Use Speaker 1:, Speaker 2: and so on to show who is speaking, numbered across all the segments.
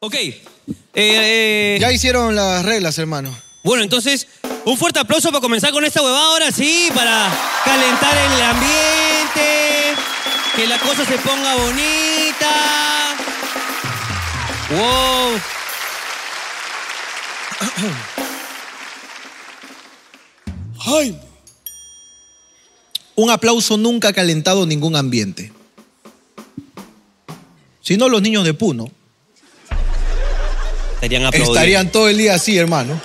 Speaker 1: Ok. Eh, eh,
Speaker 2: Ya hicieron las reglas, hermano.
Speaker 1: bueno, entonces, un fuerte aplauso para comenzar con esta huevada ahora sí, para calentar el ambiente, que la cosa se ponga bonita. Wow.
Speaker 2: Jaime. Un aplauso nunca ha calentado ningún ambiente. Si no, los niños de Puno
Speaker 1: Estarían aplaudiendo.
Speaker 2: estarían todo el día así, hermano.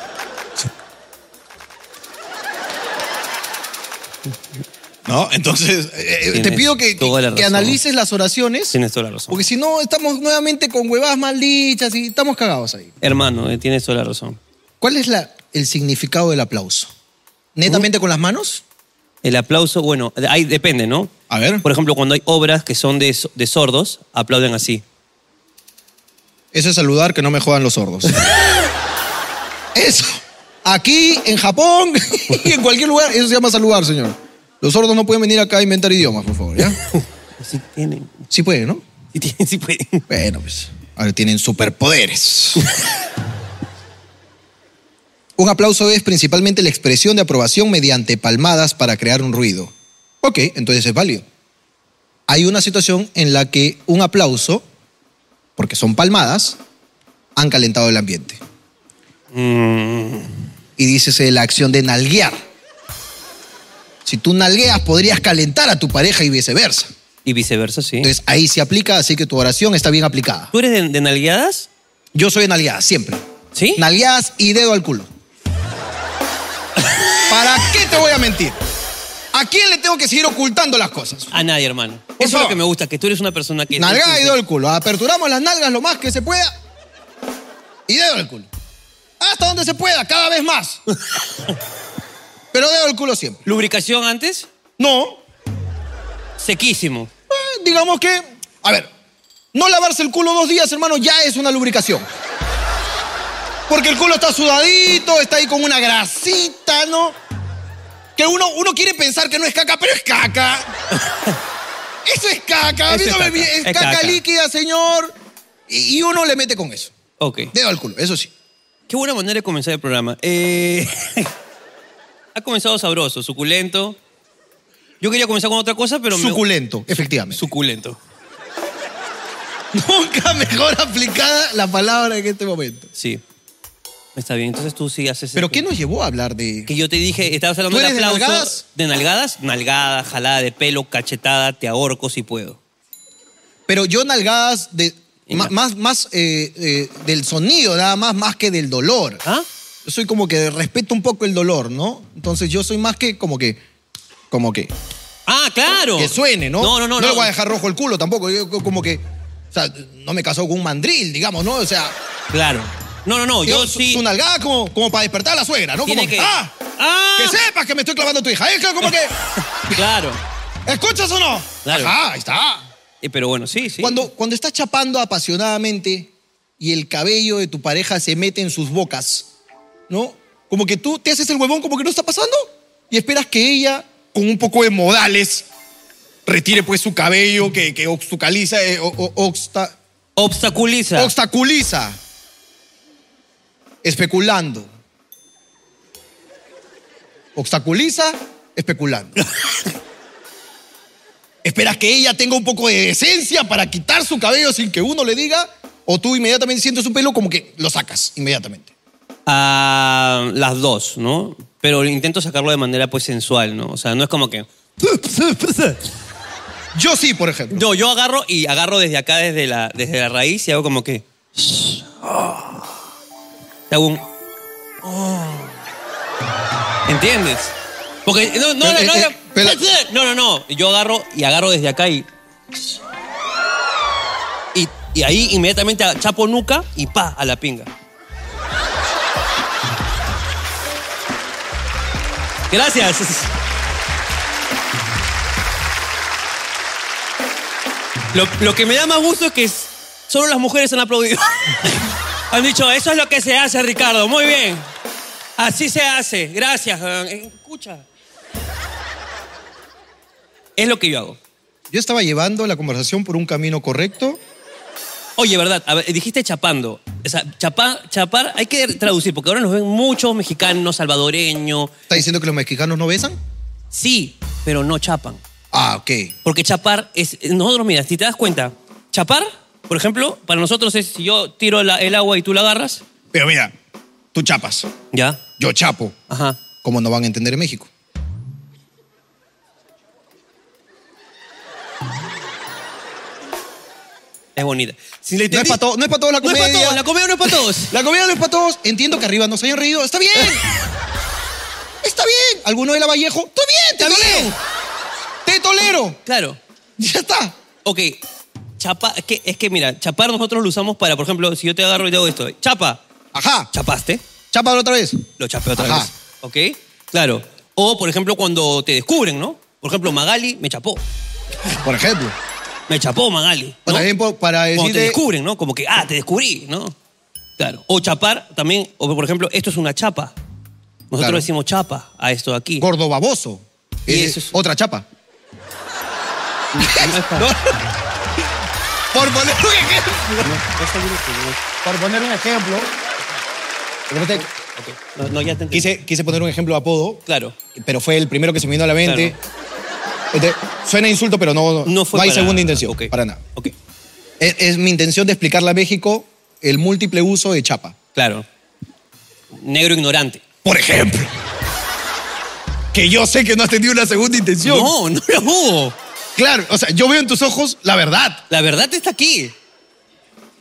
Speaker 2: No, entonces eh, te
Speaker 1: Tienes
Speaker 2: pido que,
Speaker 1: toda la
Speaker 2: que
Speaker 1: razón.
Speaker 2: analices las oraciones,
Speaker 1: Tienes toda la razón.
Speaker 2: porque si no, estamos nuevamente con huevadas mal dichas y estamos cagados ahí.
Speaker 1: Hermano, eh, tienes toda la razón.
Speaker 2: ¿Cuál es la- el significado del aplauso?
Speaker 1: Uh.
Speaker 2: ¿Netamente con las manos?
Speaker 1: El aplauso, bueno, de- ahí depende, ¿no?
Speaker 2: A ver.
Speaker 1: Por ejemplo, cuando hay obras que son de, so- de sordos, aplauden así.
Speaker 2: Eso es saludar que no me jodan los sordos. eso. Aquí, en Japón y en cualquier lugar, eso se llama saludar, señor. Los sordos no pueden venir acá a inventar idiomas, por favor, ¿ya?
Speaker 1: Sí tienen,
Speaker 2: Sí pueden, ¿no?
Speaker 1: sí tienen, sí pueden.
Speaker 2: Bueno, pues. Ahora tienen superpoderes. un aplauso es principalmente la expresión de aprobación mediante palmadas para crear un ruido. Ok, entonces es válido. Hay una situación en la que un aplauso, porque son palmadas, han calentado el ambiente. Mm. Y dícese la acción de nalguear. Si tú nalgueas, podrías calentar a tu pareja y viceversa.
Speaker 1: Y viceversa, sí.
Speaker 2: Entonces ahí se aplica, así que tu oración está bien aplicada.
Speaker 1: ¿Tú eres de, de nalgueadas?
Speaker 2: Yo soy nalgueada, siempre.
Speaker 1: ¿Sí?
Speaker 2: Nalgueadas y dedo al culo. ¿Para qué te voy a mentir? ¿A quién le tengo que seguir ocultando las cosas?
Speaker 1: A nadie, hermano. Eso es lo
Speaker 2: favor.
Speaker 1: que me gusta, que tú eres una persona que...
Speaker 2: Nalgada y dedo al culo. Aperturamos las nalgas lo más que se pueda. Y dedo al culo. Hasta donde se pueda, cada vez más. Pero dedo al culo siempre.
Speaker 1: Lubricación antes,
Speaker 2: No,
Speaker 1: sequísimo.
Speaker 2: Eh, digamos que, a ver, no lavarse el culo dos días, hermano, ya es una lubricación. Porque el culo está sudadito, está ahí con una grasita, ¿no? Que uno, uno quiere pensar que no es caca, pero es caca. Eso es caca, a mí
Speaker 1: Eso es
Speaker 2: no me
Speaker 1: caca,
Speaker 2: vi-
Speaker 1: es
Speaker 2: es caca
Speaker 1: caca.
Speaker 2: líquida, señor. Y, y uno le mete con eso.
Speaker 1: Ok.
Speaker 2: Dedo al culo, eso sí.
Speaker 1: Qué buena manera de comenzar el programa. Eh, ha comenzado sabroso, suculento. Yo quería comenzar con otra cosa, pero me...
Speaker 2: Suculento, efectivamente.
Speaker 1: Suculento.
Speaker 2: Nunca mejor aplicada la palabra en este momento.
Speaker 1: Sí. Está bien, entonces tú sí haces...
Speaker 2: Pero
Speaker 1: esto.
Speaker 2: ¿qué nos llevó a hablar de...
Speaker 1: Que yo te dije, estabas hablando
Speaker 2: ¿Tú
Speaker 1: de
Speaker 2: eres de
Speaker 1: aplauso.
Speaker 2: nalgadas?
Speaker 1: ¿De nalgadas? Nalgada, jalada de pelo, cachetada, te ahorco si puedo.
Speaker 2: Pero yo nalgadas de,
Speaker 1: Y
Speaker 2: ma-
Speaker 1: na-
Speaker 2: más, más eh, eh, del sonido, nada más, más que del dolor.
Speaker 1: ¿Ah?
Speaker 2: Yo soy como que respeto un poco el dolor, ¿no? Entonces yo soy más que como que. Como que.
Speaker 1: Ah, claro.
Speaker 2: Que suene, ¿no?
Speaker 1: No, no, no.
Speaker 2: No, le voy a dejar rojo el culo tampoco. Yo co- como que. O sea, no me casó con un mandril, digamos, ¿no? O sea,
Speaker 1: Claro. No, no, no. Yo,
Speaker 2: su-
Speaker 1: sí.
Speaker 2: su nalgada como, como para despertar a la suegra, ¿no?
Speaker 1: Tiene
Speaker 2: como
Speaker 1: que.
Speaker 2: ¡Ah!
Speaker 1: ¡Ah!
Speaker 2: Que sepas que me estoy clavando a tu hija. Es que como que.
Speaker 1: Claro.
Speaker 2: ¿Escuchas o no?
Speaker 1: Claro.
Speaker 2: Ajá, ahí está.
Speaker 1: Eh, pero bueno, sí, sí.
Speaker 2: Cuando, cuando estás chapando apasionadamente y el cabello de tu pareja se mete en sus bocas, ¿no? Como que tú te haces el huevón como que no está pasando y esperas que ella, con un poco de modales, retire pues su cabello que, que obstaculiza, eh, o- o- obsta-
Speaker 1: Obstaculiza.
Speaker 2: obstaculiza, especulando. Obstaculiza, especulando. Esperas que ella tenga un poco de decencia para quitar su cabello sin que uno le diga, o tú inmediatamente sientes su pelo como que lo sacas inmediatamente.
Speaker 1: Ah, las dos, ¿no? Pero intento sacarlo de manera pues sensual, ¿no? O sea, no es como que.
Speaker 2: Yo sí, por ejemplo.
Speaker 1: No, yo agarro y agarro desde acá, desde la, desde la raíz y hago como que. ah. Te hago un. ¿Entiendes? Porque no, no,
Speaker 2: Pero,
Speaker 1: no,
Speaker 2: eh,
Speaker 1: no,
Speaker 2: eh, pero-
Speaker 1: no, no, no. Yo agarro y agarro desde acá y. Y, y ahí inmediatamente chapo nuca y pa a la pinga. Gracias. Lo, lo que me da más gusto es que s- solo las mujeres han aplaudido. han dicho, eso es lo que se hace, Ricardo. Muy bien. Así se hace. Gracias. weón. Eh, Escucha. Es lo que yo hago.
Speaker 2: Yo estaba llevando la conversación por un camino correcto.
Speaker 1: Oye, verdad, a ver, dijiste chapando. o sea, chapa- chapar, hay que traducir, porque ahora nos ven muchos mexicanos, salvadoreños.
Speaker 2: ¿Está diciendo que los mexicanos no besan?
Speaker 1: Sí, pero no chapan.
Speaker 2: Ah, ok.
Speaker 1: Porque chapar es. Nosotros, mira, si te das cuenta, chapar, por ejemplo, para nosotros es si yo tiro la- el agua y tú la agarras,
Speaker 2: Pero mira, tú chapas,
Speaker 1: ya,
Speaker 2: yo chapo.
Speaker 1: ajá.
Speaker 2: ¿Cómo no van a entender en México?
Speaker 1: Es bonita. Si le
Speaker 2: No es
Speaker 1: entendí-
Speaker 2: para todos, no es para todos la
Speaker 1: No es
Speaker 2: comedia.
Speaker 1: para todos, la comedia no es para todos.
Speaker 2: La comida no es para todos. Entiendo que arriba nos hayan reído. Está bien. Está bien. ¿Alguno de la Vallejo? Está bien, te
Speaker 1: Está
Speaker 2: tolero.
Speaker 1: bien.
Speaker 2: Te tolero.
Speaker 1: Claro.
Speaker 2: Ya está.
Speaker 1: Ok, chapa, es que, es que mira, chapar nosotros lo usamos para, por ejemplo, si yo te agarro y te hago esto, chapa,
Speaker 2: Ajá.
Speaker 1: chapaste,
Speaker 2: Chápalo otra vez.
Speaker 1: lo chapé otra
Speaker 2: Ajá.
Speaker 1: vez. ¿Ok? Claro. O, por ejemplo, cuando te descubren, ¿no? Por ejemplo, Magali me chapó.
Speaker 2: Por ejemplo.
Speaker 1: Me chapó Magali. ¿no?
Speaker 2: Por ejemplo, para
Speaker 1: Cuando te
Speaker 2: decirte.
Speaker 1: descubren, ¿no? Como que, ah, te descubrí, ¿no? Claro. O chapar también, o por ejemplo, esto es una chapa. Nosotros
Speaker 2: Claro.
Speaker 1: decimos chapa a esto de aquí.
Speaker 2: Gordo baboso.
Speaker 1: Y
Speaker 2: Eh,
Speaker 1: eso es-
Speaker 2: Otra chapa.
Speaker 1: No es para-
Speaker 2: Por poner un ejemplo. Por poner un ejemplo.
Speaker 1: Ok. No, no, ya te entendí.
Speaker 2: Quise, quise poner un ejemplo de apodo,
Speaker 1: Claro.
Speaker 2: pero fue el primero que se me vino a la mente. Entonces, suena insulto, pero no,
Speaker 1: No fue
Speaker 2: hay
Speaker 1: para-
Speaker 2: segunda intención.
Speaker 1: ok.
Speaker 2: Para nada.
Speaker 1: Ok.
Speaker 2: Es, es mi intención de explicarle a México el múltiple uso de chapa.
Speaker 1: Claro. Negro ignorante.
Speaker 2: Por ejemplo. Que yo sé que no has tenido una segunda intención.
Speaker 1: No, no lo hubo.
Speaker 2: Claro, o sea, yo veo en tus ojos la verdad.
Speaker 1: La verdad está aquí.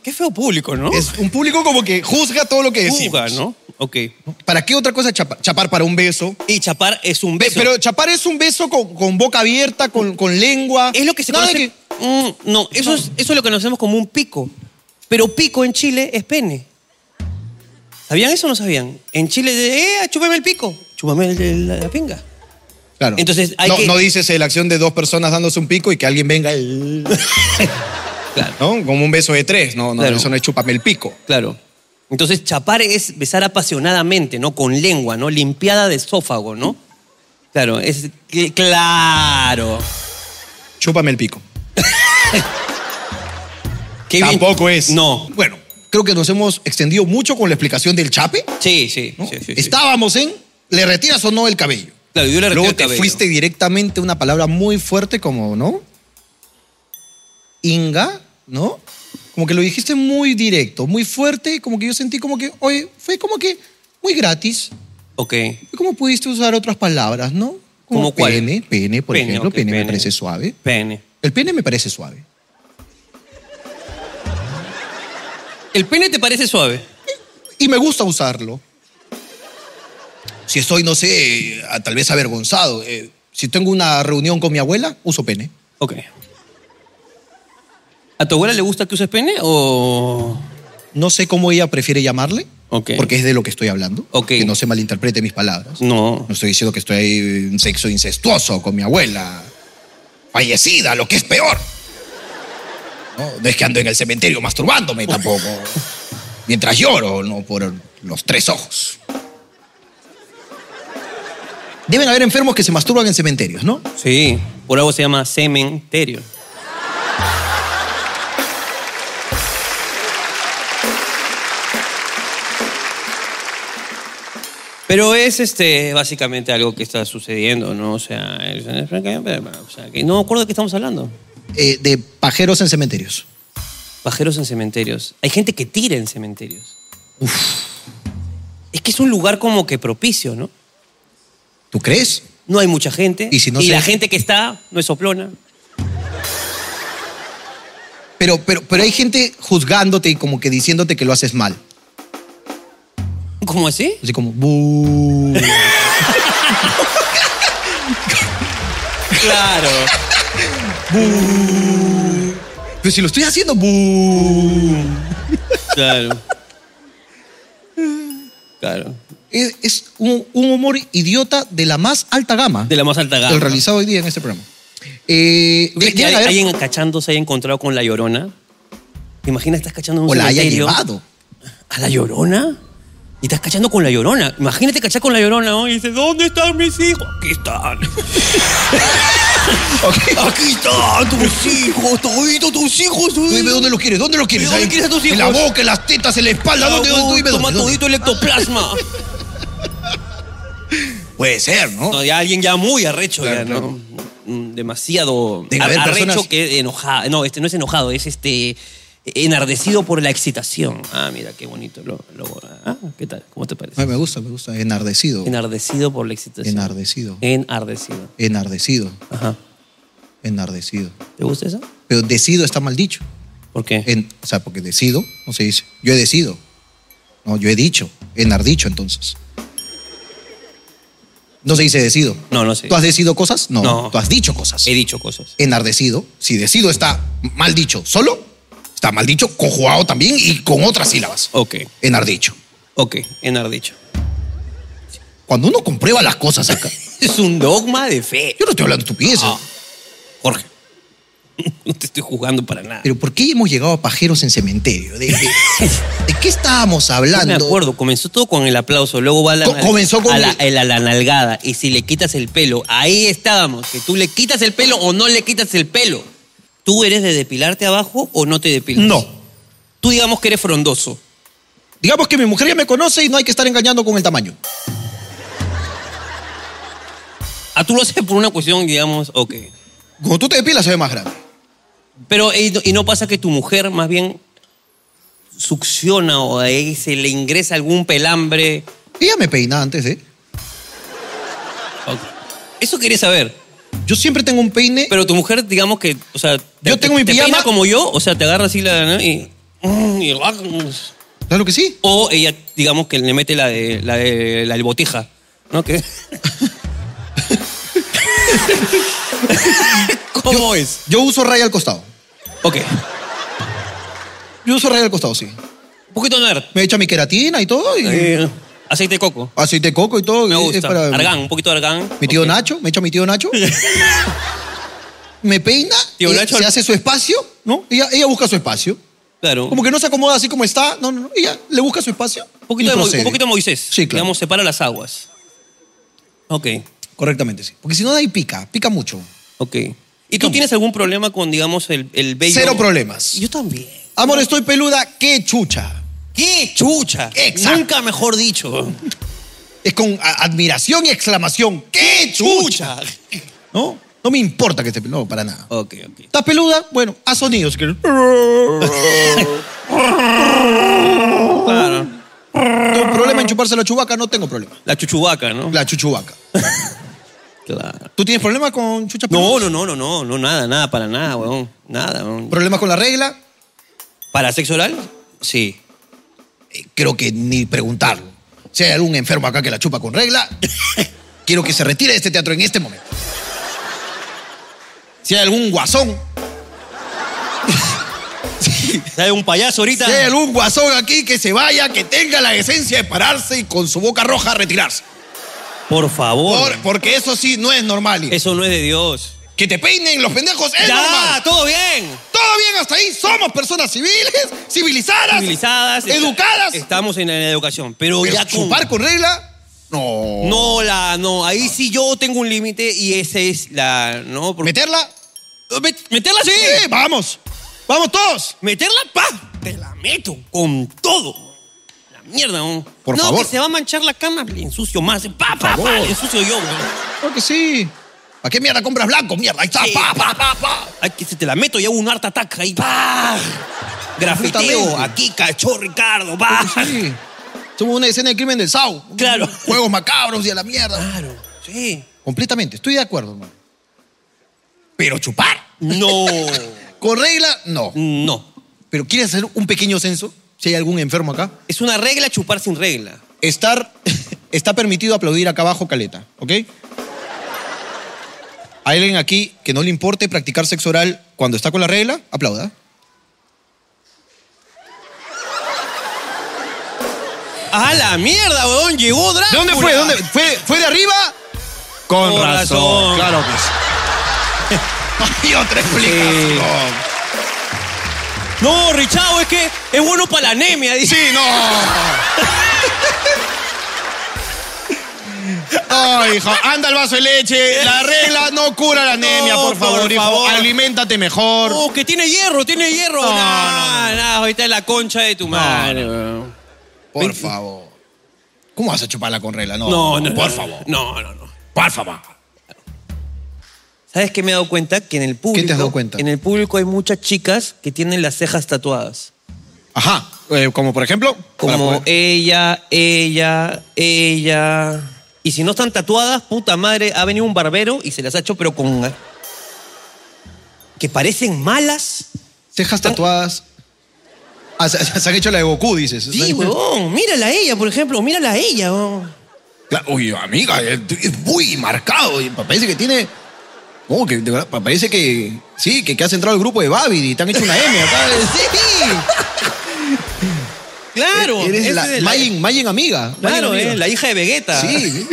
Speaker 1: Qué feo público, ¿no?
Speaker 2: Es un público como que juzga todo lo que decimos.
Speaker 1: Fuga, ¿no? Ok.
Speaker 2: ¿Para qué otra cosa chapar? Chapar para un beso.
Speaker 1: Y chapar es un beso.
Speaker 2: Pero chapar es un beso con, con boca abierta, con, con lengua.
Speaker 1: es lo que se
Speaker 2: Nada de
Speaker 1: conoce.
Speaker 2: que-
Speaker 1: Mm, no, eso es, eso es lo que conocemos como un pico. Pero pico en Chile es pene. ¿Sabían eso o no sabían? En Chile, de, eh, chúpame el pico. Chúpame el de la, la pinga.
Speaker 2: Claro.
Speaker 1: Entonces, hay
Speaker 2: no,
Speaker 1: que-
Speaker 2: no dices eh, la acción de dos personas dándose un pico y que alguien venga, eh,
Speaker 1: Claro,
Speaker 2: ¿no? Como un beso de tres. No, no,
Speaker 1: Claro.
Speaker 2: eso no es chúpame el pico.
Speaker 1: claro. Entonces, chapar es besar apasionadamente, ¿no? Con lengua, ¿no? Limpiada de esófago, ¿no? Claro, es. cl- Claro.
Speaker 2: Chúpame el pico.
Speaker 1: Qué bien-
Speaker 2: Tampoco es.
Speaker 1: No.
Speaker 2: Bueno, creo que nos hemos extendido mucho con la explicación del chape.
Speaker 1: Sí, sí.
Speaker 2: ¿no?
Speaker 1: sí, sí, sí.
Speaker 2: Estábamos en le retiras o no el cabello.
Speaker 1: Claro, yo le
Speaker 2: Luego
Speaker 1: retiro
Speaker 2: te
Speaker 1: el cabello.
Speaker 2: fuiste directamente a una palabra muy fuerte como, ¿no? Inga, ¿no? Como que lo dijiste muy directo, muy fuerte, como que yo sentí como que, oye, fue como que muy gratis.
Speaker 1: Ok.
Speaker 2: Fue como pudiste usar otras palabras, ¿no?
Speaker 1: ¿Cómo cuál?
Speaker 2: pene, pene, por
Speaker 1: Pene,
Speaker 2: ejemplo,
Speaker 1: ok,
Speaker 2: pene, me
Speaker 1: pene.
Speaker 2: parece suave.
Speaker 1: Pene.
Speaker 2: El pene me parece suave.
Speaker 1: ¿El pene te parece suave?
Speaker 2: y me gusta usarlo. Si estoy, no sé, a- tal vez avergonzado, eh, si tengo una reunión con mi abuela, uso pene.
Speaker 1: Ok. ¿A tu abuela le gusta que uses pene o...?
Speaker 2: No sé cómo ella prefiere llamarle,
Speaker 1: Ok.
Speaker 2: porque es de lo que estoy hablando,
Speaker 1: Ok.
Speaker 2: que no se malinterprete mis palabras.
Speaker 1: No.
Speaker 2: No estoy diciendo que estoy en sexo incestuoso con mi abuela, fallecida, lo que es peor. No, no es que ando en el cementerio masturbándome tampoco, mientras lloro, no por los tres ojos. Deben haber enfermos que se masturban en cementerios, ¿no?
Speaker 1: Sí. Por algo se llama cementerio. Pero es este básicamente algo que está sucediendo, ¿no? O sea, es- o sea, que no me acuerdo de qué estamos hablando.
Speaker 2: Eh, de pajeros en cementerios.
Speaker 1: Pajeros en cementerios. Hay gente que tira en cementerios. Es que es un lugar como que propicio, ¿no?
Speaker 2: ¿Tú crees?
Speaker 1: No hay mucha gente.
Speaker 2: Y si no se-
Speaker 1: la gente que está no es soplona.
Speaker 2: Pero, pero, pero hay gente juzgándote y como que diciéndote que lo haces mal.
Speaker 1: ¿Cómo así?
Speaker 2: Así como... "Bú".
Speaker 1: Claro.
Speaker 2: Pero si lo estoy haciendo... "Bú".
Speaker 1: claro. Claro.
Speaker 2: Es, es un, un humor idiota de la más alta gama.
Speaker 1: De la más alta
Speaker 2: El
Speaker 1: gama.
Speaker 2: realizado hoy día en este programa. Eh,
Speaker 1: ¿Tú crees que
Speaker 2: llegan a ver-
Speaker 1: alguien cachando se haya encontrado con la llorona? ¿Te imaginas estás cachando en un
Speaker 2: o la haya
Speaker 1: cementerio?
Speaker 2: llevado.
Speaker 1: ¿A la llorona? Y estás cachando con la llorona. Imagínate cachar con la llorona ¿no? y dices, ¿dónde están mis hijos? Aquí están. Aquí están tus hijos, toditos tus hijos.
Speaker 2: Tú dime dónde los quieres, dónde los quieres.
Speaker 1: ¿Dónde
Speaker 2: Ahí,
Speaker 1: quieres a tus
Speaker 2: En la
Speaker 1: hijos?
Speaker 2: boca, en las tetas, en la espalda,
Speaker 1: Toma
Speaker 2: ¿dónde? dónde? Tú dime dónde, dónde.
Speaker 1: todito el ectoplasma.
Speaker 2: Puede ser, ¿no?
Speaker 1: No, ya alguien ya muy arrecho,
Speaker 2: Claro,
Speaker 1: ya, ¿no?
Speaker 2: claro.
Speaker 1: Mm, Demasiado
Speaker 2: Debe
Speaker 1: ar-
Speaker 2: haber
Speaker 1: arrecho
Speaker 2: personas-
Speaker 1: que enojado. No, este no es enojado, es este enardecido por la excitación. Ah, mira, qué bonito. Lo, lo- ah, ¿Qué tal? ¿Cómo te parece?
Speaker 2: Ay, me gusta, me gusta. Enardecido.
Speaker 1: Enardecido por la excitación.
Speaker 2: Enardecido.
Speaker 1: Enardecido.
Speaker 2: Enardecido.
Speaker 1: Ajá.
Speaker 2: Enardecido.
Speaker 1: ¿Te gusta eso?
Speaker 2: Pero decido está mal dicho.
Speaker 1: ¿Por qué?
Speaker 2: En- o sea, porque decido, no se dice. Yo he decido. No, yo he dicho. Enardicho, entonces. No se dice decido.
Speaker 1: No, no sé.
Speaker 2: ¿Tú has decidido cosas? No.
Speaker 1: No.
Speaker 2: Tú has dicho cosas.
Speaker 1: He dicho cosas.
Speaker 2: Enardecido. Si decido está mal dicho solo, está mal dicho conjugado también y con otras sílabas.
Speaker 1: Ok,
Speaker 2: Enardicho.
Speaker 1: ok, enardicho.
Speaker 2: Cuando uno comprueba las cosas acá,
Speaker 1: Es un dogma de fe.
Speaker 2: yo no estoy hablando de estupideces.
Speaker 1: Ah, Jorge, no te estoy juzgando para nada.
Speaker 2: Pero ¿por qué hemos llegado a pajeros en cementerio? ¿De, de- de qué estábamos
Speaker 1: No
Speaker 2: hablando?
Speaker 1: me acuerdo, comenzó todo con el aplauso, luego va la,
Speaker 2: Co- comenzó con
Speaker 1: a la,
Speaker 2: el-
Speaker 1: a la- la nalgada y si le quitas el pelo, ahí estábamos, que tú le quitas el pelo o no le quitas el pelo. ¿Tú eres de depilarte abajo o no te depilas?
Speaker 2: No.
Speaker 1: Tú digamos que eres frondoso.
Speaker 2: Digamos que mi mujer ya me conoce y no hay que estar engañando con el tamaño.
Speaker 1: Ah, tú lo haces por una cuestión, digamos, ok.
Speaker 2: Cuando tú te depilas se ve más grande.
Speaker 1: Pero, ¿y no- y no pasa que tu mujer más bien succiona o ahí se le ingresa algún pelambre?
Speaker 2: Ella me peina antes, ¿eh?
Speaker 1: Ok. Eso quería saber.
Speaker 2: Yo siempre tengo un peine.
Speaker 1: Pero tu mujer, digamos que, o sea,
Speaker 2: Yo tengo mi
Speaker 1: te
Speaker 2: pijama.
Speaker 1: peina como yo, o sea, te agarra así la ¿no? y, mm, y-
Speaker 2: Claro que sí.
Speaker 1: o ella, digamos que le mete la de la de la del botija, ¿no? Que ¿Cómo es?
Speaker 2: Yo uso raya al costado.
Speaker 1: Ok.
Speaker 2: Yo uso raya al costado, sí.
Speaker 1: Un poquito nerd.
Speaker 2: Me echa mi queratina y todo. Y
Speaker 1: Eh, aceite de coco.
Speaker 2: aceite de coco y todo.
Speaker 1: Me
Speaker 2: Es- es
Speaker 1: gusta.
Speaker 2: para-
Speaker 1: Argán, un poquito de argán.
Speaker 2: Mi tío Nacho, me echa mi tío Nacho. me peina.
Speaker 1: Tío
Speaker 2: ella
Speaker 1: Nacho
Speaker 2: Se
Speaker 1: al-
Speaker 2: hace su espacio, ¿no? Ella, ella busca su espacio.
Speaker 1: Claro.
Speaker 2: Como que no se acomoda así como está. No, no, no. Ella le busca su espacio.
Speaker 1: un, poquito
Speaker 2: y
Speaker 1: de, Mo-
Speaker 2: procede.
Speaker 1: un poquito de Moisés.
Speaker 2: Sí, claro.
Speaker 1: Digamos, separa las aguas. Ok,
Speaker 2: Correctamente, sí. Porque si no, de ahí pica. Pica mucho.
Speaker 1: ok. ¿Y tú tienes algún problema con, digamos, el, el bello?
Speaker 2: Cero problemas.
Speaker 1: Yo también.
Speaker 2: Amor, estoy peluda. ¡Qué chucha!
Speaker 1: ¡Qué chucha!
Speaker 2: Exacto.
Speaker 1: Nunca mejor dicho.
Speaker 2: Es con a- admiración y exclamación. ¡Qué chucha! ¿No? No me importa que esté peluda. No, para nada.
Speaker 1: Ok, ok.
Speaker 2: ¿Estás peluda? Bueno, haz sonidos. que-
Speaker 1: Claro.
Speaker 2: Tengo problema en chuparse la chubaca, no tengo problema.
Speaker 1: La chuchubaca, ¿no?
Speaker 2: La chuchubaca.
Speaker 1: Claro.
Speaker 2: ¿Tú tienes problema con chucha
Speaker 1: No,
Speaker 2: peluda?
Speaker 1: no, no, no, no, no, nada, nada, para nada, weón. Nada, weón.
Speaker 2: ¿Problemas con la regla?
Speaker 1: ¿Para sexo oral? Sí.
Speaker 2: Eh, creo que ni preguntarlo. Si hay algún enfermo acá que la chupa con regla, quiero que se retire de este teatro en este momento. Si hay algún guasón,
Speaker 1: ¿Sabes un payaso ahorita?
Speaker 2: si hay algún guasón aquí que se vaya, que tenga la decencia de pararse y con su boca roja retirarse.
Speaker 1: Por favor.
Speaker 2: Por- porque eso sí no es normal. hijo.
Speaker 1: Eso no es de Dios.
Speaker 2: Que te peinen los pendejos es
Speaker 1: ya,
Speaker 2: normal.
Speaker 1: todo bien.
Speaker 2: Todo bien hasta ahí, somos personas civiles, civilizadas,
Speaker 1: Civilizadas.
Speaker 2: educadas.
Speaker 1: Estamos en la educación. Pero,
Speaker 2: Pero
Speaker 1: ya con...
Speaker 2: chupar con regla, no.
Speaker 1: No, la, no. Ahí sí yo tengo un límite y ese es la, no. Porque...
Speaker 2: ¿Meterla?
Speaker 1: Met- Meterla sí.
Speaker 2: Sí, vamos. Vamos todos.
Speaker 1: Meterla, pa, te la meto con todo. La mierda, ¿no?
Speaker 2: Por
Speaker 1: no,
Speaker 2: favor.
Speaker 1: que se va a manchar la cama, le ensucio más. Pa, pa,
Speaker 2: favor.
Speaker 1: pa, le ensucio yo, weón.
Speaker 2: Claro que sí. ¿Para qué mierda compras blanco? Mierda, ahí está.
Speaker 1: Sí.
Speaker 2: Pa, pa, pa, pa.
Speaker 1: Ay, que se te la meto y hago un harta ataque ahí, pa. Grafiteo,
Speaker 2: Justamente.
Speaker 1: aquí cachó Ricardo, pa.
Speaker 2: Sí. Somos una escena de crimen del SAU.
Speaker 1: Claro.
Speaker 2: Juegos macabros y a la mierda.
Speaker 1: Claro, sí.
Speaker 2: Completamente, estoy de acuerdo, hermano. Pero chupar.
Speaker 1: No,
Speaker 2: Con regla, no.
Speaker 1: no.
Speaker 2: Pero ¿quieres hacer un pequeño censo? Si hay algún enfermo acá.
Speaker 1: Es una regla chupar sin regla.
Speaker 2: Estar, está permitido aplaudir acá abajo, Caleta, ¿ok? ¿Hay alguien aquí que no le importe practicar sexo oral cuando está con la regla? Aplauda.
Speaker 1: ¡A la mierda, weón! Llegó Drácula.
Speaker 2: ¿De dónde fue? ¿Dónde? ¿Fue, fue de arriba? Con
Speaker 1: Con razón.
Speaker 2: Claro que sí. No hay otra explicación.
Speaker 1: No, Richao, es que es bueno para la anemia, dice.
Speaker 2: Sí, no. No, hijo, anda el vaso de leche. La regla no cura la anemia,
Speaker 1: No,
Speaker 2: por favor,
Speaker 1: por
Speaker 2: hijo.
Speaker 1: favor.
Speaker 2: Aliméntate mejor.
Speaker 1: Oh, que tiene hierro, tiene hierro.
Speaker 2: No,
Speaker 1: Nah, nah, ahorita es la concha de tu madre. weón.
Speaker 2: por favor. ¿Cómo vas a chuparla con regla? No,
Speaker 1: No, no, no.
Speaker 2: por
Speaker 1: no,
Speaker 2: favor.
Speaker 1: No, no, no.
Speaker 2: Por favor.
Speaker 1: ¿Sabes qué me he dado cuenta? Que en el público.
Speaker 2: has dado cuenta?
Speaker 1: En el público hay muchas chicas que tienen las cejas tatuadas.
Speaker 2: Ajá. eh, como por ejemplo. para
Speaker 1: Como eh,
Speaker 2: poder-
Speaker 1: ella, ella, ella. Y si no están tatuadas, puta madre, ha venido un barbero y se las ha hecho, pero con. que parecen malas.
Speaker 2: Cejas tatuadas. Ah, se, se han hecho la de Goku, dices.
Speaker 1: Sí, huevón. Mírala a ella, por ejemplo, mírala a ella. huevón.
Speaker 2: Claro, uy, amiga, es es muy marcado. y Parece que tiene. No, que de verdad, pa- parece que. Sí, que, que has entrado al grupo de Babi y te han hecho una M acá. Sí.
Speaker 1: Claro.
Speaker 2: Eres
Speaker 1: Oh, ese
Speaker 2: la,
Speaker 1: es
Speaker 2: Mayen, Mayen amiga. Mayen
Speaker 1: Claro,
Speaker 2: amiga.
Speaker 1: eh, la hija de Vegeta.
Speaker 2: Sí.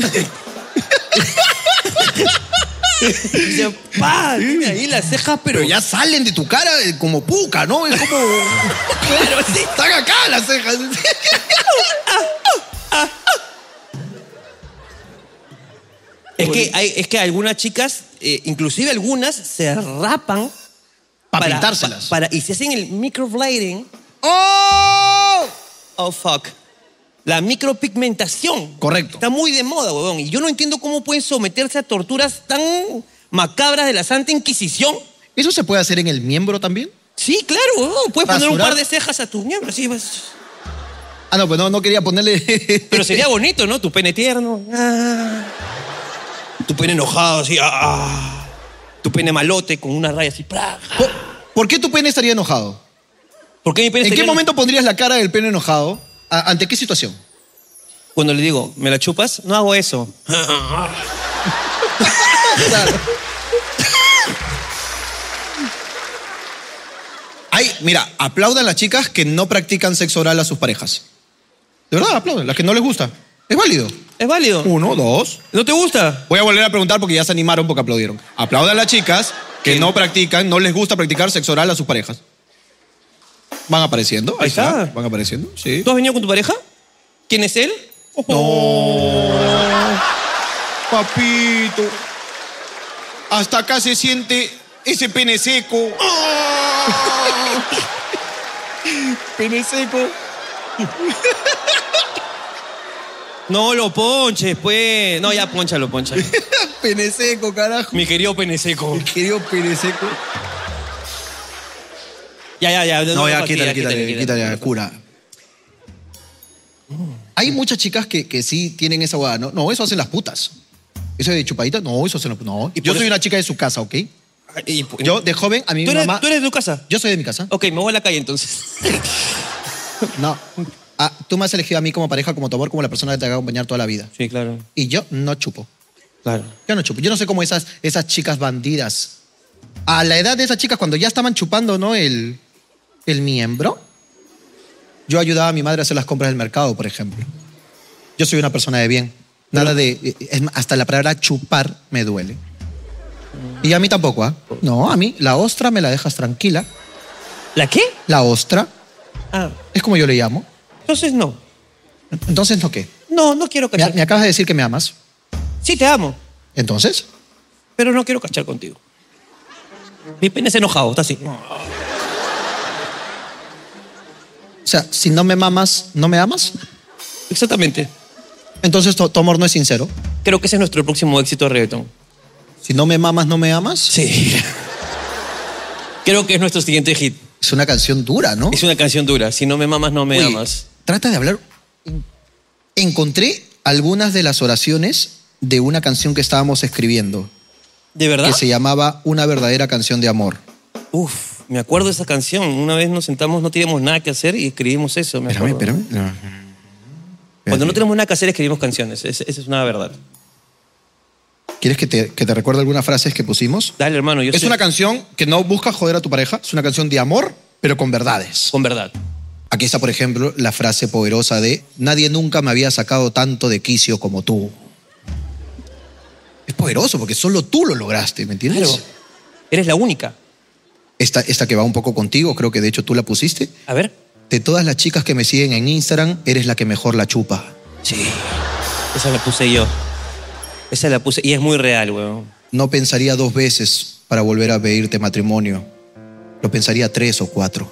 Speaker 1: Dice, pa, tiene ahí las cejas, pero.
Speaker 2: Pero ya salen de tu cara eh, como puca, ¿no? Es como.
Speaker 1: Claro, sí.
Speaker 2: Están acá las cejas.
Speaker 1: Es que, hay, es que algunas chicas, eh, inclusive algunas, se rapan
Speaker 2: Para pintárselas.
Speaker 1: pa- para, y se hacen el microblading.
Speaker 2: ¡Oh!
Speaker 1: Oh, fuck. La micropigmentación.
Speaker 2: Correcto.
Speaker 1: Está muy de moda, huevón. Y yo no entiendo cómo pueden someterse a torturas tan macabras de la Santa Inquisición.
Speaker 2: ¿Eso se puede hacer en el miembro también?
Speaker 1: Sí, claro, huevón. Puedes poner un
Speaker 2: Rasurar.
Speaker 1: par de cejas a tus miembros. sí, vas-
Speaker 2: Ah, no, pues no, no quería ponerle.
Speaker 1: Pero sería bonito, ¿no? Tu pene tierno. Ah. Tu pene enojado, así. ah. Tu pene malote con una raya así. pra.
Speaker 2: ¿Por, por qué tu pene estaría enojado?
Speaker 1: ¿Por qué mi pene
Speaker 2: ¿En qué
Speaker 1: estaría-
Speaker 2: momento pondrías la cara del pene enojado? ¿A- ¿Ante qué situación?
Speaker 1: Cuando le digo, ¿me la chupas? No hago eso.
Speaker 2: Ay, mira, aplaudan las chicas que no practican sexo oral a sus parejas. De verdad, aplauden, las que no les gusta. Es válido.
Speaker 1: Es válido.
Speaker 2: Uno, dos.
Speaker 1: ¿No te gusta?
Speaker 2: Voy a volver a preguntar porque ya se animaron porque aplaudieron. Aplaudan las chicas que no practican, no les gusta practicar sexo oral a sus parejas. Van apareciendo. Ahí
Speaker 1: Ahí
Speaker 2: está.
Speaker 1: está.
Speaker 2: Van apareciendo, sí.
Speaker 1: ¿Tú has venido con tu pareja? ¿Quién es él?
Speaker 2: Papito. Hasta acá se siente ese pene seco. pene seco.
Speaker 1: No lo ponches, pues. No, ya ponchalo, ponchalo.
Speaker 2: pene seco, carajo.
Speaker 1: Mi querido pene seco.
Speaker 2: Querido pene seco.
Speaker 1: Ya, ya, ya.
Speaker 2: No, ya,
Speaker 1: fastidia,
Speaker 2: quítale, quítale, quítale, cura. Hay muchas chicas que, que sí tienen esa hueá, ¿no? No, eso hacen las putas. Eso de chupadita, no, eso hacen las putas. No.
Speaker 1: Y
Speaker 2: Yo
Speaker 1: por
Speaker 2: soy
Speaker 1: eso-
Speaker 2: una chica de su casa, ¿ok?
Speaker 1: Y pu-
Speaker 2: Yo, de joven, a mi
Speaker 1: ¿Tú, eres,
Speaker 2: mamá...
Speaker 1: tú eres de tu casa?
Speaker 2: Yo soy de mi casa.
Speaker 1: Ok, me voy a la calle entonces.
Speaker 2: No. Ah, tú me has elegido a mí como pareja, como tu amor, como la persona que te va a acompañar toda la vida.
Speaker 1: Sí, claro.
Speaker 2: Y yo no chupo.
Speaker 1: Claro.
Speaker 2: Yo no chupo. Yo no sé cómo esas, esas chicas bandidas. A la edad de esas chicas, cuando ya estaban chupando, ¿no? El, el miembro. Yo ayudaba a mi madre a hacer las compras del mercado, por ejemplo. Yo soy una persona de bien. Nada de. eh, es más, hasta la palabra chupar me duele. Y a mí tampoco, ¿ah? No, a mí la ostra me la dejas tranquila.
Speaker 1: ¿La qué?
Speaker 2: La ostra
Speaker 1: Ah,
Speaker 2: es como yo le llamo.
Speaker 1: entonces no.
Speaker 2: Entonces, ¿no qué?
Speaker 1: No, no quiero
Speaker 2: Me,
Speaker 1: cachar.
Speaker 2: me acabas de decir que me amas.
Speaker 1: Sí, te amo,
Speaker 2: Entonces,
Speaker 1: pero no quiero cachar contigo. Mi pene es enojado, está así.
Speaker 2: o sea, si no me mamas, ¿no me amas?
Speaker 1: Exactamente.
Speaker 2: Entonces tu, tu amor no es sincero.
Speaker 1: Creo que ese es nuestro próximo éxito de reggaetón.
Speaker 2: Si no me mamas, ¿no me amas?
Speaker 1: Sí. Creo que es nuestro siguiente hit.
Speaker 2: Es una canción dura, ¿no?
Speaker 1: Es una canción dura. Si no me mamas, no me
Speaker 2: Oye,
Speaker 1: amas.
Speaker 2: Trata de hablar. Encontré algunas de las oraciones de una canción que estábamos escribiendo,
Speaker 1: ¿De verdad?
Speaker 2: que se llamaba Una verdadera canción de amor.
Speaker 1: Uf, me acuerdo de esa canción. Una vez nos sentamos, no teníamos nada que hacer y escribimos eso. me acuerdo. Cuando no tenemos nada que hacer, escribimos canciones. Es- Esa es una verdad.
Speaker 2: ¿Quieres que te, que te recuerde algunas frases que pusimos?
Speaker 1: Dale, hermano. Yo
Speaker 2: Es
Speaker 1: soy-
Speaker 2: una canción que no busca joder a tu pareja, es una canción de amor, pero con verdades.
Speaker 1: Con verdad.
Speaker 2: Aquí está, por ejemplo, la frase poderosa de Nadie nunca me había sacado tanto de quicio como tú. Es poderoso porque solo tú lo lograste, ¿me entiendes?
Speaker 1: Claro. Eres la única.
Speaker 2: Esta, esta que va un poco contigo, creo que de hecho tú la pusiste.
Speaker 1: A ver.
Speaker 2: De todas las chicas que me siguen en Instagram, eres la que mejor la chupa.
Speaker 1: Sí. Esa la puse yo. Esa la puse y es muy real, weón.
Speaker 2: No pensaría dos veces para volver a pedirte matrimonio. Lo pensaría tres o cuatro.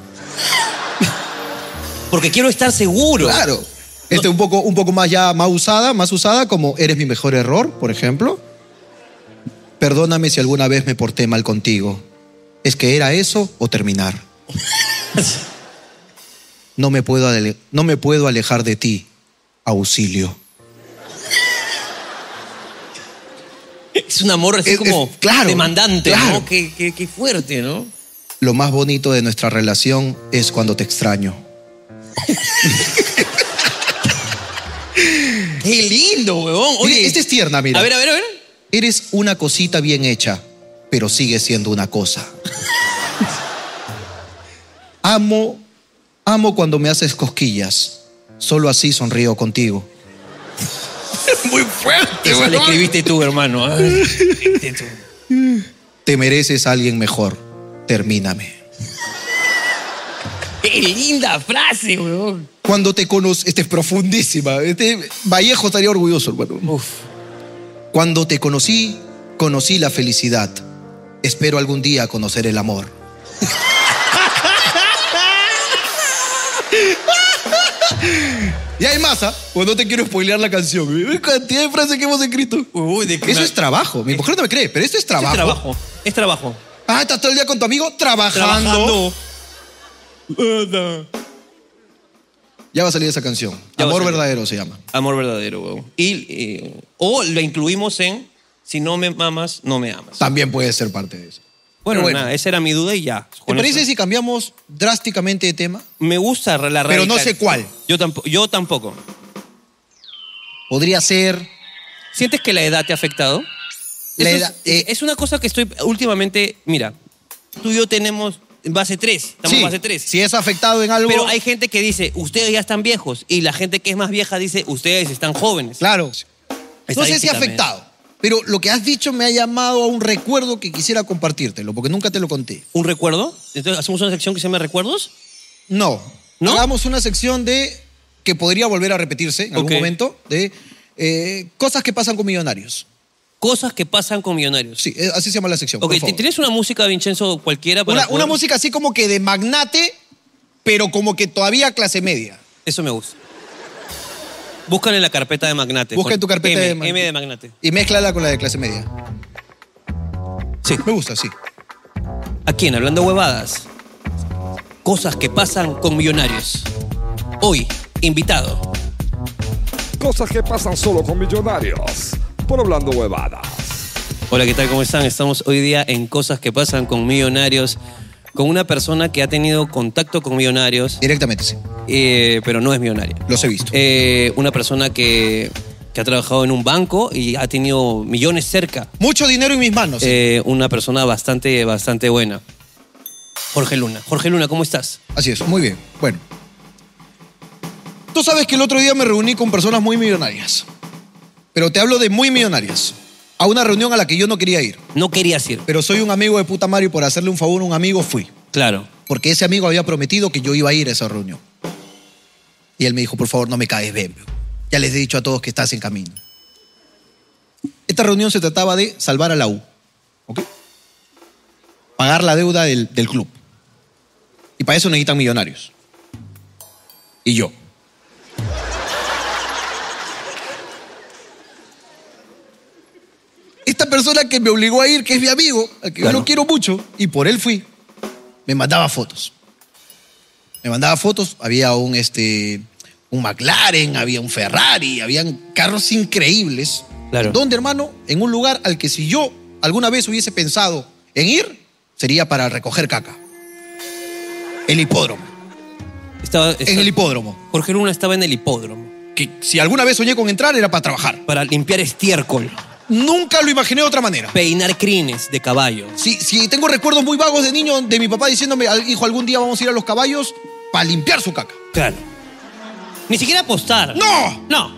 Speaker 1: Porque quiero estar seguro.
Speaker 2: Claro. Este un poco, un poco más ya, más usada, más usada, como eres mi mejor error, por ejemplo. Perdóname si alguna vez me porté mal contigo. ¿Es que era eso o terminar? No me puedo, ale- no me puedo alejar de ti. Auxilio.
Speaker 1: Es un amor así
Speaker 2: Es-
Speaker 1: como
Speaker 2: es- claro,
Speaker 1: demandante,
Speaker 2: claro.
Speaker 1: ¿no? Qué, qué- qué fuerte, ¿no?
Speaker 2: Lo más bonito de nuestra relación es cuando te extraño.
Speaker 1: Qué lindo, weón. Oye,
Speaker 2: Mira, esta Este es tierna, mira.
Speaker 1: A ver, a ver, a ver.
Speaker 2: Eres una cosita bien hecha, pero sigue siendo una cosa. amo, amo cuando me haces cosquillas. Solo así sonrío contigo.
Speaker 1: Muy fuerte, Eso
Speaker 2: weón.
Speaker 1: le escribiste tú, hermano. ¿eh? Ay, le escribiste tú.
Speaker 2: Te mereces a alguien mejor. Termíname.
Speaker 1: Qué linda frase, weón.
Speaker 2: Cuando te conocí, este es profundísima. Este Vallejo estaría orgulloso, hermano.
Speaker 1: Uf.
Speaker 2: Cuando te conocí, conocí la felicidad. Espero algún día conocer el amor. y hay más, ¿ah? Pues no te quiero spoilear la canción. Ve cantidad de frases que hemos escrito.
Speaker 1: Uy, de
Speaker 2: Eso es trabajo. Mi mujer no me cree, pero esto es
Speaker 1: Eso
Speaker 2: trabajo.
Speaker 1: es trabajo. Es trabajo.
Speaker 2: Ah, estás todo el día con tu amigo trabajando.
Speaker 1: Trabajando. Anda.
Speaker 2: Ya va a salir esa canción.
Speaker 1: Ya va a
Speaker 2: amor
Speaker 1: salir.
Speaker 2: verdadero se llama.
Speaker 1: Amor verdadero, weón. Y, eh, o lo incluimos en Si no me mamas, no me amas.
Speaker 2: También puede ser parte de eso.
Speaker 1: Bueno,
Speaker 2: bueno.
Speaker 1: nada, esa era mi duda y ya.
Speaker 2: ¿Te
Speaker 1: Con
Speaker 2: parece
Speaker 1: eso.
Speaker 2: si cambiamos drásticamente de tema?
Speaker 1: Me gusta la
Speaker 2: Pero
Speaker 1: radical.
Speaker 2: no sé cuál.
Speaker 1: Yo tampoco. Yo tampoco.
Speaker 2: Podría ser
Speaker 1: ¿Sientes que la edad te ha afectado?
Speaker 2: La
Speaker 1: Eso
Speaker 2: edad,
Speaker 1: es,
Speaker 2: eh.
Speaker 1: es una cosa que estoy últimamente, mira, tú y yo tenemos base 3, estamos
Speaker 2: Sí,
Speaker 1: base 3.
Speaker 2: Si es afectado en algo.
Speaker 1: Pero hay gente que dice, ustedes ya están viejos, y la gente que es más vieja dice, ustedes están jóvenes.
Speaker 2: Claro. No sé si
Speaker 1: Estadísticamente.
Speaker 2: afectado. Pero lo que has dicho me ha llamado a un recuerdo que quisiera compartírtelo, porque nunca te lo conté.
Speaker 1: ¿Un recuerdo? Entonces, ¿hacemos una sección que se llama Recuerdos?
Speaker 2: No.
Speaker 1: ¿No?
Speaker 2: Hagamos una sección de. que podría volver a repetirse en algún
Speaker 1: Ok.
Speaker 2: momento, de eh, cosas que pasan con millonarios.
Speaker 1: Cosas que pasan con millonarios.
Speaker 2: Sí, eh, así se llama la sección.
Speaker 1: ok,
Speaker 2: por
Speaker 1: ¿te-
Speaker 2: favor.
Speaker 1: ¿tienes una música, Vincenzo, cualquiera? Para
Speaker 2: Una,
Speaker 1: poder-
Speaker 2: una música así como que de magnate, pero como que todavía clase media.
Speaker 1: Eso me gusta. Búscala en la carpeta de Magnate.
Speaker 2: Busca en
Speaker 1: Con
Speaker 2: tu carpeta
Speaker 1: M,
Speaker 2: de Magnate.
Speaker 1: M de Magnate.
Speaker 2: Y mézclala con la de clase media.
Speaker 1: Sí.
Speaker 2: Me gusta, sí.
Speaker 1: ¿A quién? Hablando huevadas. Cosas que pasan con millonarios. Hoy, invitado.
Speaker 3: Cosas que pasan solo con millonarios. Por hablando huevadas.
Speaker 1: Hola, ¿qué tal? ¿Cómo están? Estamos hoy día en Cosas que pasan con millonarios. Con una persona que ha tenido contacto con millonarios,
Speaker 2: Directamente, sí.
Speaker 1: eh, pero no es millonaria.
Speaker 2: Los he visto.
Speaker 1: Eh, una persona que, que ha trabajado en un banco y ha tenido millones cerca.
Speaker 2: Mucho dinero en mis manos.
Speaker 1: Eh, una persona bastante, bastante buena. Jorge Luna. Jorge Luna, ¿cómo estás?
Speaker 2: Así es, muy bien. Bueno. Tú sabes que el otro día me reuní con personas muy millonarias. Pero te hablo de muy millonarias. A una reunión a la que yo no quería ir.
Speaker 1: No querías ir.
Speaker 2: Pero soy un amigo de puta Mario y por hacerle un favor a un amigo fui.
Speaker 1: Claro.
Speaker 2: Porque ese amigo había prometido que yo iba a ir a esa reunión. Y él me dijo, por favor, no me caes bien. Ya les he dicho a todos que estás en camino. Esta reunión se trataba de salvar a la U. ¿Ok? Pagar la deuda del, del club. Y para eso necesitan millonarios. Y yo. Esta persona que me obligó a ir, que es mi amigo, al que
Speaker 1: Claro.
Speaker 2: yo lo quiero mucho, y por él fui, me mandaba fotos. Me mandaba fotos, había un, este, un McLaren, había un Ferrari, habían carros increíbles.
Speaker 1: Claro.
Speaker 2: ¿Dónde, hermano? En un lugar al que si yo alguna vez hubiese pensado en ir, sería para recoger caca. El hipódromo.
Speaker 1: Estaba,
Speaker 2: En
Speaker 1: estaba-
Speaker 2: el hipódromo.
Speaker 1: Jorge Luna estaba en el hipódromo.
Speaker 2: Que si alguna vez soñé con entrar, era para trabajar.
Speaker 1: para limpiar estiércol,
Speaker 2: Nunca lo imaginé de otra manera.
Speaker 1: peinar crines de caballo.
Speaker 2: Si, si tengo recuerdos muy vagos de niño de mi papá diciéndome, "Al- hijo, algún día vamos a ir a los caballos para limpiar su caca.
Speaker 1: Claro. Ni siquiera apostar.
Speaker 2: ¡No!
Speaker 1: No.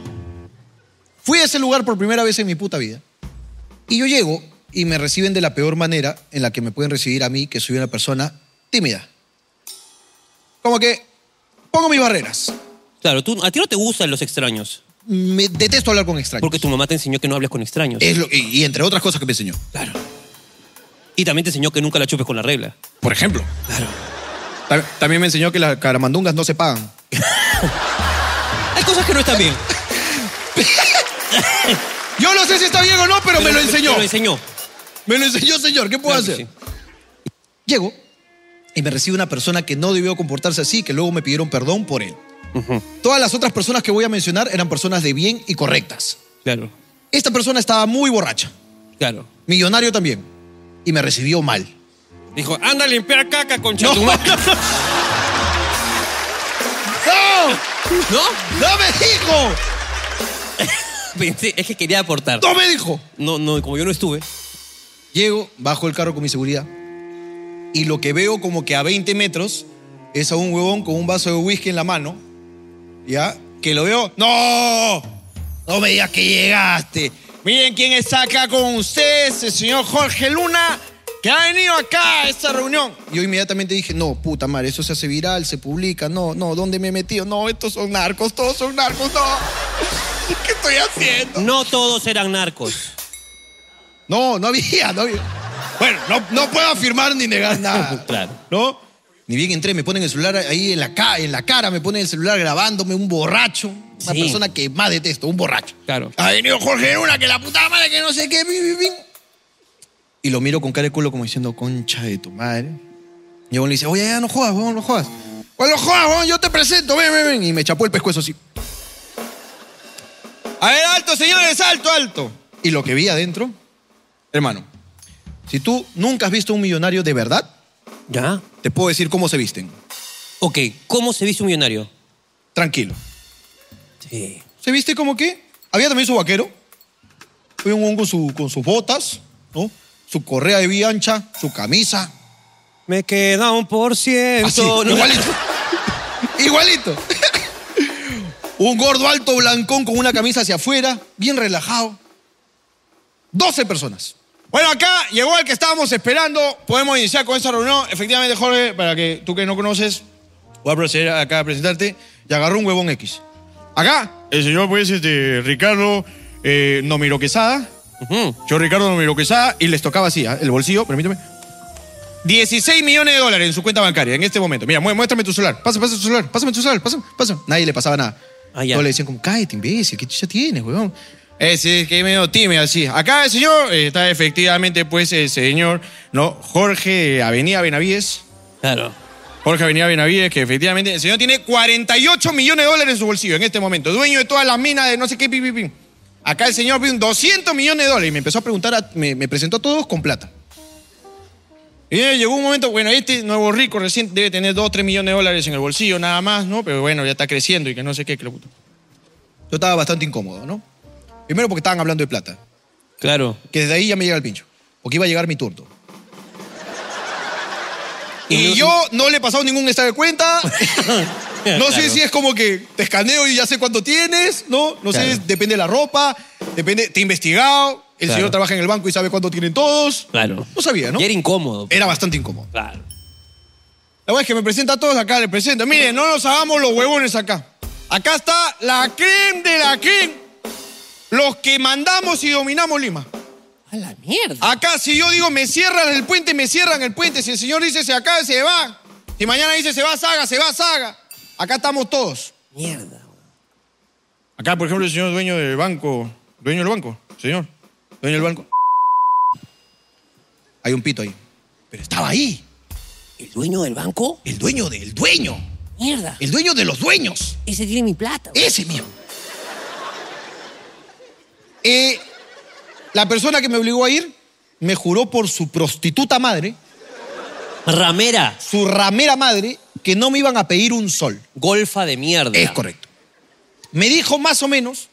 Speaker 2: Fui a ese lugar por primera vez en mi puta vida. Y yo llego y me reciben de la peor manera en la que me pueden recibir a mí, que soy una persona tímida. Como que pongo mis barreras.
Speaker 1: Claro, tú, a ti no te gustan los extraños.
Speaker 2: me detesto hablar con extraños.
Speaker 1: Porque tu mamá te enseñó que no hables con extraños.
Speaker 2: Es lo- y, y entre otras cosas que me enseñó.
Speaker 1: Eh, Claro. Y también te enseñó que nunca la chupes con la regla.
Speaker 2: Por ejemplo.
Speaker 1: Claro.
Speaker 2: Ta- También me enseñó que las caramandungas no se pagan.
Speaker 1: Hay cosas que no están bien.
Speaker 2: Yo no sé si está bien o no, pero, me lo enseñó.
Speaker 1: Me lo enseñó.
Speaker 2: Me lo enseñó, señor. ¿Qué puedo
Speaker 1: Claro que
Speaker 2: hacer? Llego y me recibe una persona que no debió comportarse así, que luego me pidieron perdón por él. Todas las otras personas que voy a mencionar eran personas de bien y correctas.
Speaker 1: sí. Claro.
Speaker 2: Esta persona estaba muy borracha,
Speaker 1: Claro.
Speaker 2: millonario también, y me recibió mal.
Speaker 1: Dijo, anda a limpiar caca con
Speaker 2: No, no, no,
Speaker 1: chatumá.
Speaker 2: no,
Speaker 1: ¿No?
Speaker 2: no me dijo,
Speaker 1: Pensé, es que quería aportar.
Speaker 2: no me dijo.
Speaker 1: No, no, como yo no estuve.
Speaker 2: Llego, bajo el carro con mi seguridad y lo que veo como que a 20 metros es a un huevón con un vaso de whisky en la mano, ¿ya? Que lo veo, ¡no! No me digas que llegaste. Miren quién está acá con ustedes, el señor Jorge Luna, que ha venido acá a esta reunión. Yo inmediatamente dije, no, puta madre, eso se hace viral, se publica, no, no, ¿dónde me he metido? No, estos son narcos, todos son narcos, no. ¿Qué estoy haciendo?
Speaker 1: No todos eran narcos.
Speaker 2: No, no había, no había. Bueno, no, no puedo afirmar ni negar nada.
Speaker 1: Claro.
Speaker 2: ¿No? Ni bien entré, me ponen el celular ahí en la, ca- en la cara, me ponen el celular grabándome, un borracho. Una
Speaker 1: Sí.
Speaker 2: persona que más detesto, un borracho.
Speaker 1: Claro.
Speaker 2: Ha venido Jorge Luna, que la puta madre, que no sé qué, bim, bim, bim. Y lo miro con cara de culo como diciendo, concha de tu madre. Y uno le dice, oye, ya no jodas, weón, no jodas. Pues no jodas, weón, yo te presento, ven, ven, ven. Y me chapó el pescuezo así. A ver, alto, señores, alto, alto. Y lo que vi adentro, hermano, si tú nunca has visto un millonario de verdad,
Speaker 1: ¿Ya?
Speaker 2: te puedo decir cómo se visten.
Speaker 1: Ok, ¿cómo se viste un millonario?
Speaker 2: Tranquilo.
Speaker 1: Sí.
Speaker 2: Se viste como que había también su vaquero. Fue un hongo con, su- con sus botas, ¿no? Su correa de vía ancha, su camisa.
Speaker 1: Me queda un por ciento.
Speaker 2: Así,
Speaker 1: No,
Speaker 2: igualito. igualito. un gordo alto blancón con una camisa hacia afuera, bien relajado. 12 personas.
Speaker 4: Bueno, acá llegó el que estábamos esperando. Podemos iniciar con esta reunión. Efectivamente, Jorge, para que tú que no conoces, voy a proceder acá a presentarte.
Speaker 2: Y agarró un huevón X.
Speaker 4: Acá, el señor, pues, este, Ricardo eh, Nomiro Quesada.
Speaker 1: Ujú.
Speaker 4: Yo, Ricardo Nomiro Quesada, y les tocaba así, ¿ah? el bolsillo, permíteme. 16 millones de dólares en su cuenta bancaria en este momento. Mira, mu- muéstrame tu celular. Pasa, pasa tu celular. Pásame tu celular. Pásame, pásame.
Speaker 2: Nadie le pasaba nada.
Speaker 1: Ah, ya.
Speaker 2: Todos le decían como, cállate, imbécil, ¿qué chucha tienes, huevón?
Speaker 4: Ese Eh, es que es medio tímido así. Acá el señor eh, está efectivamente, pues, el señor, ¿no? Jorge Avenida Benavides.
Speaker 1: Claro.
Speaker 4: Jorge Avenida Benavides, que efectivamente el señor tiene 48 millones de dólares en su bolsillo en este momento. Dueño de todas las minas de no sé qué, pim, pim, pim. Acá el señor pim, 200 millones de dólares y me empezó a preguntar, a- me, me presentó a todos con plata. Y eh, llegó un momento, bueno, este nuevo rico recién debe tener 2, 3 millones de dólares en el bolsillo nada más, ¿no? Pero bueno, ya está creciendo y que no sé qué, que la puta.
Speaker 2: Yo estaba bastante incómodo, ¿no? Primero porque estaban hablando de plata,
Speaker 1: Claro.
Speaker 2: que desde ahí ya me llega el pincho, porque iba a llegar mi turno. Y yo no le he pasado ningún estado de cuenta. No sé
Speaker 1: Claro.
Speaker 2: si es como que te escaneo y ya sé cuánto tienes, ¿no? No sé,
Speaker 1: Claro.
Speaker 2: depende de la ropa, depende, te he investigado, el
Speaker 1: Claro.
Speaker 2: señor trabaja en el banco y sabe cuánto tienen todos.
Speaker 1: Claro.
Speaker 2: No sabía, ¿no? Eh.
Speaker 1: Y era incómodo.
Speaker 2: Era bastante incómodo.
Speaker 1: Claro.
Speaker 4: La verdad es que me presenta a todos acá, le presento. Miren, no nos hagamos los huevones acá. Acá está la creme de la creme. Los que mandamos y dominamos Lima.
Speaker 1: A la mierda.
Speaker 4: Acá, si yo digo me cierran el puente, me cierran el puente. Si el señor dice se acaba, se va. Si mañana dice se va, saga, se va, saga. Acá estamos todos.
Speaker 1: Mierda.
Speaker 4: Acá, por ejemplo, el señor dueño del banco. ¿Dueño del banco? Señor. Dueño del banco.
Speaker 2: Hay un pito ahí. Pero estaba ahí,
Speaker 1: ¿El dueño del banco?
Speaker 2: el dueño del dueño,
Speaker 1: Mierda.
Speaker 2: el dueño de los dueños,
Speaker 1: Ese tiene mi plata.
Speaker 2: ese mismo. Eh, la persona que me obligó a ir me juró por su prostituta madre,
Speaker 1: Ramera.
Speaker 2: su ramera madre, que no me iban a pedir un sol.
Speaker 1: Golfa de mierda.
Speaker 2: Es correcto. Me dijo más o menos,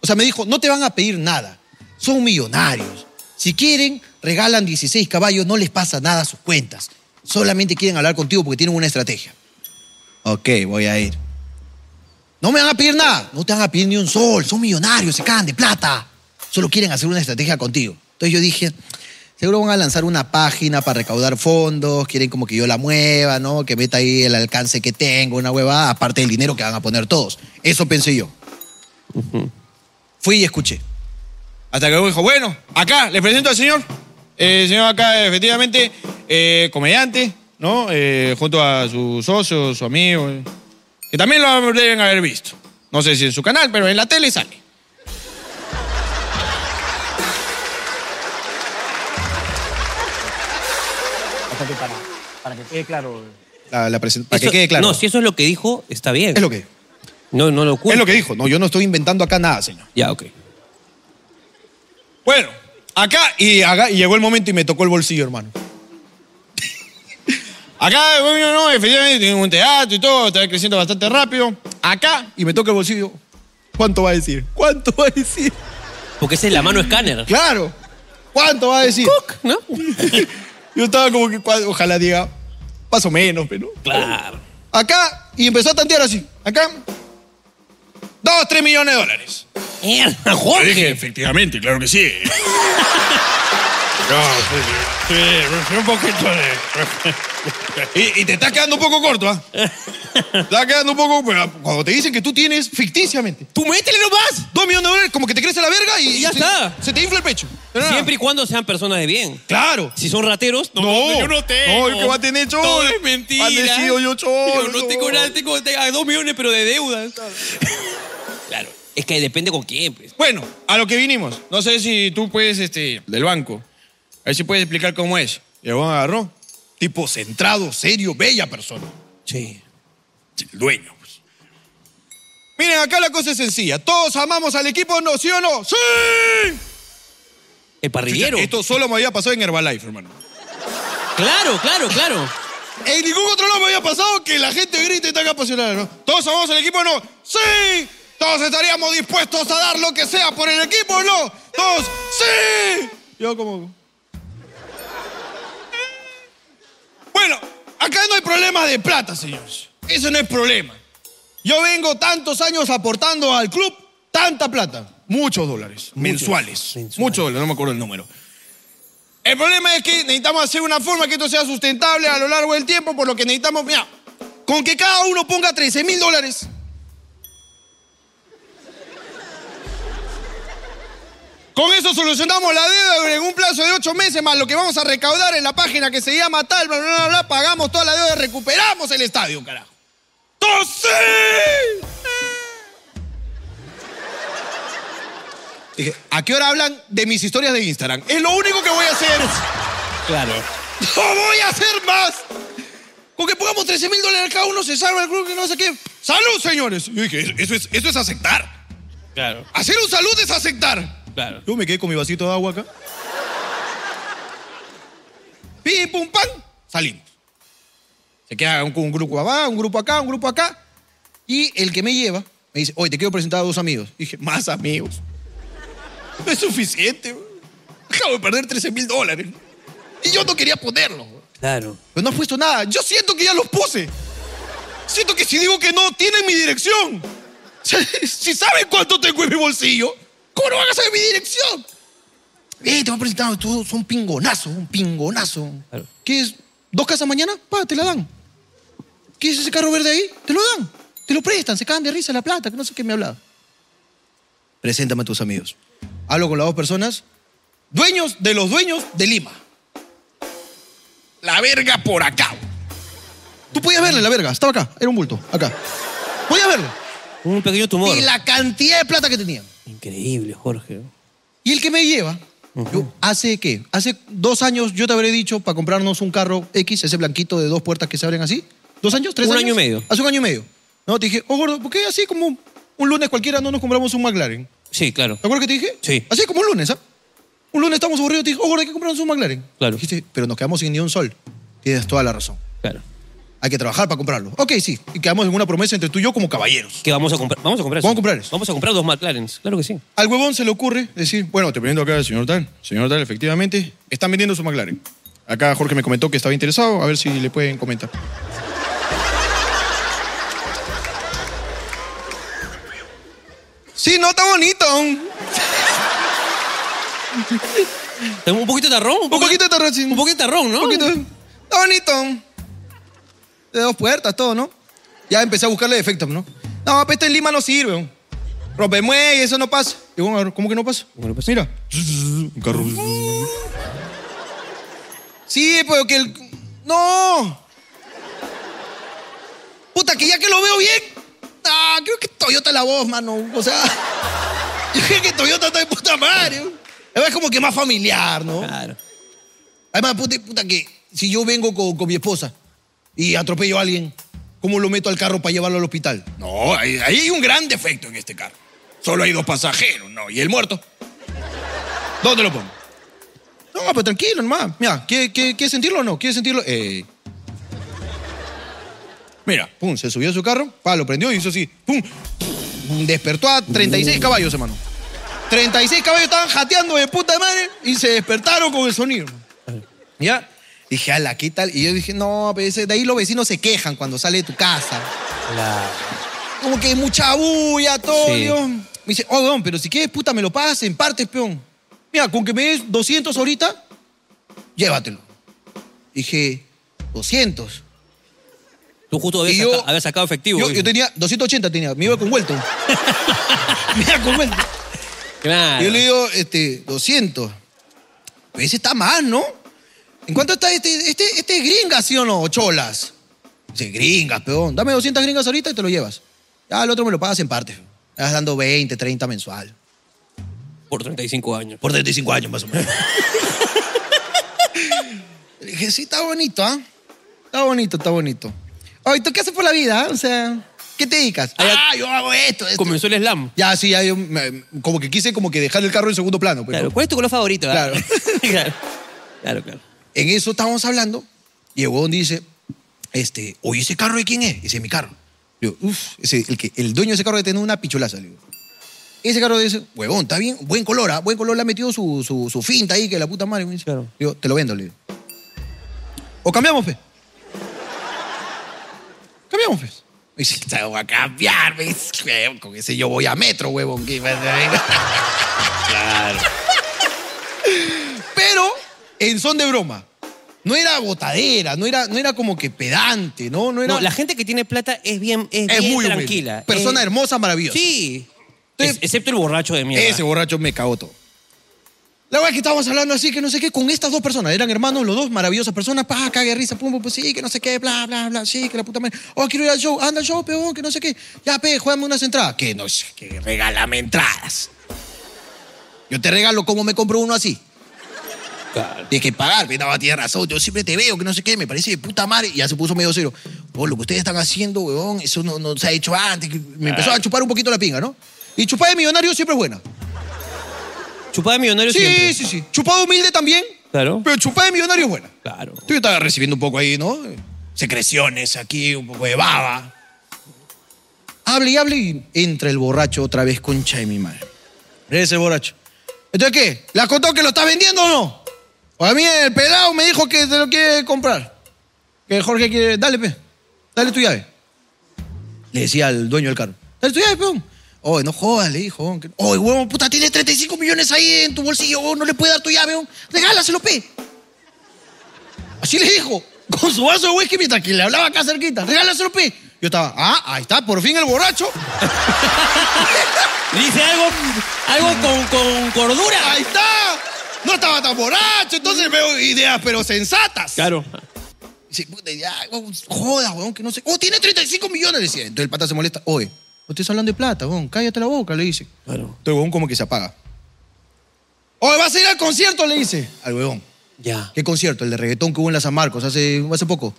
Speaker 2: o sea, me dijo, no te van a pedir nada, son millonarios. Si quieren, regalan 16 caballos, no les pasa nada a sus cuentas. Solamente quieren hablar contigo porque tienen una estrategia. Ok, voy a ir. No me van a pedir nada, no te van a pedir ni un sol, son millonarios, se cagan de plata. Solo quieren hacer una estrategia contigo. Entonces yo dije, seguro van a lanzar una página para recaudar fondos, quieren como que yo la mueva, ¿no? Que meta ahí el alcance que tengo, una huevada, aparte del dinero que van a poner todos. Eso pensé yo. Fui y escuché.
Speaker 4: Hasta que luego dijo, bueno, acá les presento al señor. Eh, El señor acá, efectivamente, eh, comediante, ¿no? Eh, junto a su socio, su amigo, eh, que también lo deben haber visto. No sé si en su canal, pero en la tele sale.
Speaker 5: O sea, que para, para que quede claro. eh.
Speaker 4: La, la presen- para que
Speaker 1: Eso-
Speaker 4: quede claro.
Speaker 1: No, si eso es lo que dijo, está bien.
Speaker 4: Es lo que
Speaker 1: No, no lo
Speaker 4: es
Speaker 1: oculto.
Speaker 4: lo que dijo. No, yo no estoy inventando acá nada, señor.
Speaker 1: Ya, ok.
Speaker 4: Bueno, acá y, acá- y llegó el momento y me tocó el bolsillo, hermano. acá, bueno, no, efectivamente, tiene un teatro y todo, está creciendo bastante rápido. Acá, y me toca el bolsillo. ¿Cuánto va a decir? ¿Cuánto va a decir?
Speaker 1: Porque esa es la mano escáner.
Speaker 4: Claro. ¿Cuánto va a decir?
Speaker 1: ¿No?
Speaker 4: Yo estaba como que, cua- ojalá diga, más o menos, pero.
Speaker 1: Claro.
Speaker 4: Acá, y empezó a tantear así. Acá, dos, tres millones de dólares.
Speaker 1: Mierda,
Speaker 6: Yo dije,
Speaker 1: Jorge.
Speaker 6: efectivamente, claro que sí. No, sí, sí, sí, un poquito de...
Speaker 4: Y, y te estás quedando un poco corto, ¿ah? Te estás quedando un poco. pero Ah, Cuando te dicen que tú tienes ficticiamente
Speaker 1: ¡Tú métele nomás!
Speaker 4: dos millones de dólares, como que te crece la verga y,
Speaker 1: Y ya
Speaker 4: se,
Speaker 1: está.
Speaker 4: Se te infla el pecho. De nada.
Speaker 1: Siempre y cuando sean personas de bien.
Speaker 4: Claro. Pues
Speaker 1: Si son rateros, no.
Speaker 4: No,
Speaker 6: yo no tengo.
Speaker 4: No, el que va a tener cholo.
Speaker 1: Todo es mentira.
Speaker 4: Han decidido yo cholo.
Speaker 1: Yo no tengo nada, tengo a dos millones, pero de deudas. Claro. Es que depende con quién, pues.
Speaker 4: Bueno, a lo que vinimos. No sé si tú puedes, este, del banco. A ver si puedes explicar cómo es. Y el huevón agarró. Tipo centrado, serio, bella persona.
Speaker 1: Sí.
Speaker 6: El dueño. pues.
Speaker 4: Miren, acá la cosa es sencilla. ¿Todos amamos al equipo, no? ¿Sí o no? ¡Sí!
Speaker 1: El parrillero.
Speaker 4: Esto solo me había pasado en Herbalife, hermano.
Speaker 1: Claro, claro, claro.
Speaker 4: En ningún otro lado me había pasado que la gente grite tan apasionada, ¿no? ¿Todos amamos al equipo o no? ¡Sí! ¿Todos estaríamos dispuestos a dar lo que sea por el equipo o no? ¡Todos! ¡Sí! Yo como... Bueno, acá no hay problema de plata, señores. Eso no es problema. Yo vengo tantos años aportando al club tanta plata. Muchos dólares. mensuales.
Speaker 1: mensuales.
Speaker 4: Muchos dólares, no me acuerdo el número. El problema es que necesitamos hacer una forma que esto sea sustentable a lo largo del tiempo, por lo que necesitamos, mira, con que cada uno ponga 13 mil dólares. Con eso solucionamos la deuda en un plazo de ocho meses, más lo que vamos a recaudar en la página que se llama tal, bla, bla, bla, bla, pagamos toda la deuda y recuperamos el estadio, carajo. ¡Todos sí! Dije, ¿a qué hora hablan de mis historias de Instagram? Es lo único que voy a hacer.
Speaker 1: Claro.
Speaker 4: ¡No voy a hacer más! Con que pongamos 13 mil dólares cada uno, se salva el club, que no sé qué. ¡Salud, señores! Yo dije, eso es, eso es aceptar.
Speaker 1: Claro.
Speaker 4: Hacer un salud es aceptar.
Speaker 1: Claro.
Speaker 4: Yo me quedé con mi vasito de agua acá. Pim, pum, pam, salimos. Se queda un, un grupo acá, un grupo acá, un grupo acá.
Speaker 2: Y el que me lleva me dice, oye, te quiero presentar a dos amigos.
Speaker 4: Dije, más amigos. No es suficiente. bro. Acabo de perder 13 mil dólares. Y yo no quería ponerlo. bro.
Speaker 1: Claro.
Speaker 2: Pues
Speaker 4: Pero no has puesto nada. Yo siento que ya los puse. Siento que si digo que no, tienen mi dirección. Si saben cuánto tengo en mi bolsillo, ¿cómo no van a saber mi dirección?
Speaker 2: Eh, te voy a presentar, tú son un pingonazo, un pingonazo.
Speaker 1: Claro.
Speaker 2: ¿Qué es? ¿Dos casas mañana? Pa, te la dan. ¿Qué es ese carro verde ahí? Te lo dan. Te lo prestan, se cagan de risa la plata, que no sé qué me hablaba. Preséntame a tus amigos. Hablo con las dos personas.
Speaker 4: Dueños de los dueños de Lima. La verga por acá.
Speaker 2: Tú podías verle la verga, estaba acá, era un bulto, acá. Podías verlo.
Speaker 1: Un pequeño tumor.
Speaker 2: Y la cantidad de plata que tenían.
Speaker 1: Increíble, Jorge.
Speaker 2: Y el que me lleva, yo, ¿hace qué? Hace dos años yo te habré dicho para comprarnos un carro X, ese blanquito de dos puertas que se abren así. ¿Dos años? ¿Tres
Speaker 1: Un
Speaker 2: años?
Speaker 1: año y medio.
Speaker 2: Hace un año y medio. No, te dije, oh gordo, ¿por qué así como un lunes cualquiera no nos compramos un McLaren?
Speaker 1: Sí, claro.
Speaker 2: ¿Te acuerdas que te dije?
Speaker 1: Sí.
Speaker 2: Así como un lunes, ¿ah? Un lunes estamos aburridos, te dije, oh gordo, hay que comprarnos un McLaren.
Speaker 1: Claro.
Speaker 2: Dijiste, pero nos quedamos sin ni un sol. Tienes toda la razón.
Speaker 1: Claro.
Speaker 2: Hay que trabajar para comprarlo. Ok, sí. Y quedamos en una promesa entre tú y yo como caballeros.
Speaker 1: ¿Qué vamos a comprar? Vamos a comprar eso.
Speaker 2: Vamos a comprar eso.
Speaker 1: Vamos a comprar dos McLarens. Claro que sí.
Speaker 4: Al huevón se le ocurre decir, bueno, te presento acá al señor tal. Señor tal, efectivamente, están vendiendo su McLaren. Acá Jorge me comentó que estaba interesado, a ver si le pueden comentar. Sí, no está bonito. Un
Speaker 1: Tengo un poquito de tarrón. Un, poco-
Speaker 4: poquito de tarracín.
Speaker 1: Un poquito de tarrón, ¿no?
Speaker 4: Un poquito. Está bonito.
Speaker 2: De dos puertas, todo, ¿no?
Speaker 4: Ya empecé a buscarle defectos, ¿no? No, pues esto en Lima no sirve. Rompemuelle, eso no pasa. Digo, "A ver, ¿cómo que no pasa? Mira. pues. Un carro. Sí, pero que el... ¡No! Puta, que ya que lo veo bien... Ah, creo que Toyota es la voz, mano. O sea... Yo creo que Toyota está de puta madre. Además, es como que más familiar, ¿no?
Speaker 1: Claro.
Speaker 2: Además, puta, puta que si yo vengo con, con mi esposa y atropello a alguien, ¿cómo lo meto al carro para llevarlo al hospital?
Speaker 4: No, ahí, ahí hay un gran defecto en este carro. Solo hay dos pasajeros, ¿no? ¿Y el muerto? ¿Dónde lo pongo? No, pues tranquilo, nomás. Mira, ¿quieres sentirlo o no? ¿Quieres sentirlo? Eh. Mira, pum, se subió a su carro, pa, lo prendió y hizo así, pum. Despertó a 36 caballos, hermano. 36 caballos estaban jateando de puta madre y se despertaron con el sonido. ¿Ya? Dije, ala, ¿qué tal? Y yo dije, no,
Speaker 2: pues,
Speaker 4: pero ese- de ahí los vecinos se quejan cuando sale de tu casa como que mucha bulla, todo,
Speaker 1: Sí.
Speaker 4: Dios.
Speaker 2: Me dice, oh, don, pero si quieres, puta, me lo pagas en partes, peón. Mira, con que me des 200 ahorita, llévatelo. Dije, 200.
Speaker 1: Tú justo habías,
Speaker 2: Y yo-
Speaker 1: saca- habías sacado efectivo.
Speaker 2: Yo,
Speaker 1: güey.
Speaker 2: yo tenía 280, tenía, me iba con vuelto. me iba con vuelto.
Speaker 1: Claro.
Speaker 2: Y yo le digo, este, 200. Pero ese está más, ¿no? ¿En cuánto está este? Este, este es gringa, ¿sí o no? O Cholas. Dice, gringas, peón. Dame 200 gringas ahorita y te lo llevas. Ya, el otro me lo pagas en partes. Me vas dando 20, 30 mensual.
Speaker 1: Por 35 años.
Speaker 2: Por 35 años, más o menos. Le dije, sí, está bonito, ¿ah? Está bonito, está bonito. Oye, ¿tú qué haces por la vida? ah? O sea, ¿qué te dedicas?
Speaker 1: Ah, ya-
Speaker 2: Ah, yo hago esto, esto.
Speaker 1: Comenzó el slam.
Speaker 2: Ya, sí, ya yo me- como que quise como que dejar el carro en segundo plano. pues. Pero
Speaker 1: Claro. ¿Cuál es tu color favorito? ah?
Speaker 2: Claro.
Speaker 1: claro. Claro, claro.
Speaker 2: En eso estábamos hablando y el huevón dice, este, oye, ¿ese carro de quién es? Dice, mi carro. Le digo, uff, ese- el, que, el dueño de ese carro debe tener una pichulaza. Le digo. Ese carro dice, huevón, está bien, buen color, ¿ah? buen color, le ha metido su, su, su finta ahí, que la puta madre. Me dice,
Speaker 1: Claro.
Speaker 2: Le digo, te lo vendo, le digo. O cambiamos, pues. Cambiamos, pues. Me dice, te voy a cambiar, me dice, huevón, con ese yo voy a metro, huevón. que- Pero en son de broma. No era botadera, no era, no era como que pedante, ¿no? No era.
Speaker 1: No, la gente que tiene plata es bien, es
Speaker 2: es
Speaker 1: bien
Speaker 2: muy humilde.
Speaker 1: tranquila. eh,
Speaker 2: Persona
Speaker 1: Es-
Speaker 2: hermosa, maravillosa.
Speaker 1: Sí.
Speaker 2: Entonces-
Speaker 1: Es- excepto el borracho de mierda.
Speaker 2: Ese borracho me cagó todo. La verdad es que estábamos hablando así, que no sé qué, con estas dos personas. Eran hermanos, los dos, maravillosas personas. Pa, cague de risa, pum, pum, pum, sí, que no sé qué, bla, bla, bla, sí, que la puta madre. Oh, quiero ir al show, anda al show, peón, que no sé qué. Ya, pe, juégame unas entradas. Que no sé, que regálame entradas. Yo te regalo como me compro uno así. Tienes que pagar, me daba tienes razón, yo siempre te veo, que no sé qué, me parece de puta madre. Y ya se puso medio cero. Por lo que ustedes están haciendo, weón, eso no, no se ha hecho antes. Me empezó a chupar un poquito la pinga, ¿no? Y chupada de millonario siempre es buena.
Speaker 1: Chupada de millonario
Speaker 2: Sí,
Speaker 1: siempre.
Speaker 2: sí, sí. Chupada humilde también,
Speaker 1: Claro.
Speaker 2: pero chupada de millonario es buena.
Speaker 1: Claro.
Speaker 4: Tú yo estaba recibiendo un poco ahí, ¿no? Secreciones aquí, un poco de baba.
Speaker 2: Hable y hable y entra el borracho otra vez, concha de mi madre. Regresa el borracho. ¿Entonces qué? ¿La contó que lo está vendiendo o no? O a mí el pelado me dijo que te lo quiere comprar. Que Jorge quiere... Dale, pe. Dale tu llave. Le decía al dueño del carro. Dale tu llave, peón. Oye, no jodas, le dijo. "que- Oye, huevón, puta, tiene 35 millones ahí en tu bolsillo. oh, no le puede dar tu llave, peón. Regálaselo, pe. Así le dijo, con su vaso de whisky mientras que le hablaba acá cerquita. Regálaselo, pe. Yo estaba, ah, ahí está, por fin el borracho.
Speaker 1: Dice algo, algo
Speaker 2: Mm.
Speaker 1: con, con cordura.
Speaker 2: Ahí está. No estaba tan borracho, entonces veo ideas, pero sensatas.
Speaker 1: Claro.
Speaker 2: Dice, puta, ya, weón, joda, weón, que no sé. Oh, tiene 35 millones, le decía. Entonces el pata se molesta. Oye, no estés hablando de plata, weón, cállate la boca, le dice.
Speaker 1: Claro.
Speaker 2: Entonces el weón como que se apaga. Oye, vas a ir al concierto, le dice. Al weón.
Speaker 1: Ya.
Speaker 2: ¿Qué concierto? El de reggaetón que hubo en la San Marcos hace, hace poco.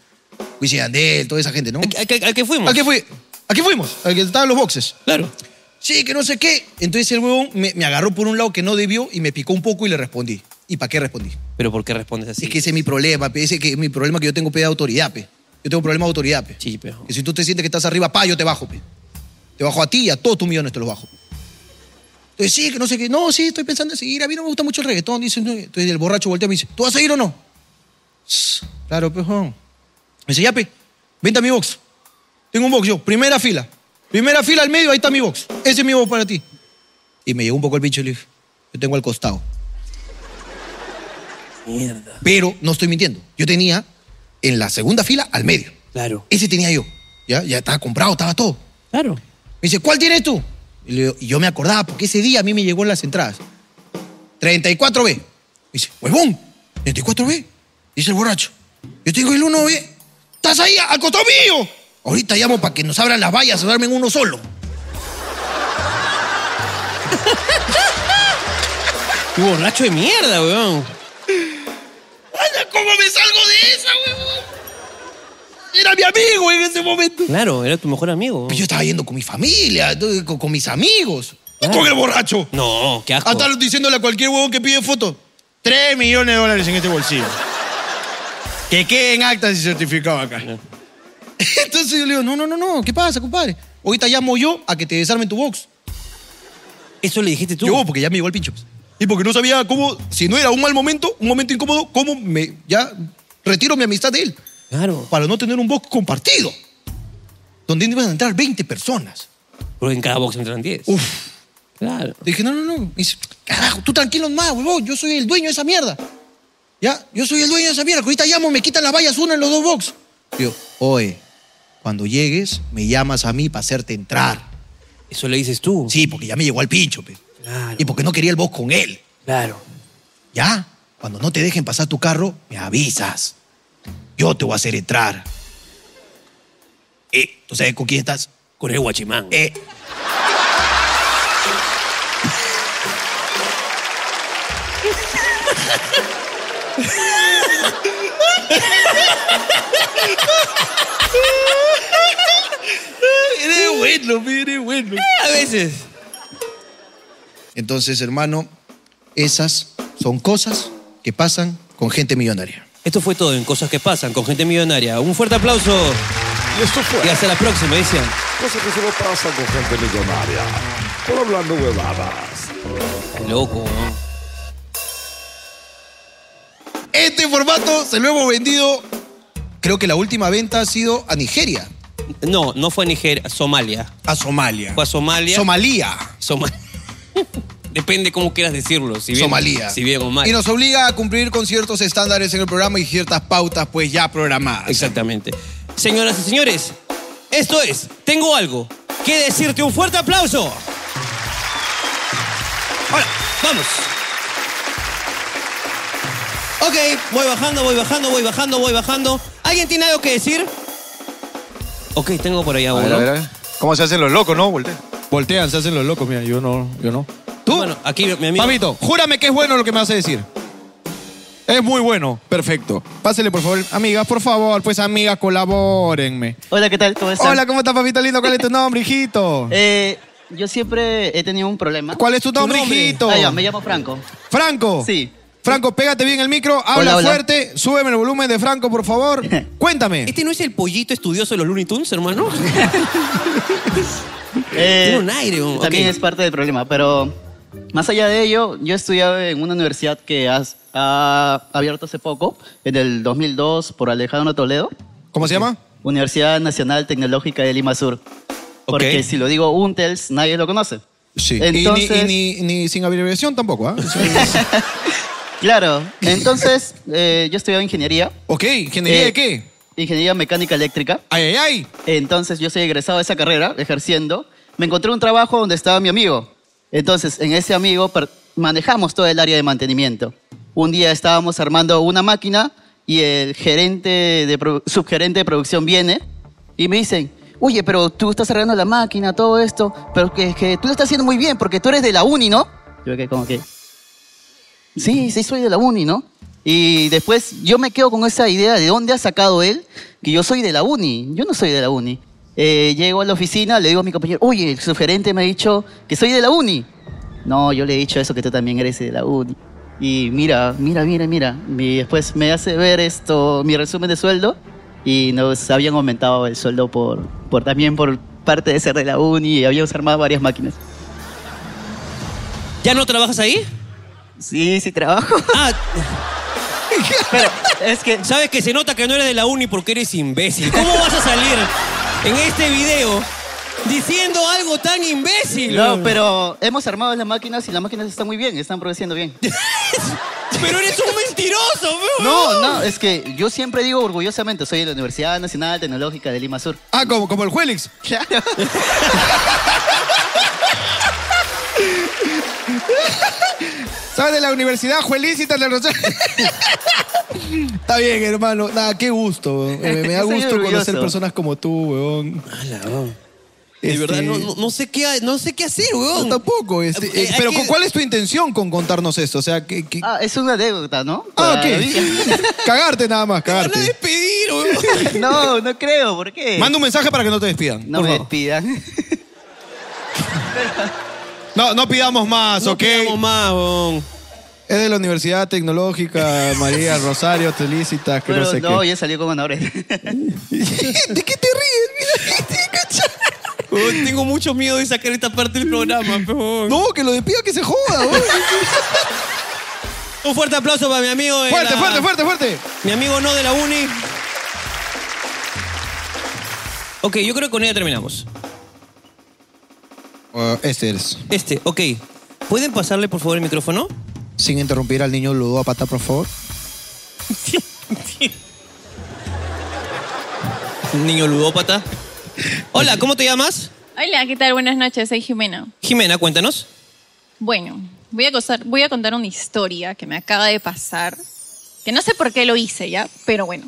Speaker 2: Wisin y Yandel, toda esa gente, ¿no?
Speaker 1: ¿Al, que- al que fuimos?
Speaker 2: ¿A qué, fui? ¿A qué fuimos? Al que estaban los boxes.
Speaker 1: Claro.
Speaker 2: Sí, que no sé qué. Entonces el huevón me, me agarró por un lado que no debió y me picó un poco y le respondí. ¿Y para qué respondí?
Speaker 1: Pero ¿por qué respondes así?
Speaker 2: Es que ese es mi problema, pe. ese que es mi problema que yo tengo pe, de autoridad, pe. Yo tengo problema de autoridad, pe.
Speaker 1: Sí, pero-
Speaker 2: Que si tú te sientes que estás arriba, pa, yo te bajo, pe. Te bajo a ti y a todos tus millones te los bajo. Entonces sí, que no sé qué. No, sí, estoy pensando en seguir. A mí no me gusta mucho el reggaetón. Dice, no. Entonces el borracho voltea y me dice, ¿tú vas a ir o no? "Sss, Claro, pejón. Me dice, ya, pe, vente a mi box. Tengo un box yo, primera fila. Primera fila al medio, ahí está mi box. Ese es mi box para ti. Y me llegó un poco el pinche y le dije, yo tengo al costado.
Speaker 1: Mierda.
Speaker 2: Pero no estoy mintiendo. Yo tenía en la segunda fila al medio.
Speaker 1: Claro.
Speaker 2: Ese tenía yo. Ya, ya estaba comprado, estaba todo.
Speaker 1: Claro.
Speaker 2: Me dice, ¿cuál tienes tú? Y le digo- y yo me acordaba, porque ese día a mí me llegó en las entradas. 34B. Me dice, huevón, 34B. Dice el borracho. Yo tengo el 1B. ¡Estás ahí, al costado mío! Ahorita llamo para que nos abran las vallas o darme uno solo.
Speaker 1: Qué borracho de mierda, weón.
Speaker 2: ¡Ay, ¿Cómo me salgo de esa, huevón? Era mi amigo en ese momento.
Speaker 1: Claro, era tu mejor amigo.
Speaker 2: Pero yo estaba yendo con mi familia, tú, con, con mis amigos. No
Speaker 1: Claro.
Speaker 2: con el borracho.
Speaker 1: No, qué asco.
Speaker 2: Hasta diciéndole a cualquier huevón que pide foto.
Speaker 4: 3 millones de dólares en este bolsillo. Que queden actas y certificado acá.
Speaker 2: Entonces yo le digo, no, no, no, no, ¿qué pasa, compadre? Ahorita llamo yo a que te desarmen tu box.
Speaker 1: Eso le dijiste tú.
Speaker 2: Yo, porque ya me llegó el pincho. pues. Y porque no sabía cómo, si no era un mal momento, un momento incómodo, cómo me, ya retiro mi amistad de él.
Speaker 1: Claro.
Speaker 2: Para no tener un box compartido. Donde iban a entrar 20 personas.
Speaker 1: Porque en cada box entran 10.
Speaker 2: Uf.
Speaker 1: Claro.
Speaker 2: Le dije, no, no, no. Me dice, carajo, tú tranquilo más, huevón. Yo soy el dueño de esa mierda. Ya, yo soy el dueño de esa mierda. que Ahorita llamo, me quitan las vallas una en los dos box. Yo, oye, cuando llegues, me llamas a mí para hacerte entrar.
Speaker 1: Eso le dices tú.
Speaker 2: Sí, porque ya me llegó al pincho, pe.
Speaker 1: Claro.
Speaker 2: Y porque no quería el box con él.
Speaker 1: Claro.
Speaker 2: Ya, cuando no te dejen pasar tu carro, me avisas. Yo te voy a hacer entrar. Eh, ¿tú sabes con quién estás?
Speaker 1: Con el guachimán.
Speaker 2: Eh.
Speaker 4: Eres bueno, mire, bueno.
Speaker 1: Eh, A veces.
Speaker 2: Entonces, hermano, esas son cosas que pasan con gente millonaria.
Speaker 1: Esto fue todo en Cosas que Pasan con Gente Millonaria. Un fuerte aplauso
Speaker 3: Y esto fue
Speaker 1: y hasta la próxima, dicen.
Speaker 3: Cosas que solo pasan con gente millonaria. Por hablando huevadas.
Speaker 1: Loco, ¿no?
Speaker 2: Este formato se lo hemos vendido. Creo que la última venta ha sido a Nigeria.
Speaker 1: No, no fue a Nigeria, a Somalia.
Speaker 4: A Somalia.
Speaker 1: Fue a Somalia.
Speaker 4: Somalia.
Speaker 1: Somalia. Depende cómo quieras decirlo. Si bien,
Speaker 2: Somalia.
Speaker 1: Si bien o mal.
Speaker 4: Y nos obliga a cumplir con ciertos estándares en el programa y ciertas pautas pues ya programadas.
Speaker 1: Exactamente. Señoras y señores, esto es Tengo algo que decirte. Un fuerte aplauso. Ahora, vamos. Ok, voy bajando, voy bajando, voy bajando, voy bajando. ¿Alguien tiene algo que decir? Ok, tengo por allá
Speaker 7: A ver,
Speaker 1: uno.
Speaker 7: a ver, a ver. ¿Cómo se hacen los locos, no? Voltea.
Speaker 4: Voltean, se hacen los locos, mira, yo no, yo no.
Speaker 1: ¿Tú? Bueno, aquí mi amigo.
Speaker 4: Pabito, júrame que es bueno lo que me vas a decir. Es muy bueno. Perfecto. Pásele, por favor. Amigas, por favor, pues amigas, colabórenme.
Speaker 8: Hola, ¿qué tal? ¿Cómo estás?
Speaker 4: Hola, ¿cómo estás, papito lindo? ¿Cuál es tu nombre, hijito?
Speaker 8: Eh, yo siempre he tenido un problema.
Speaker 4: ¿Cuál es tu nombre, hijito?
Speaker 8: Ah, ya, me llamo Franco.
Speaker 4: Franco.
Speaker 8: Sí.
Speaker 4: Franco, pégate bien el micro,
Speaker 8: Hola,
Speaker 4: habla
Speaker 8: hola.
Speaker 4: fuerte, súbeme el volumen de Franco, por favor. Cuéntame.
Speaker 1: ¿Este no es el pollito estudioso de los Looney Tunes, hermano?
Speaker 8: Eh,
Speaker 1: Tiene un aire,
Speaker 4: oh,
Speaker 1: un-
Speaker 8: También
Speaker 1: ok.
Speaker 8: es parte del problema, pero más allá de ello, yo he estudiado en una universidad que has- ha abierto hace poco, en el 2002, por Alejandro Toledo,
Speaker 4: ¿Cómo se llama?
Speaker 8: Universidad Nacional Tecnológica de Lima Sur. Porque
Speaker 1: Ok.
Speaker 8: si lo digo UNTELS, nadie lo conoce.
Speaker 4: Sí.
Speaker 8: Entonces-
Speaker 4: Y, ni, y ni- ni sin abreviación tampoco, ¿ah?
Speaker 8: Claro, entonces eh, yo he estudiado ingeniería.
Speaker 4: ok, ¿ingeniería
Speaker 8: Eh,
Speaker 4: de qué?
Speaker 8: Ingeniería mecánica eléctrica.
Speaker 4: Ay, ay, ay.
Speaker 8: Entonces yo soy egresado de esa carrera, ejerciendo. Me encontré un trabajo donde estaba mi amigo. Entonces, en ese amigo per- manejamos todo el área de mantenimiento. Un día estábamos armando una máquina y el gerente de pro- subgerente de producción viene y me dicen, oye, pero tú estás arreglando la máquina, todo esto, pero que, que tú lo estás haciendo muy bien porque tú eres de la uni, ¿no? Yo me quedé como que, Sí, sí, soy de la uni, ¿no? Y después yo me quedo con esa idea de dónde ha sacado él que yo soy de la uni. Yo no soy de la uni. Eh, llego a la oficina, le digo a mi compañero, oye, el subgerente me ha dicho que soy de la uni. No, yo le he dicho eso, que tú también eres de la uni. Y mira, mira, mira, mira. Y después me hace ver esto, mi resumen de sueldo. Y nos habían aumentado el sueldo por, por también por parte de ser de la uni y habíamos armado varias máquinas.
Speaker 1: ¿Ya no trabajas ahí?
Speaker 8: Sí, sí, trabajo.
Speaker 1: Ah,
Speaker 8: Pero es que
Speaker 1: Sabes que se nota que no eres de la uni porque eres imbécil. ¿Cómo vas a salir en este video diciendo algo tan imbécil?
Speaker 8: No, pero hemos armado las máquinas y las máquinas están muy bien, están produciendo bien.
Speaker 1: Pero eres un mentiroso, weón.
Speaker 8: No, no, es que yo siempre digo orgullosamente, soy de la Universidad Nacional Tecnológica de Lima Sur.
Speaker 4: Ah, como, como el Juelix.
Speaker 8: Claro.
Speaker 4: ¿Sabes de la universidad, Juelícita? de los-
Speaker 2: Está bien, hermano. Nada, qué gusto. weón. Eh, Me,
Speaker 8: Estoy
Speaker 2: da gusto conocer
Speaker 8: orgulloso.
Speaker 2: personas como tú, weón.
Speaker 1: De
Speaker 2: Este,
Speaker 1: verdad, no, no- no sé qué, no sé qué hacer,
Speaker 2: no,
Speaker 1: weón.
Speaker 2: tampoco. este,
Speaker 1: Eh,
Speaker 2: eh,
Speaker 1: hay
Speaker 2: pero
Speaker 1: que-
Speaker 2: ¿cu- ¿cuál es tu intención con contarnos esto? O sea, ¿qué, qué-
Speaker 8: Ah, es una anécdota, ¿no?
Speaker 2: Ah,
Speaker 8: Para
Speaker 2: ¿qué?
Speaker 8: David.
Speaker 2: cagarte nada más,
Speaker 1: Van a
Speaker 2: cagarte.
Speaker 1: despedir, weón.
Speaker 8: No, no creo, ¿por qué?
Speaker 4: Manda un mensaje para que no te despidan.
Speaker 8: no me
Speaker 4: por favor.
Speaker 8: despidan.
Speaker 4: No, no pidamos más,
Speaker 1: No
Speaker 4: ¿ok?
Speaker 1: quedamos más, weón.
Speaker 2: Es de la Universidad Tecnológica María Rosario Telícita, que
Speaker 8: Pero
Speaker 2: no sé
Speaker 8: no,
Speaker 2: qué.
Speaker 8: ya salió con honores.
Speaker 2: ¿De qué te ríes? Mira, cacha.
Speaker 1: Weón, Tengo mucho miedo de sacar esta parte del programa, weón.
Speaker 2: No, que lo despida que se joda, weón.
Speaker 1: Un fuerte aplauso para mi amigo. de
Speaker 4: Fuerte,
Speaker 1: la-
Speaker 4: fuerte, fuerte, fuerte.
Speaker 1: Mi amigo no de la uni. Ok, yo creo que con ella terminamos.
Speaker 2: Ah, este eres.
Speaker 1: Este, ok. ¿Pueden pasarle por favor el micrófono?
Speaker 2: Sin interrumpir al niño Ludo a pata, por favor.
Speaker 1: Niño ludópata. Hola, ¿cómo te llamas?
Speaker 9: Hola, ¿qué tal? Buenas noches, soy Jimena.
Speaker 1: Jimena, cuéntanos.
Speaker 9: Bueno, voy a, cosar- voy a contar una historia que me acaba de pasar, que no sé por qué lo hice ya, pero bueno.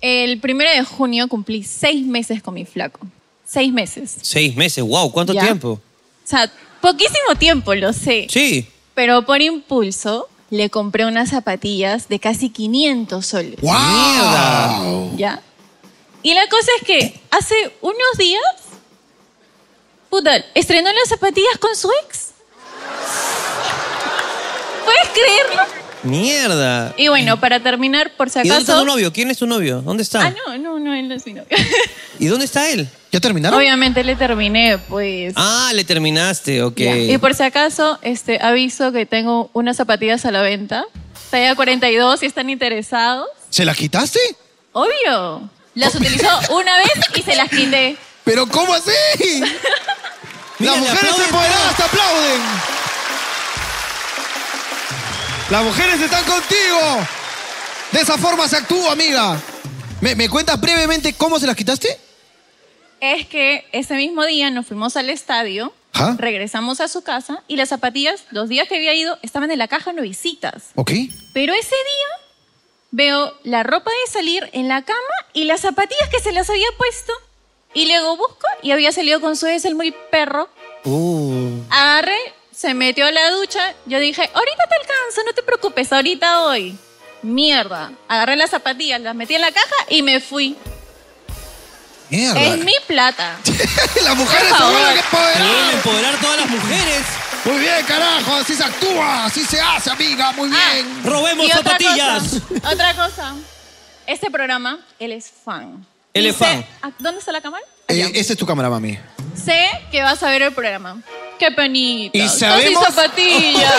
Speaker 9: El primero de junio cumplí seis meses con mi flaco. Seis meses.
Speaker 1: Seis meses, wow, ¿cuánto
Speaker 9: Ya.
Speaker 1: tiempo?
Speaker 9: O sea, poquísimo tiempo, lo sé.
Speaker 1: Sí.
Speaker 9: Pero por impulso le compré unas zapatillas de casi 500 soles.
Speaker 1: ¡Mierda!
Speaker 9: ¿Ya? Y la cosa es que hace unos días, puta, estrenó las zapatillas con su ex. ¿Puedes creerlo?
Speaker 1: Mierda.
Speaker 9: Y bueno, para terminar, por si
Speaker 1: ¿Y dónde está tu
Speaker 9: acaso...
Speaker 1: novio? ¿Quién es tu novio? ¿Dónde está?
Speaker 9: Ah, no, no, no, él no es mi novio.
Speaker 1: ¿Y dónde está él?
Speaker 2: ¿Ya terminaron?
Speaker 9: Obviamente le terminé, pues...
Speaker 1: Ah, le terminaste, ok.
Speaker 9: Ya. Y por si acaso, este, aviso que tengo unas zapatillas a la venta. Talla 42, si están interesados.
Speaker 2: ¿Se las quitaste?
Speaker 9: Obvio. Las utilizó una vez y se las quité.
Speaker 2: ¿Pero cómo así?
Speaker 1: Mira,
Speaker 2: Las
Speaker 1: le
Speaker 2: mujeres
Speaker 1: aplauden
Speaker 2: empoderadas te aplauden. Las mujeres están contigo. De esa forma se actúa, amiga. ¿Me, me cuentas brevemente cómo se las quitaste?
Speaker 9: Es que ese mismo día nos fuimos al estadio,
Speaker 2: Ajá.
Speaker 9: regresamos a su casa y las zapatillas, los días que había ido, estaban en la caja novicitas.
Speaker 2: Ok.
Speaker 9: Pero ese día veo la ropa de salir en la cama y las zapatillas que se las había puesto. Y luego busco y había salido con su ex, el muy perro. Agarré, se metió a la ducha. Yo dije, ahorita te alcanzo, no te preocupes, ahorita voy. Mierda. Agarré las zapatillas, las metí en la caja y me fui.
Speaker 2: Mierda.
Speaker 9: Es mi plata.
Speaker 2: las mujeres
Speaker 9: Por
Speaker 2: se
Speaker 9: favor.
Speaker 2: vuelven
Speaker 1: Deben
Speaker 2: empoderadas.
Speaker 1: empoderar todas las mujeres.
Speaker 2: Muy bien, carajo. Así se actúa. Así se hace, amiga. Muy
Speaker 9: Ah,
Speaker 2: bien.
Speaker 1: Robemos
Speaker 9: y otra
Speaker 1: zapatillas.
Speaker 9: cosa, otra cosa. Este programa, él es fan.
Speaker 1: Él
Speaker 9: Y
Speaker 1: es
Speaker 9: sé-
Speaker 1: fan.
Speaker 9: ¿A- ¿Dónde está la cámara?
Speaker 2: Eh,
Speaker 9: Allá.
Speaker 2: esa es tu cámara, mami.
Speaker 9: Sé que vas a ver el programa. Qué penita.
Speaker 4: Y
Speaker 9: Casi
Speaker 4: sabemos-
Speaker 9: zapatillas.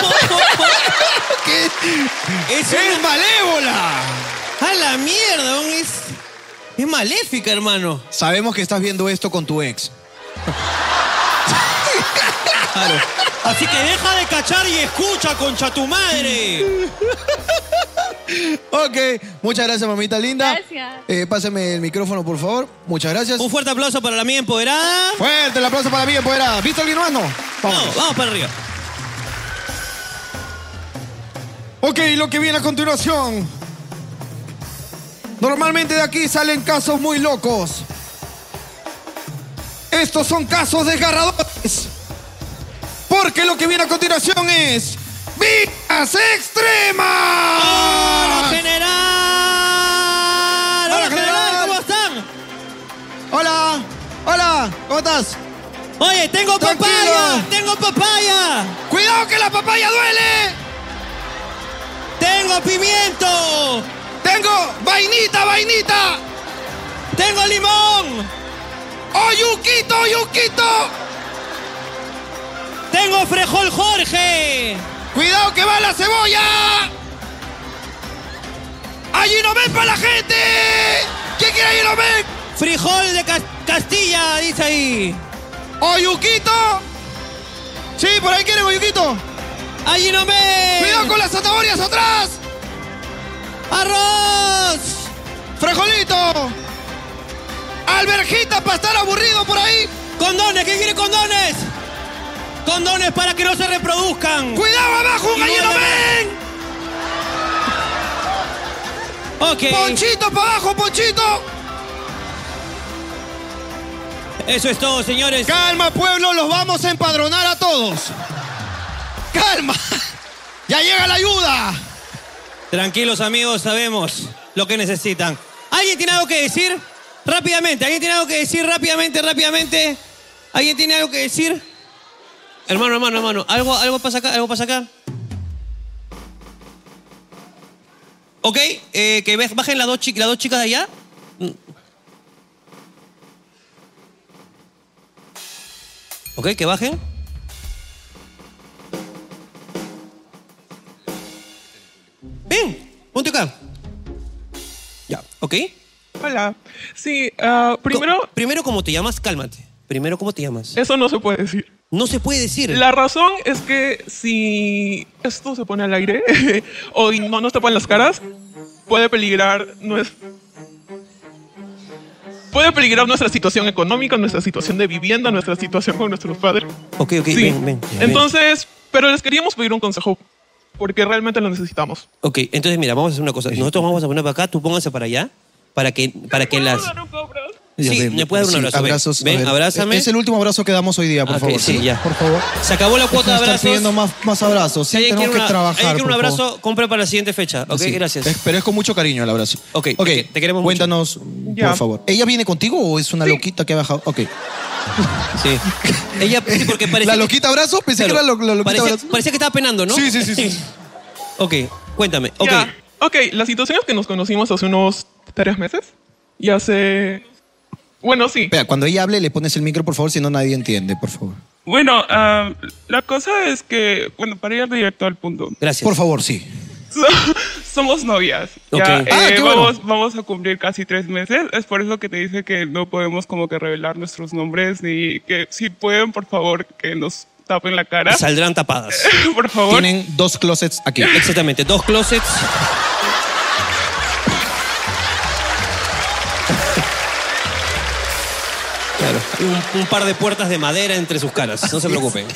Speaker 1: Es
Speaker 4: ¡Es
Speaker 1: una-
Speaker 4: malévola!
Speaker 1: ¡A la mierda! weón, Es, es maléfica, hermano.
Speaker 2: Sabemos que estás viendo esto con tu ex.
Speaker 1: Claro. Así que deja de cachar y escucha, concha tu madre.
Speaker 2: Ok, muchas gracias, mamita linda.
Speaker 9: Gracias.
Speaker 2: Eh, pásame el micrófono, por favor. Muchas gracias.
Speaker 1: Un fuerte aplauso para la mía empoderada.
Speaker 2: Fuerte el aplauso para mí, empoderada. ¿Viste alguien más? No. Vamos.
Speaker 1: Vamos, vamos para arriba.
Speaker 4: Ok, lo que viene a continuación.
Speaker 2: Normalmente de aquí salen casos muy locos. Estos son casos desgarradores.
Speaker 4: Porque lo que viene a continuación es. ¡Vidas
Speaker 1: ¡Hola,
Speaker 4: extremas!
Speaker 1: general!
Speaker 2: Hola,
Speaker 1: ¡Hola, general!
Speaker 2: general.
Speaker 1: ¿Cómo están?
Speaker 2: Hola, hola, ¿cómo estás?
Speaker 1: Oye, tengo
Speaker 2: Tranquilo.
Speaker 1: papaya. Tengo papaya.
Speaker 4: ¡Cuidado que la papaya duele!
Speaker 1: Tengo pimiento.
Speaker 4: ¡Tengo vainita, vainita!
Speaker 1: Tengo limón.
Speaker 4: ¡Oh, Yuquito, Yuquito!
Speaker 1: Tengo frejol Jorge.
Speaker 4: ¡Cuidado que va la cebolla! ¡Allinomen para la gente! ¿Quién quiere allinomen?
Speaker 1: Frijol de Cas- Castilla, dice ahí.
Speaker 4: ¡Oh, Yuquito! Sí, por ahí quieren, Yuquito.
Speaker 1: ¡Allí no me!
Speaker 4: ¡Cuidado con las zanahorias atrás!
Speaker 1: ¡Arroz!
Speaker 4: ¡Frejolito! ¡Alberjita para estar aburrido por ahí!
Speaker 1: ¡Condones! ¿Quién quiere condones? Condones para que no se reproduzcan.
Speaker 4: ¡Cuidado abajo, un
Speaker 1: Y
Speaker 4: gallino
Speaker 1: no te
Speaker 4: men!
Speaker 1: Ok.
Speaker 4: ¡Ponchito para abajo, Ponchito!
Speaker 1: Eso es todo, señores.
Speaker 4: Calma, pueblo, los vamos a empadronar a todos. Calma. Ya llega la ayuda.
Speaker 1: Tranquilos, amigos, sabemos lo que necesitan. ¿Alguien tiene algo que decir? Rápidamente, ¿alguien tiene algo que decir? Rápidamente, rápidamente. ¿Alguien tiene algo que decir? Hermano, hermano, hermano, algo, algo pasa acá, algo pasa acá. Ok, eh, que baj- bajen las dos, chi- las dos chicas de allá. Mm. Ok, que bajen. Ven, ponte acá. Ya, ok.
Speaker 10: Hola. Sí, ah, primero,
Speaker 1: Co- primero, ¿cómo te llamas? Cálmate. Primero, ¿cómo te llamas?
Speaker 10: eso no se puede decir.
Speaker 1: No se puede decir.
Speaker 10: La razón es que si esto se pone al aire o y no nos tapan las caras, puede peligrar nues- Puede peligrar nuestra situación económica, nuestra situación de vivienda, nuestra situación con nuestros padres.
Speaker 1: Ok, ok,
Speaker 10: Sí.
Speaker 1: ven, ven. ya, ven.
Speaker 10: Entonces, pero les queríamos pedir un consejo, porque realmente lo necesitamos.
Speaker 1: Ok, entonces mira, vamos a hacer una cosa. Nosotros vamos a poner para acá, tú póngase para allá, para que, para que las... Sí, me puedes dar un abrazo. ven.
Speaker 2: Abrazos. a
Speaker 1: Ven,
Speaker 2: ver.
Speaker 1: abrázame. Ah,
Speaker 2: Es el último abrazo que damos hoy día, por
Speaker 1: Ok,
Speaker 2: favor.
Speaker 1: sí, ya.
Speaker 2: Por favor.
Speaker 1: Se acabó la cuota de
Speaker 2: Nos están
Speaker 1: abrazos.
Speaker 2: pidiendo más, más abrazos.
Speaker 1: Si
Speaker 2: Sí,
Speaker 1: alguien quiere,
Speaker 2: tenemos que
Speaker 1: una-
Speaker 2: trabajar.
Speaker 1: alguien quiere un
Speaker 2: por
Speaker 1: abrazo,
Speaker 2: favor.
Speaker 1: compra para la siguiente fecha. Ok,
Speaker 2: Sí.
Speaker 1: gracias.
Speaker 2: Es- pero es con mucho cariño el abrazo.
Speaker 1: Ok,
Speaker 2: ok.
Speaker 1: te- te queremos mucho.
Speaker 2: Cuéntanos, por favor. ¿Ella viene contigo o es una loquita que ha bajado? Ok.
Speaker 1: Sí. Ella, sí, porque parecía...
Speaker 2: ¿La loquita abrazo? Pensé
Speaker 1: Claro,
Speaker 2: que era la, la loquita
Speaker 1: parecía,
Speaker 2: abrazo.
Speaker 1: parecía que estaba penando, ¿no?
Speaker 2: Sí, sí, sí, sí.
Speaker 1: ok, cuéntame. Ok.
Speaker 10: Ya. Ok, la situación es que nos conocimos hace unos tres meses y hace... Bueno, sí.
Speaker 2: Espera, cuando ella hable, le pones el micro, por favor, si no nadie entiende, por favor.
Speaker 10: Bueno, ah, la cosa es que, bueno, para ir directo al punto,
Speaker 1: Gracias.
Speaker 2: Por favor, sí.
Speaker 10: So- somos novias. Ya,
Speaker 1: Ok.
Speaker 2: Ah,
Speaker 10: eh,
Speaker 2: qué bueno.
Speaker 10: vamos, vamos a cumplir casi tres meses. Es por eso que te dije que no podemos como que revelar nuestros nombres y que si pueden, por favor, que nos tapen la cara.
Speaker 1: Saldrán tapadas.
Speaker 10: por favor.
Speaker 2: Tienen dos closets aquí.
Speaker 1: Exactamente, dos closets. Claro, hay un, un par de puertas de madera entre sus caras, no se preocupen.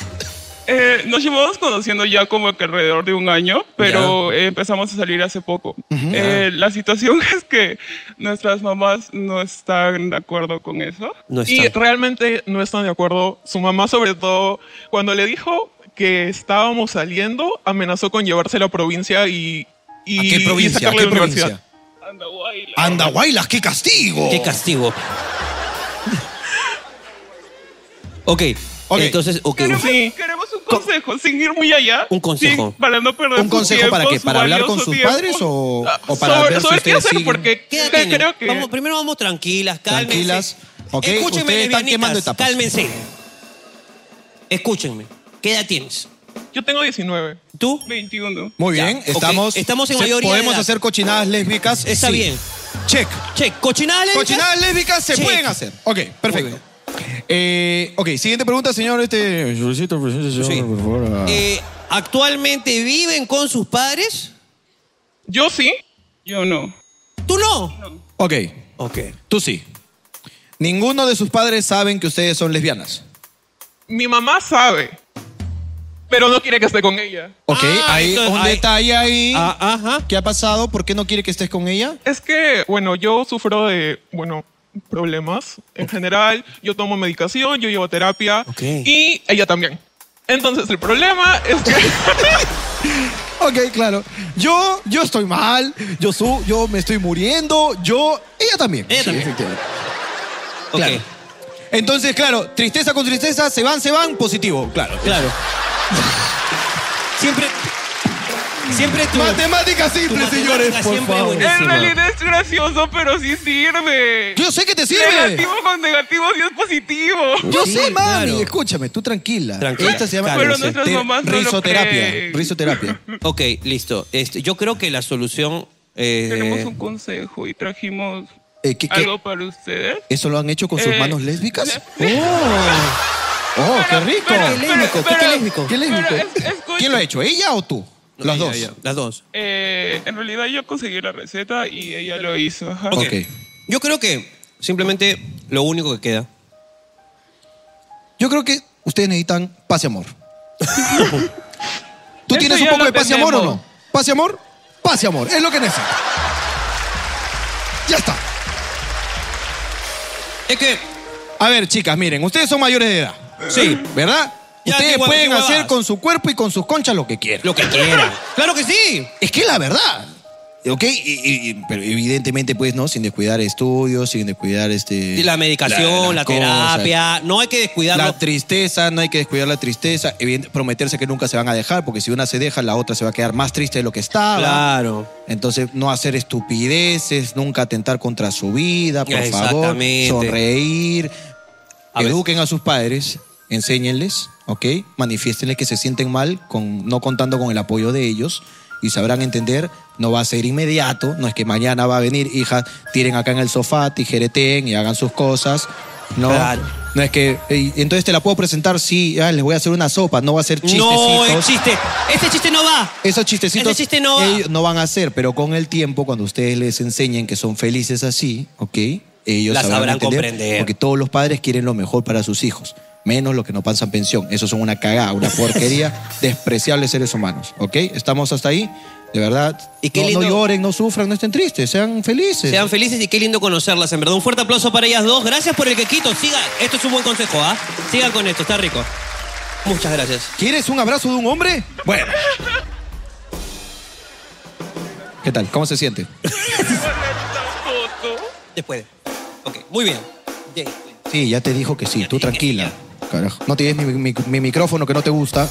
Speaker 10: Eh, nos llevamos conociendo ya como que alrededor de un año, pero eh, empezamos a salir hace poco. Eh, la situación es que nuestras mamás no están de acuerdo con eso.
Speaker 1: No
Speaker 10: y
Speaker 1: están.
Speaker 10: realmente no están de acuerdo. Su mamá, sobre todo, cuando le dijo que estábamos saliendo, amenazó con llevarse a la provincia y, y,
Speaker 4: ¿A qué
Speaker 10: y
Speaker 4: provincia? ¿A
Speaker 10: sacarle
Speaker 4: qué
Speaker 10: de la universidad.
Speaker 4: provincia? Andahuaylas, qué
Speaker 2: Oh.
Speaker 4: castigo.
Speaker 1: ¡Qué castigo! Ok,
Speaker 4: Ok.
Speaker 1: entonces, ok.
Speaker 10: Queremos, queremos un consejo, sin ir muy allá.
Speaker 1: Un consejo.
Speaker 10: sin- para no perder
Speaker 2: ¿Un
Speaker 10: su
Speaker 2: consejo para
Speaker 10: tiempo,
Speaker 2: qué?
Speaker 10: su
Speaker 2: ¿Para hablar
Speaker 10: valioso
Speaker 2: con sus
Speaker 10: tiempo.
Speaker 2: padres o-
Speaker 10: Ah,
Speaker 2: o para
Speaker 10: sobre,
Speaker 2: ver si
Speaker 10: sobre qué
Speaker 2: ustedes
Speaker 10: hacer,
Speaker 2: siguen?
Speaker 10: porque
Speaker 1: ¿Qué edad tienen?
Speaker 10: creo que...
Speaker 1: Vamos- primero vamos tranquilas, cálmense.
Speaker 2: Tranquilas, ok,
Speaker 1: Escúchenme,
Speaker 2: ustedes están
Speaker 1: lesbianitas,
Speaker 2: quemando etapas.
Speaker 1: Cálmense. Escúchenme. ¿Qué edad tienes?
Speaker 10: Yo tengo 19,
Speaker 1: ¿Tú?
Speaker 10: 21.
Speaker 2: Muy
Speaker 1: Ya,
Speaker 2: bien,
Speaker 1: ok.
Speaker 2: estamos.
Speaker 1: Estamos en
Speaker 2: se-
Speaker 1: mayoría de
Speaker 2: Podemos
Speaker 1: edad. Ah,
Speaker 2: hacer cochinadas lésbicas.
Speaker 1: Está
Speaker 2: Sí.
Speaker 1: bien.
Speaker 2: Check.
Speaker 1: Che, cochinada lésbica?
Speaker 2: Cochinadas lésbicas se
Speaker 1: Check.
Speaker 2: pueden hacer. Ok, perfecto. Eh, ok, siguiente pregunta, señor. Este. Solicito, presencia,
Speaker 1: Sí.
Speaker 2: señor, por favor, ah. a-
Speaker 1: Eh, ¿Actualmente viven con sus padres?
Speaker 10: Yo sí, yo no.
Speaker 1: ¿Tú no?
Speaker 2: Ok,
Speaker 1: Ok.
Speaker 2: tú sí. Ninguno de sus padres saben que ustedes son lesbianas.
Speaker 10: Mi mamá sabe, pero no quiere que esté con ella.
Speaker 2: Ok,
Speaker 1: Ah,
Speaker 2: hay
Speaker 1: entonces,
Speaker 2: un
Speaker 1: hay-
Speaker 2: detalle ahí.
Speaker 1: Ah, ajá.
Speaker 2: ¿Qué ha pasado? ¿Por qué no quiere que estés con ella?
Speaker 10: Es que, bueno, yo sufro de, bueno, problemas en general. Yo tomo medicación, yo llevo terapia
Speaker 1: Ok.
Speaker 10: y ella también. Entonces el problema es que...
Speaker 2: Ok, claro. Yo, yo estoy mal. Yo, su, yo me estoy muriendo. Yo, ella también.
Speaker 1: Ella también.
Speaker 2: efectivamente.
Speaker 1: Ok.
Speaker 2: Claro. Entonces, claro, tristeza con tristeza, se van, se van, positivo, claro.
Speaker 1: Claro. siempre. Siempre tú.
Speaker 2: Matemática
Speaker 1: tu
Speaker 2: simple,
Speaker 1: matemática
Speaker 2: señores, por
Speaker 1: siempre es
Speaker 2: favor.
Speaker 1: buenísima.
Speaker 10: En realidad es gracioso, pero sí sirve.
Speaker 2: Yo sé que te sirve.
Speaker 10: Negativo con negativo sí es positivo.
Speaker 7: Eh.
Speaker 2: Yo
Speaker 1: Sí,
Speaker 2: sé, mami,
Speaker 1: claro.
Speaker 2: escúchame, tú tranquila.
Speaker 1: Tranquila,
Speaker 2: Esta se llama
Speaker 1: Pero
Speaker 2: riso-
Speaker 10: nuestras
Speaker 2: te-
Speaker 10: mamás no lo
Speaker 2: risoterapia.
Speaker 10: creen.
Speaker 2: Risoterapia.
Speaker 1: Ok, listo. Este, yo creo que la solución. eh,
Speaker 10: Tenemos un consejo y trajimos
Speaker 2: Eh, ¿qué- qué?
Speaker 10: algo para ustedes.
Speaker 2: ¿Eso lo han hecho con sus
Speaker 10: Eh,
Speaker 2: manos lésbicas?
Speaker 1: ¡Oh!
Speaker 2: ¡Oh, qué rico!
Speaker 10: pero-
Speaker 1: ¡Qué lésbico! ¿Qué, qué
Speaker 10: pero-
Speaker 1: lésbico?
Speaker 2: ¿Qué lésbico?
Speaker 10: pero es- escucha.
Speaker 2: ¿Quién lo ha hecho, ella o tú? Las
Speaker 1: Ya,
Speaker 2: dos.
Speaker 1: ya, Las dos.
Speaker 10: Eh, en realidad yo conseguí la receta y ella lo hizo. ajá.
Speaker 7: Oh,
Speaker 1: Ok.
Speaker 2: Ok.
Speaker 1: Yo creo que simplemente lo único que queda.
Speaker 2: Yo creo que ustedes necesitan paz y amor.
Speaker 4: ¿Tú
Speaker 2: Eso
Speaker 4: tienes un
Speaker 2: ya
Speaker 4: poco
Speaker 2: lo
Speaker 4: de paz y amor o no?
Speaker 2: tenemos.
Speaker 4: ¿Paz y amor? Paz y amor. Es lo que necesito. Ya está.
Speaker 1: Es que.
Speaker 2: A ver, chicas, miren, ustedes son mayores de edad.
Speaker 1: Sí.
Speaker 2: ¿Verdad?
Speaker 1: ¿Eh? Ya,
Speaker 2: ustedes
Speaker 1: qué hueva-
Speaker 2: pueden
Speaker 1: qué huevadas.
Speaker 2: hacer con su cuerpo y con sus conchas lo que quieran.
Speaker 1: Lo que quieran. ¡Claro que sí!
Speaker 2: Es que la verdad. ¿Ok? Y- y- y- pero evidentemente, pues, ¿no? Sin descuidar estudios, sin descuidar este.
Speaker 1: Y la medicación, la,
Speaker 2: las cosas.
Speaker 1: terapia. No hay que descuidarlo.
Speaker 2: La tristeza, no hay que descuidar la tristeza. Evidente- prometerse que nunca se van a dejar, porque si una se deja, la otra se va a quedar más triste de lo que estaba.
Speaker 1: Claro.
Speaker 2: Entonces, no hacer estupideces, nunca atentar contra su vida, por favor.
Speaker 1: Exactamente.
Speaker 2: Sonreír.
Speaker 1: A ver.
Speaker 2: eduquen a sus padres, enséñenles, ¿ok? Manifiéstenles que se sienten mal con, no contando con el apoyo de ellos y sabrán entender, no va a ser inmediato, no es que mañana va a venir, hija, tiren acá en el sofá, tijereten y hagan sus cosas. No,
Speaker 1: Claro.
Speaker 2: no es que, "Ey, entonces te la puedo presentar, sí, ah, les voy a hacer una sopa, no va a ser
Speaker 1: No, es
Speaker 2: chistecitos.
Speaker 1: chiste. Este chiste no va.
Speaker 2: Esos chistecitos
Speaker 1: Ese chiste no va.
Speaker 2: ellos no van a hacer, pero con el tiempo, cuando ustedes les enseñen que son felices así, ¿ok? Ellos
Speaker 1: La sabrán
Speaker 2: entender,
Speaker 1: comprender.
Speaker 2: Porque todos los padres quieren lo mejor para sus hijos, menos los que no pasan pensión. Esos son una cagada, una porquería, despreciables seres humanos, ¿ok? Estamos hasta ahí, de verdad.
Speaker 1: Y qué
Speaker 2: no,
Speaker 1: lindo-
Speaker 2: no lloren, no sufran, no estén tristes, sean felices.
Speaker 1: Sean felices y qué lindo conocerlas, en verdad. Un fuerte aplauso para ellas dos. Gracias por el quequito. Siga, esto es un buen consejo, ¿ah? Sigan con esto, está rico. Muchas gracias.
Speaker 2: ¿Quieres un abrazo de un hombre? Bueno. ¿Qué tal? ¿Cómo se siente?
Speaker 1: Después. Ok, muy bien. Bien.
Speaker 2: Sí, ya te dijo que sí, tú tranquila. Carajo. No tienes mi, mi- mi micrófono que no te gusta.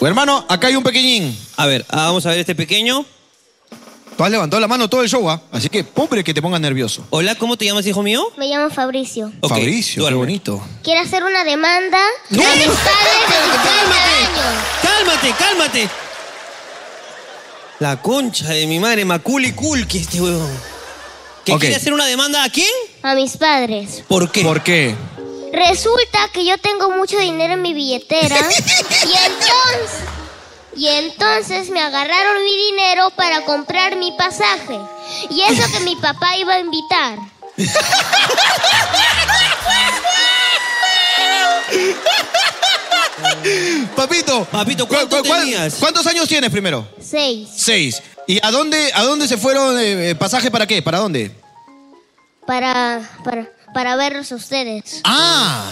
Speaker 2: Pues, hermano, acá hay un pequeñín.
Speaker 1: A ver, ah, vamos a ver este pequeño.
Speaker 2: Tú has levantado la mano todo el show, ¿ah? Así que pobre que te ponga nervioso.
Speaker 1: Hola, ¿cómo te llamas, hijo mío?
Speaker 11: Me llamo Fabricio.
Speaker 1: Ok,
Speaker 2: Fabricio, qué
Speaker 1: duerme.
Speaker 2: bonito.
Speaker 11: Quiero hacer una demanda
Speaker 1: ¡No!
Speaker 11: a mis padres de
Speaker 1: Espérate,
Speaker 11: 50
Speaker 1: cálmate.
Speaker 11: años.
Speaker 1: ¡Cálmate, cálmate! La concha de mi madre, Maculi Kulki, este huevón. ¿Que
Speaker 2: Ok.
Speaker 1: quiere hacer una demanda a quién?
Speaker 11: A mis padres.
Speaker 1: ¿Por qué?
Speaker 2: ¿Por qué?
Speaker 11: Resulta que yo tengo mucho dinero en mi billetera. y entonces. Y entonces me agarraron mi dinero para comprar mi pasaje. Y eso que mi papá iba a invitar.
Speaker 2: Papito.
Speaker 1: Papito,
Speaker 2: ¿cu-
Speaker 1: ¿cuánto
Speaker 2: cu- cuál-
Speaker 1: tenías?
Speaker 2: ¿Cuántos años tienes primero?
Speaker 11: Seis.
Speaker 2: Seis. ¿Y a dónde, a dónde se fueron? eh, eh, ¿Pasaje para qué? ¿Para dónde?
Speaker 11: Para. para. para verlos a ustedes.
Speaker 2: Ah,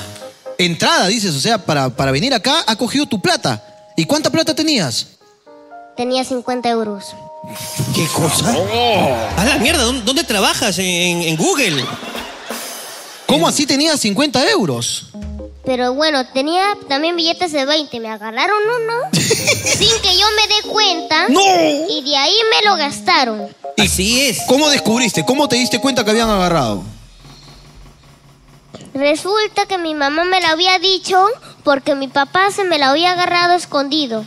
Speaker 2: entrada, dices. O sea, para, para venir acá ha cogido tu plata. ¿Y cuánta plata tenías?
Speaker 11: Tenía 50 euros.
Speaker 1: ¿Qué cosa? A la mierda, ¿dó- ¿dónde trabajas? ¿En, en- en Google?
Speaker 2: ¿Cómo así tenías 50 euros?
Speaker 11: Pero bueno, tenía también billetes de 20. Me agarraron uno sin que yo me dé cuenta.
Speaker 2: ¡No!
Speaker 11: Y de ahí me lo gastaron.
Speaker 1: Así es.
Speaker 2: ¿Cómo descubriste? ¿Cómo te diste cuenta que habían agarrado?
Speaker 11: Resulta que mi mamá me lo había dicho porque mi papá se me lo había agarrado escondido.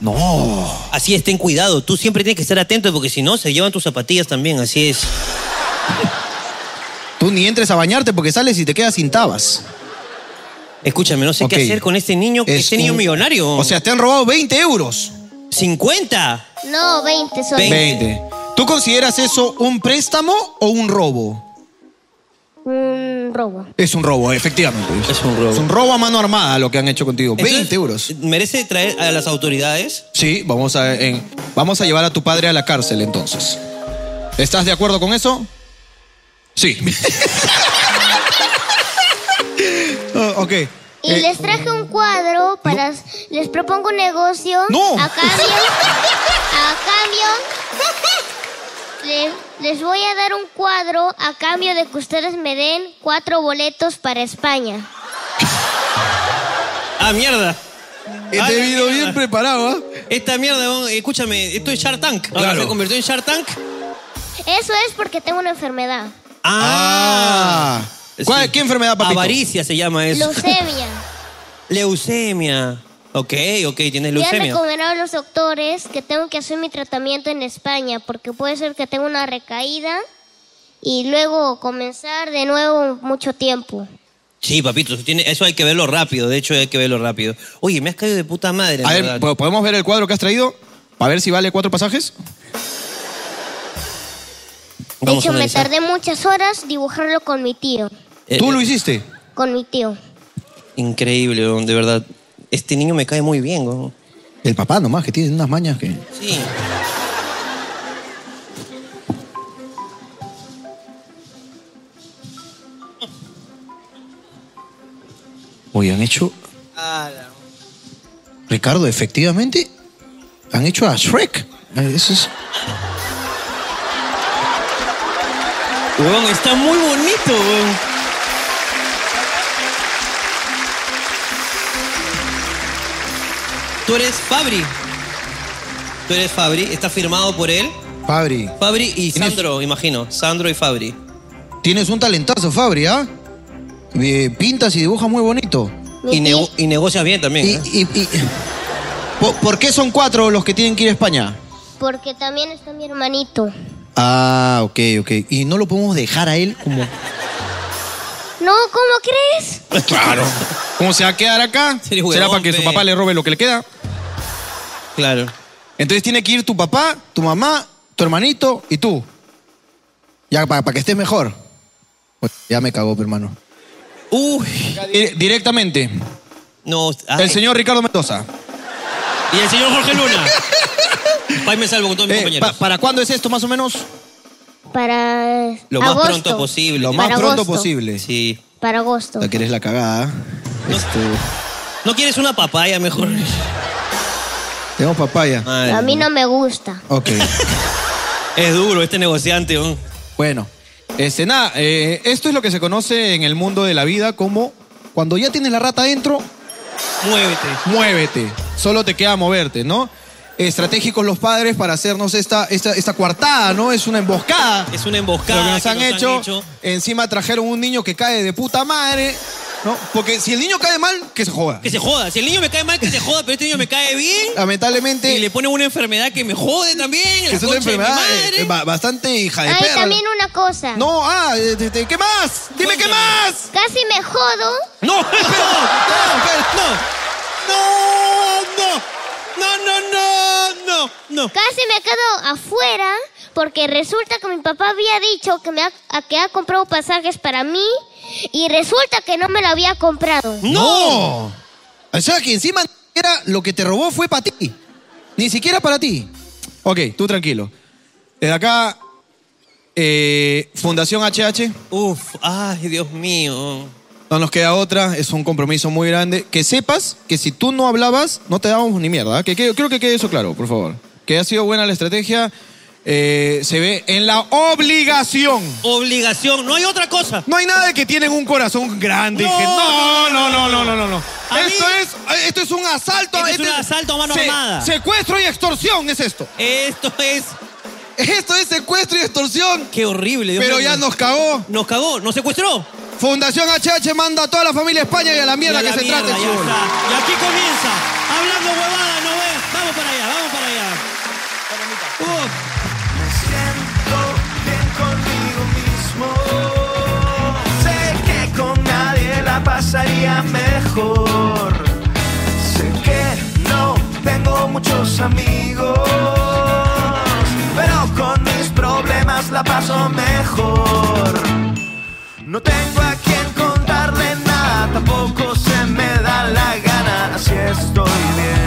Speaker 2: No.
Speaker 1: Así es, ten cuidado. Tú siempre tienes que estar atento porque si no, se llevan tus zapatillas también. Así es.
Speaker 2: Tú ni entres a bañarte porque sales y te quedas sin tabas.
Speaker 1: Escúchame, no sé
Speaker 2: Ok.
Speaker 1: qué hacer con este niño, que
Speaker 2: Es
Speaker 1: este niño
Speaker 2: un-
Speaker 1: millonario.
Speaker 2: O sea, te han robado 20 euros.
Speaker 1: 50.
Speaker 11: No, 20 son.
Speaker 1: Veinte.
Speaker 2: 20. ¿Tú consideras eso un préstamo o un robo?
Speaker 11: Un robo.
Speaker 2: Es un robo, efectivamente.
Speaker 1: Es un robo.
Speaker 2: Es un robo a mano armada lo que han hecho contigo. 20 euros.
Speaker 1: Entonces, eh, ¿Merece traer a las autoridades?
Speaker 2: Sí, vamos a, en- vamos a llevar a tu padre a la cárcel entonces. ¿Estás de acuerdo con eso? Sí. Ah, ok.
Speaker 11: Y
Speaker 2: Eh,
Speaker 11: les traje un cuadro para. Les propongo un negocio.
Speaker 2: ¡No!
Speaker 11: A cambio. a cambio. le- les voy a dar un cuadro a cambio de que ustedes me den cuatro boletos para España.
Speaker 1: Ah, mierda.
Speaker 2: Este
Speaker 1: Ay,
Speaker 2: video
Speaker 1: mierda.
Speaker 2: bien preparado, ¿ah?
Speaker 1: Esta mierda, bon, escúchame, esto es Shark Tank. Ahora
Speaker 2: Claro.
Speaker 1: se convirtió en Shark Tank.
Speaker 11: Eso es porque tengo una enfermedad.
Speaker 1: Ah.
Speaker 2: Ah. ¿Cuál-
Speaker 1: Sí.
Speaker 2: ¿Qué enfermedad, papito?
Speaker 1: Avaricia se llama eso.
Speaker 11: Leucemia.
Speaker 1: Leucemia. Ok, ok, tienes
Speaker 11: Ya
Speaker 1: leucemia.
Speaker 11: recomendaron los doctores que tengo que hacer mi tratamiento en España porque puede ser que tenga una recaída y luego comenzar de nuevo mucho tiempo.
Speaker 1: Sí, papito, eso, tiene- eso hay que verlo rápido. De hecho, hay que verlo rápido. Oye, me has caído de puta madre. en
Speaker 2: A ver,
Speaker 1: verdad.
Speaker 2: ¿po- ¿podemos ver el cuadro que has traído? Para ver si vale cuatro pasajes.
Speaker 11: De
Speaker 1: Vamos a
Speaker 11: hecho, me
Speaker 1: analizar.
Speaker 11: tardé muchas horas dibujarlo con mi tío.
Speaker 1: Eh,
Speaker 2: ¿Tú
Speaker 1: eh,
Speaker 2: lo hiciste?
Speaker 11: con mi tío.
Speaker 1: Increíble, weón, de verdad. Este niño me cae muy bien, weón.
Speaker 2: El papá nomás, que tiene unas mañas que...
Speaker 1: Sí.
Speaker 2: Oye, han hecho... Ricardo, efectivamente, han hecho a Shrek. Eh, Eso es...
Speaker 1: Weón, está muy bonito, weón. Tú eres Fabri. Tú eres Fabri, está firmado por él.
Speaker 2: Fabri,
Speaker 1: Fabri y Sandro, imagino. Sandro y Fabri.
Speaker 2: tienes un talentazo, Fabri, ¿ah? Eh, pintas y dibujas muy bonito.
Speaker 1: Y, nego- y negocias bien también. ¿eh?
Speaker 2: Y- y- ¿Por, por qué son cuatro los que tienen que ir a España?
Speaker 11: Porque también está mi hermanito.
Speaker 2: Ah, ok, ok. ¿Y no lo podemos dejar a él como...
Speaker 11: No, ¿cómo crees?
Speaker 4: Claro. ¿Cómo se va a quedar acá?
Speaker 1: Eres huevón,
Speaker 4: Será para que su
Speaker 1: pe.
Speaker 4: papá le robe lo que le queda.
Speaker 1: Claro.
Speaker 4: Entonces tiene que ir tu papá,
Speaker 2: tu mamá, tu hermanito y tú. Ya, para que estés mejor. Pues, ya me cagó, pe, hermano.
Speaker 1: Uy.
Speaker 4: eh, directamente.
Speaker 1: No, ay.
Speaker 4: El señor Ricardo Mendoza.
Speaker 1: Y el señor Jorge Luna. Pai me salvo con todos mis
Speaker 2: Eh,
Speaker 1: compañeros.
Speaker 2: pa- ¿Para cuándo es esto, más o menos?
Speaker 11: Para
Speaker 1: Lo más
Speaker 11: agosto.
Speaker 1: pronto posible.
Speaker 2: Lo más
Speaker 11: Para
Speaker 2: pronto
Speaker 11: agosto.
Speaker 2: posible.
Speaker 1: Sí.
Speaker 11: Para agosto.
Speaker 2: La que eres la cagada. Este,
Speaker 1: ¿No quieres una papaya mejor?
Speaker 2: tenemos papaya.
Speaker 1: Madre
Speaker 11: A mí no me gusta.
Speaker 2: Ok.
Speaker 1: Es duro este negociante. weón.
Speaker 4: Bueno.
Speaker 2: Este, nada, eh, esto es lo que se conoce en el mundo de la vida como cuando ya tienes la rata adentro,
Speaker 1: Muévete.
Speaker 2: muévete. Solo te queda moverte, ¿no? Estratégicos los padres para hacernos esta, esta, esta coartada, ¿no? Es una emboscada.
Speaker 1: Es una emboscada.
Speaker 2: lo que nos,
Speaker 1: que
Speaker 2: han, hecho. Encima trajeron un niño que cae de puta madre, ¿no? Porque si el niño cae mal, que se joda.
Speaker 1: Que se joda. Si el niño me cae mal, que se joda, pero este niño me cae bien. Y
Speaker 2: Lamentablemente,
Speaker 1: le pone una enfermedad que me jode también. la
Speaker 2: que es una
Speaker 1: concha de mi
Speaker 2: enfermedad
Speaker 1: madre.
Speaker 2: eh, ba- bastante hija de
Speaker 11: Ay,
Speaker 2: perra.
Speaker 11: también una cosa.
Speaker 2: No, ah, eh, te- te- ¿qué más? Dime qué
Speaker 1: Cuéntame.
Speaker 2: más.
Speaker 11: Casi me jodo
Speaker 1: No, espera.
Speaker 2: No, espera, no.
Speaker 1: No, no. No, no, no, no, no.
Speaker 11: Casi me quedo afuera porque resulta que mi papá había dicho que me ha, a que ha comprado pasajes para mí y resulta que no me lo había comprado.
Speaker 2: ¡No! O sea que encima ni siquiera lo que te robó fue para ti. Ni siquiera para ti. Ok, tú tranquilo. Desde acá, eh, Fundación HH,
Speaker 1: Uf, ay, Dios mío.
Speaker 2: no nos queda otra, es un compromiso muy grande. Que sepas que si tú no hablabas, no te dábamos ni mierda. ¿ah? Que, que- creo que quede eso claro, por favor. Que ha sido buena la estrategia, eh, se ve en la obligación.
Speaker 1: Obligación, no hay otra cosa.
Speaker 4: No hay nada de que tienen un corazón grande. y
Speaker 1: No,
Speaker 4: que- No, no, no, no, no, no. no.
Speaker 1: A mí-
Speaker 4: Esto es, esto es un asalto.
Speaker 1: Esto es un asalto a mano
Speaker 4: se-
Speaker 1: armada.
Speaker 4: Secuestro y extorsión es esto.
Speaker 1: Esto es.
Speaker 2: Esto es secuestro y extorsión,
Speaker 1: Qué horrible, Dios
Speaker 2: pero
Speaker 1: mío.
Speaker 2: ya nos cagó.
Speaker 1: Nos cagó, nos secuestró.
Speaker 2: Fundación HH manda a toda la familia a España y a la mierda
Speaker 1: Y a
Speaker 2: que
Speaker 1: la
Speaker 2: se
Speaker 1: mierda,
Speaker 2: trate el
Speaker 1: ya
Speaker 2: fútbol.
Speaker 1: está. Y aquí comienza. Hablando huevada, ¿no ves? Vamos para allá, vamos para allá. Uf.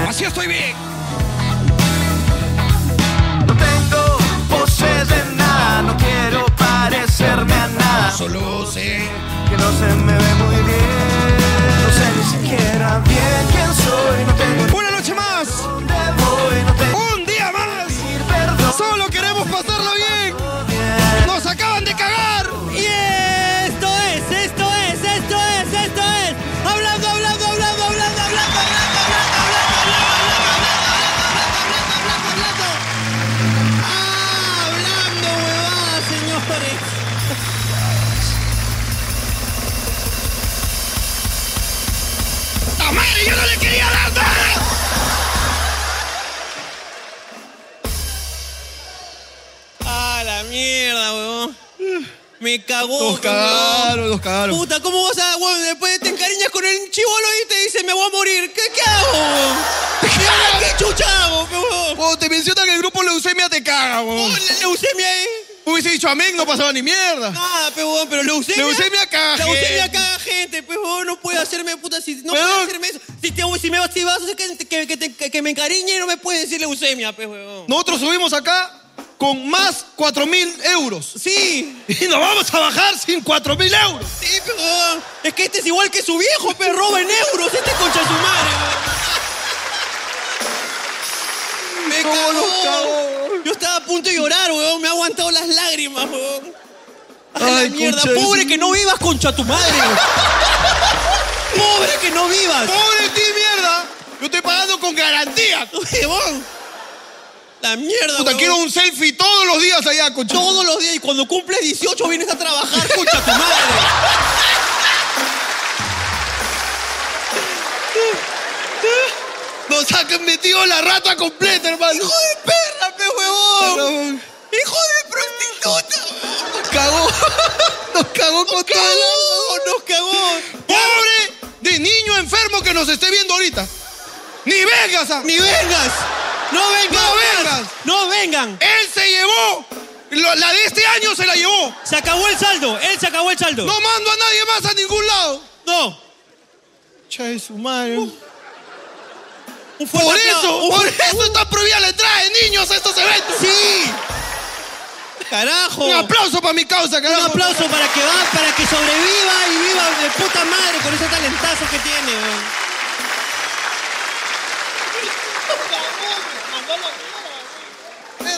Speaker 4: Así estoy bien. Solo sé. Una noche más. Un día más. Solo queremos pasarlo bien. Nos acaban de cagar.
Speaker 1: Y esto es, esto es, esto es, esto es. Hablando, hablando, hablando, hablando, hablando, hablando, hablando, hablando, hablando, hablando, hablando, hablando, hablando, hablando, hablando, hablando. Hablando huevadas, señores.
Speaker 4: ¡La madre! ¡Yo no le quería dar nada!
Speaker 1: Ah, la mierda, huevón. Me cagó.
Speaker 2: Nos
Speaker 1: huevón.
Speaker 2: cagaron, nos cagaron.
Speaker 1: Puta, ¿cómo vas a, huevón? Después te encariñas con el chivolo y te dice, me voy a morir. ¿Qué, qué hago, huevón? Ah, ¿Qué chucha hago, huevón?
Speaker 2: Cuando te mencionan que el grupo Leucemia te caga, weón.
Speaker 1: Oh, la leucemia, eh.
Speaker 4: Hubiese dicho amén, no pasaba ni mierda.
Speaker 1: Nada, pe, huevón, pero leucemia.
Speaker 4: Leucemia caga
Speaker 1: La leucemia
Speaker 4: gente.
Speaker 1: caga gente, pues, huevón, no puede hacerme puta. Si, no
Speaker 4: Huevón.
Speaker 1: puede hacerme eso. Si, te, si, me, si vas a hacer que, que, que te- que- que me encariñe, no me puedes decir leucemia, pues, huevón.
Speaker 4: Nosotros subimos acá con más 4 mil euros.
Speaker 1: Sí.
Speaker 4: Y nos vamos a bajar sin 4 mil euros.
Speaker 1: Sí, pe, huevón. Es que este es igual que su viejo, pero roba en euros. Este concha de su madre, huevón. Me cagó. Yo estaba a punto de llorar, huevón. Me ha aguantado las lágrimas, huevón. A la
Speaker 4: Ay,
Speaker 1: mierda.
Speaker 4: concha de su-
Speaker 1: Pobre que no vivas, concha tu madre. Pobre que no vivas.
Speaker 4: ¡Pobre ti, mierda! Yo estoy pagando con garantía.
Speaker 1: Huevón. La mierda,
Speaker 4: Puta,
Speaker 1: huevón.
Speaker 4: quiero un selfie todos los días allá, concha.
Speaker 1: Todos los días y cuando cumples 18 vienes a trabajar, concha tu madre.
Speaker 4: Nos han metido la rata completa, hermano.
Speaker 1: ¡Hijo de perra, pe huevón!
Speaker 4: Perdón.
Speaker 1: ¡Hijo de prostituta!
Speaker 4: Nos cagó. Nos cagó con todo.
Speaker 1: ¡Cagó! ¡Nos cagó!
Speaker 4: ¡Pobre de niño enfermo que nos esté viendo ahorita! ¡Ni vengas! a-
Speaker 1: ¡Ni vengas! ¡No vengas!
Speaker 4: ¡No vengas!
Speaker 1: ¡No vengan!
Speaker 4: ¡Él se llevó! lo- la de este año se la llevó.
Speaker 1: Se acabó el saldo, él se acabó el saldo.
Speaker 4: No mando a nadie más a ningún lado.
Speaker 1: no.
Speaker 4: Cha de su madre.
Speaker 1: Un fuerte
Speaker 4: Por
Speaker 1: apla-
Speaker 4: eso,
Speaker 1: un
Speaker 4: por
Speaker 1: fuerte-
Speaker 4: eso está prohibida la entrada de niños a estos eventos.
Speaker 1: ¡Sí! ¡Carajo!
Speaker 4: Un aplauso para mi causa,
Speaker 1: Un
Speaker 4: carajo.
Speaker 1: aplauso para que va, para que sobreviva y viva de puta madre con ese talentazo que tiene, weón.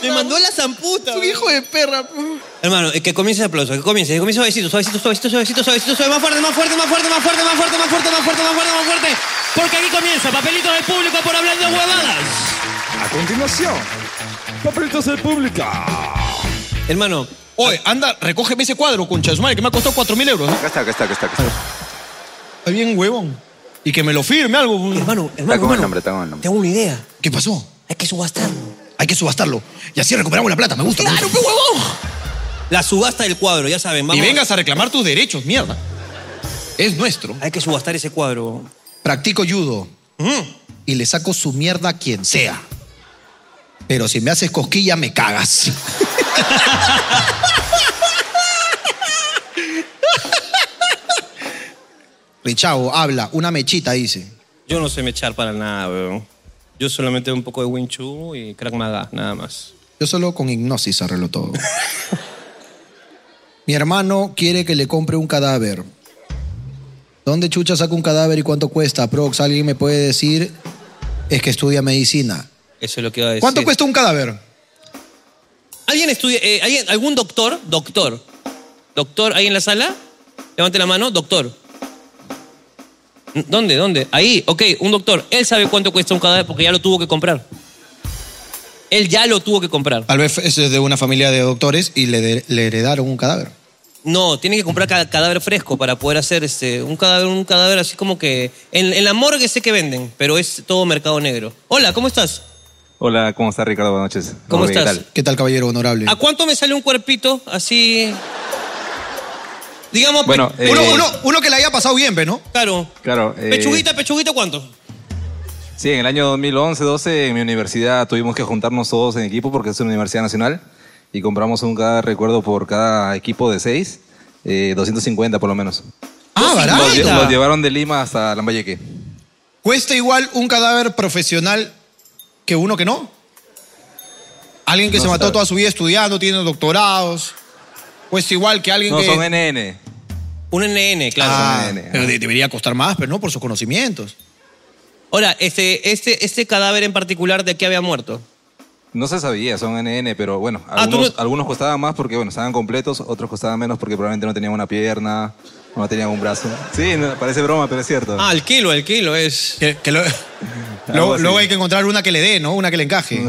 Speaker 1: Me mandó a la zamputa.
Speaker 4: Un
Speaker 1: weón.
Speaker 4: hijo de perra. po.
Speaker 1: Hermano, eh, que comience el aplauso, que comience, que comience suavecito, suavecito, suavecito, suavecito, suavecito, suave, más fuerte, más fuerte, más fuerte, más fuerte, más fuerte, más fuerte, más fuerte, más fuerte, más fuerte. Porque aquí comienza, papelitos del público por hablando huevadas.
Speaker 3: A continuación, papelitos de pública.
Speaker 1: Hermano,
Speaker 4: Oye, anda, recógeme ese cuadro, concha de su madre, que me ha costado 4 mil euros.
Speaker 7: Acá está, acá está, acá está. Acá está.
Speaker 4: Está bien, huevón. Y que me lo firme algo.
Speaker 1: hermano,
Speaker 7: Está
Speaker 1: hermano,
Speaker 7: con el
Speaker 1: hermano,
Speaker 7: nombre, está con el nombre.
Speaker 1: tengo una idea.
Speaker 4: ¿Qué pasó?
Speaker 1: Hay que subastarlo.
Speaker 4: Hay que subastarlo. Y así recuperamos la plata, me gusta. me
Speaker 1: ¡Claro,
Speaker 4: gusta.
Speaker 1: qué huevón! La subasta del cuadro, ya saben,
Speaker 4: Y
Speaker 1: vamos.
Speaker 4: vengas a reclamar tus derechos, mierda. Es nuestro.
Speaker 1: Hay que subastar ese cuadro.
Speaker 2: Practico judo
Speaker 1: Mm.
Speaker 2: y le saco su mierda a quien sea. Pero si me haces cosquilla, me cagas. Richavo habla, una mechita dice.
Speaker 1: Yo no sé mechar para nada, weón. Yo solamente un poco de Wing Chun y Krav Maga, nada más.
Speaker 2: Yo solo con hipnosis arreglo todo. Mi hermano quiere que le compre un cadáver. ¿Dónde chucha saca un cadáver y cuánto cuesta? Prox, alguien me puede decir, es que estudia medicina.
Speaker 1: Eso es lo que iba a decir.
Speaker 2: ¿Cuánto cuesta un cadáver?
Speaker 1: ¿Alguien estudia, eh, alguien- algún doctor? Doctor. ¿Doctor ahí en la sala? Levante la mano, doctor. N- ¿Dónde? ¿Dónde? Ahí, ok, un doctor. Él sabe cuánto cuesta un cadáver porque ya lo tuvo que comprar. Él ya lo tuvo que comprar.
Speaker 2: Tal vez es de una familia de doctores y le, de- le heredaron un cadáver.
Speaker 1: No, tiene que comprar ca- cadáver fresco para poder hacer este, un cadáver, un cadáver así como que. En, en la morgue sé que venden, pero es todo mercado negro. Hola, ¿cómo estás?
Speaker 7: Hola, ¿cómo está Ricardo? Buenas noches.
Speaker 1: ¿Cómo
Speaker 7: Hola, ¿qué
Speaker 1: estás?
Speaker 7: tal?
Speaker 2: ¿Qué tal, caballero honorable?
Speaker 1: ¿A cuánto me sale un cuerpito así? Digamos, pe-
Speaker 7: Bueno, eh,
Speaker 2: Uno, uno- uno que le haya pasado bien, ¿ve, ¿no?
Speaker 1: claro.
Speaker 7: Claro. eh,
Speaker 1: Pechuguita, pechuguita, ¿cuánto?
Speaker 7: Sí, en el año 2011, 12, en mi universidad tuvimos que juntarnos todos en equipo porque es una universidad nacional y compramos un cada recuerdo por cada equipo de seis, eh, 250 por lo menos.
Speaker 2: Ah, barato.
Speaker 7: Los, lle- los llevaron de Lima hasta Lambayeque.
Speaker 2: ¿Cuesta igual un cadáver profesional que uno que no? Alguien que
Speaker 7: No
Speaker 2: se mató
Speaker 7: sabe.
Speaker 2: toda su vida estudiando, tiene doctorados. Cuesta igual que alguien
Speaker 7: No,
Speaker 2: que...
Speaker 7: son NN.
Speaker 1: Un NN, claro.
Speaker 2: Ah,
Speaker 7: son NN.
Speaker 2: pero de- debería costar más, pero no por sus conocimientos.
Speaker 1: Ahora, este, este, este cadáver en particular, ¿de qué había muerto?
Speaker 7: No se sabía, son NN, pero bueno,
Speaker 1: Ah, tú
Speaker 7: algunos,
Speaker 1: no-
Speaker 7: algunos costaban más porque bueno, estaban completos, otros costaban menos porque probablemente no tenían una pierna, no tenían un brazo. Sí, no, parece broma, pero es cierto.
Speaker 1: Ah, el kilo, el kilo es.
Speaker 2: Que, que lo-
Speaker 7: Algo
Speaker 2: luego,
Speaker 7: así.
Speaker 2: luego hay que encontrar una que le dé, ¿no? Una que le encaje.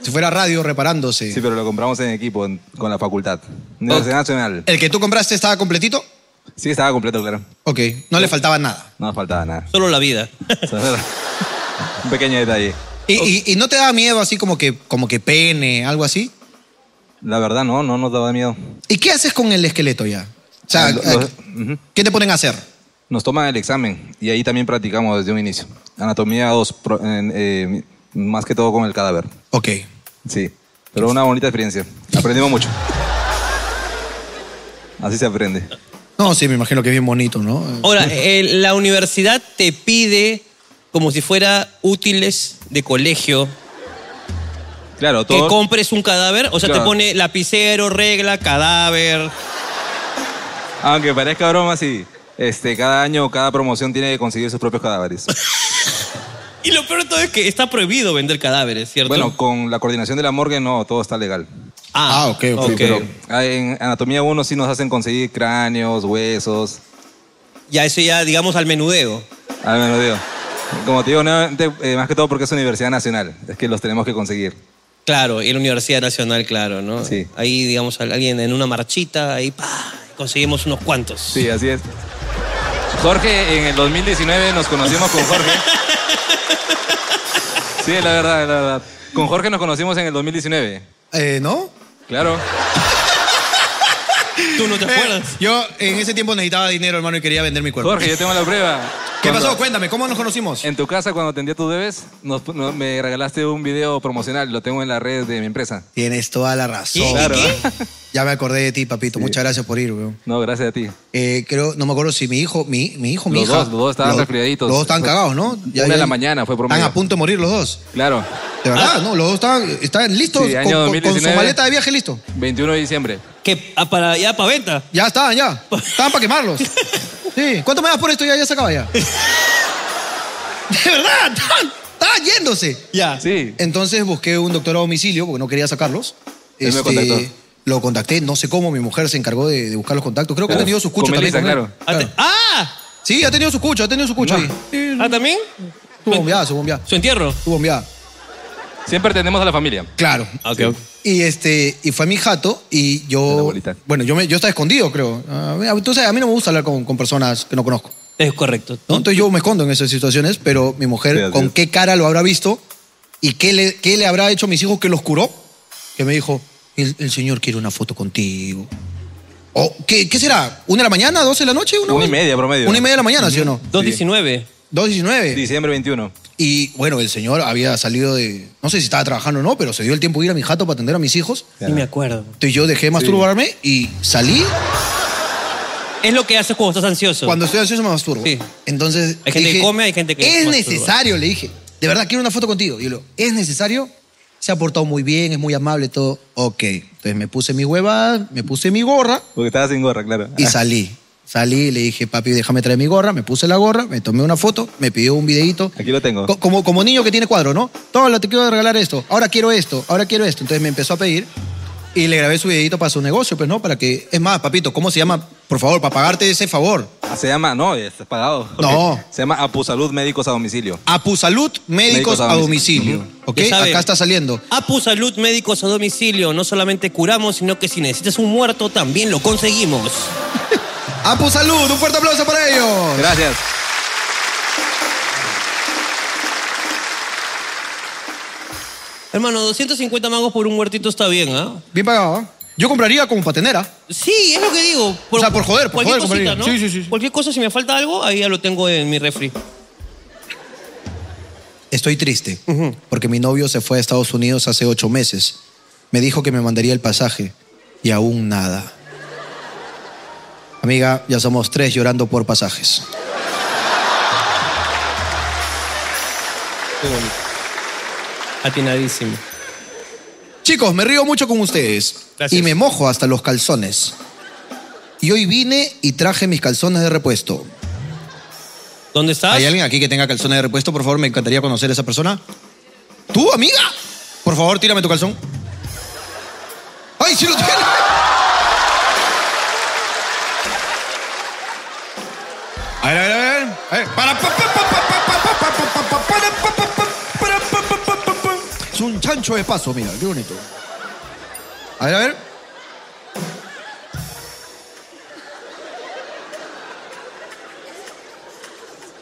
Speaker 2: si fuera radio reparándose.
Speaker 7: Sí, pero lo compramos en equipo, en- con la facultad. Universidad Nacional.
Speaker 2: ¿El que tú compraste estaba completito?
Speaker 7: Sí, estaba completo, claro.
Speaker 2: Ok, no le faltaba nada.
Speaker 7: No nos faltaba nada.
Speaker 1: Solo la vida.
Speaker 7: Solo- un pequeño detalle.
Speaker 2: ¿Y, y- y no te daba miedo así como que, como que pene, algo así?
Speaker 7: La verdad, no, no nos daba miedo.
Speaker 2: ¿Y qué haces con el esqueleto ya? O sea,
Speaker 7: Ah, lo-
Speaker 2: eh,
Speaker 7: lo- ujú.
Speaker 2: ¿qué te ponen a hacer?
Speaker 7: Nos toman el examen y ahí también practicamos desde un inicio. Anatomía 2, pro- en- eh, más que todo con el cadáver.
Speaker 2: Ok.
Speaker 7: Sí, pero una bonita experiencia. Aprendimos mucho. Así se aprende.
Speaker 2: No, sí, me imagino que es bien bonito, ¿no?
Speaker 1: Ahora, eh, la universidad te pide como si fuera útiles de colegio.
Speaker 7: Claro,
Speaker 1: Que
Speaker 7: todo-
Speaker 1: compres un cadáver, o sea,
Speaker 7: Claro.
Speaker 1: te pone lapicero, regla, cadáver.
Speaker 7: Aunque parezca broma, sí. Este, cada año, cada promoción tiene que conseguir sus propios cadáveres.
Speaker 1: Y lo peor de todo es que está prohibido vender cadáveres, ¿cierto?
Speaker 7: Bueno, con la coordinación de la morgue, no, todo está legal.
Speaker 1: Ah,
Speaker 2: ok,
Speaker 1: ok.
Speaker 7: Pero en Anatomía 1 sí nos hacen conseguir cráneos, huesos.
Speaker 1: Ya, eso ya, digamos, al menudeo.
Speaker 7: Al menudeo. Como te digo, nuevamente, eh, más que todo porque es Universidad Nacional. Es que los tenemos que conseguir.
Speaker 1: Claro, y la Universidad Nacional, claro, ¿no? Sí. Ahí, digamos, al- alguien en una marchita, ahí, pa, conseguimos unos cuantos.
Speaker 7: Sí, así es. Jorge, en el 2019 nos conocimos con Jorge. Sí, es la verdad, es la verdad. Con Jorge nos conocimos en el 2019.
Speaker 2: Eh, ¿No?
Speaker 7: Claro.
Speaker 1: ¿Tú no te
Speaker 2: acuerdas? Eh, yo en ese tiempo necesitaba dinero, hermano, y quería vender mi cuerpo.
Speaker 7: Jorge, yo tengo la prueba.
Speaker 2: ¿Qué
Speaker 7: Cuando-
Speaker 2: pasó? Cuéntame, ¿cómo nos conocimos?
Speaker 7: En tu casa, cuando atendía tus debes, nos- no- me regalaste un video promocional. Lo tengo en la red de mi empresa.
Speaker 2: Tienes toda la razón.
Speaker 7: Claro.
Speaker 2: Ya me acordé de ti, papito. Muchas gracias por ir, weón.
Speaker 7: No, gracias a ti.
Speaker 2: Eh, creo, no me acuerdo si mi hijo, mi, mi hijo, mi
Speaker 7: Los
Speaker 2: hija.
Speaker 7: dos, los dos estaban resfriaditos.
Speaker 2: Los dos estaban cagados, ¿no?
Speaker 7: Una de la mañana fue promedio.
Speaker 2: Están a punto de morir los dos.
Speaker 7: Claro.
Speaker 2: De verdad, ¿no? Los dos estaban, estaban listos.
Speaker 7: Sí, año
Speaker 2: con- con, con
Speaker 7: 2019.
Speaker 2: su maleta de viaje listo.
Speaker 7: 21 de diciembre.
Speaker 1: Que ah, para, ya para venta.
Speaker 2: Ya estaban, ya. Estaban para quemarlos. Sí. ¿Cuánto me das por esto? Ya, ya se acaba ya. De verdad, estaban, estaban yéndose.
Speaker 1: Ya.
Speaker 7: Sí.
Speaker 2: Entonces busqué un doctor a domicilio porque no quería sacarlos. Este,
Speaker 7: Él me contactó.
Speaker 2: Lo contacté, no sé cómo, mi mujer se encargó de, de buscar los contactos. Creo que
Speaker 7: Claro.
Speaker 2: ha tenido su cucho
Speaker 7: Con
Speaker 2: también.
Speaker 7: Melissa,
Speaker 2: con él.
Speaker 1: ¡Ah!
Speaker 2: Sí, ha tenido su cucho, ha tenido su cucho ahí.
Speaker 1: ¿Ah, también?
Speaker 2: Su bombeada, su bombeada.
Speaker 1: ¿Su entierro?
Speaker 2: Su bombeada.
Speaker 7: Siempre atendemos a la familia.
Speaker 2: Claro.
Speaker 1: Ah, Ok.
Speaker 2: Y este, y fue mi jato y yo. Bueno, yo me, yo estaba escondido, creo. Ah, Entonces, a mí no me gusta hablar con, con personas que no conozco.
Speaker 1: Es correcto.
Speaker 2: ¿no? Entonces yo me escondo en esas situaciones, pero mi mujer,
Speaker 7: Sí, así
Speaker 2: ¿con
Speaker 7: es.
Speaker 2: qué cara lo habrá visto? ¿Y qué le, qué le habrá hecho a mis hijos que los curó? Que me dijo, el, el señor quiere una foto contigo. O, ¿qué, qué será? ¿Una de la mañana? ¿Doce de la noche? ¿Una,
Speaker 7: Una y media promedio.
Speaker 2: ¿Una y media de la mañana, sí o no?
Speaker 1: 2.19.
Speaker 2: 2.19.
Speaker 7: Diciembre 21.
Speaker 2: Y bueno, el señor había salido de. No sé si estaba trabajando o no, pero se dio el tiempo de ir a mi jato para atender a mis hijos.
Speaker 1: Sí me acuerdo.
Speaker 2: Entonces yo dejé de masturbarme y salí.
Speaker 1: Es lo que haces cuando estás ansioso.
Speaker 2: Cuando estoy ansioso me masturbo.
Speaker 1: Sí.
Speaker 2: Entonces.
Speaker 1: Hay gente
Speaker 2: dije,
Speaker 1: que come, hay gente que
Speaker 2: Es
Speaker 1: masturba".
Speaker 2: necesario, le dije. De verdad, quiero una foto contigo. Y yo, le digo, ¿es necesario? Se ha portado muy bien, es muy amable, todo. Ok. Entonces me puse mi hueva, me puse mi gorra
Speaker 7: Porque estaba sin gorra, claro.
Speaker 2: y salí. Salí y le dije, papi, déjame traer mi gorra. Me puse la gorra, me tomé una foto, me pidió un videito.
Speaker 7: Aquí lo tengo.
Speaker 2: Co- Como, como niño que tiene cuadro, ¿no? Todo, te quiero regalar esto, ahora quiero esto, ahora quiero esto. Entonces me empezó a pedir y le grabé su videito para su negocio, pues, ¿no? Para que. Es más, papito, ¿cómo se llama? Por favor, para pagarte ese favor.
Speaker 7: Ah, Se llama, no, está pagado.
Speaker 2: No.
Speaker 7: Se llama Apusalud Médicos a Domicilio.
Speaker 2: Apusalud Médicos,
Speaker 7: Médicos a
Speaker 2: a domicilio. ¿Ok?
Speaker 1: Ya saben.
Speaker 2: Acá está saliendo.
Speaker 1: Apu Salud Médicos Ah, a domicilio. No solamente curamos, sino que si necesitas un muerto, también lo conseguimos.
Speaker 2: Apu Salud, un fuerte aplauso para ellos.
Speaker 7: Gracias.
Speaker 1: Hermano, 250 mangos por un muertito está bien, ¿ah?
Speaker 2: Bien pagado, ¿ah? Yo compraría como patenera.
Speaker 1: Sí, es lo que digo.
Speaker 2: O sea, por joder, por
Speaker 1: cualquier
Speaker 2: joder,
Speaker 1: cosita, ¿no?
Speaker 2: compraría. Sí,
Speaker 1: Cualquier cosa, si me falta algo, ahí ya lo tengo en mi refri.
Speaker 2: Estoy triste porque mi novio se fue a Estados Unidos hace ocho meses. Me dijo que me mandaría el pasaje y aún nada. Amiga, ya somos tres llorando por pasajes.
Speaker 1: Qué bonito. Atinadísimo.
Speaker 2: Chicos, me río mucho con ustedes y me mojo hasta los calzones. Y hoy vine y traje mis calzones de repuesto.
Speaker 1: ¿Dónde estás?
Speaker 2: ¿Hay alguien aquí que tenga calzones de repuesto? Por favor, me encantaría conocer a esa persona. ¿Tú, amiga? Por favor, tírame tu calzón. ¡Ay, sí lo tiene! A ver, a ver, a ver. A ver. Para, pa, pa, pa, pa, pa, pa, pa, pa, pa, pa, para, pa, pa, pa, para, pa, pa, pa, pa, pa. Es un chancho de paso, mira, qué bonito. A ver, a ver.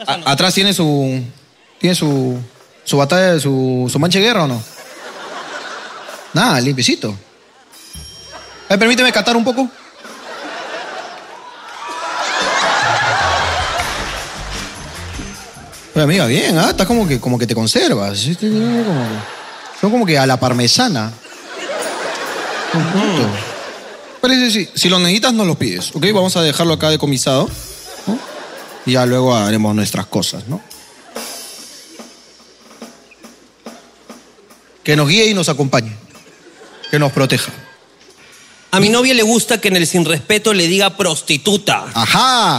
Speaker 2: A- atrás tiene su. Tiene su. Su batalla, su, su mancha de guerra o no? Nada, limpiecito. A ver, permíteme catar un poco. Oye, amiga, bien, ¿ah? Estás como que, como que te conservas. Sí, te- como que- Son como que a la parmesana. Un punto.
Speaker 4: Parece sí. Si lo necesitas, nos lo pides. ¿Ok? Vamos a dejarlo acá decomisado. ¿no? Y ya luego haremos nuestras cosas, ¿no?
Speaker 2: Que nos guíe y nos acompañe. Que nos proteja.
Speaker 1: A mi novia le gusta que en el sin respeto le diga prostituta.
Speaker 2: Ah.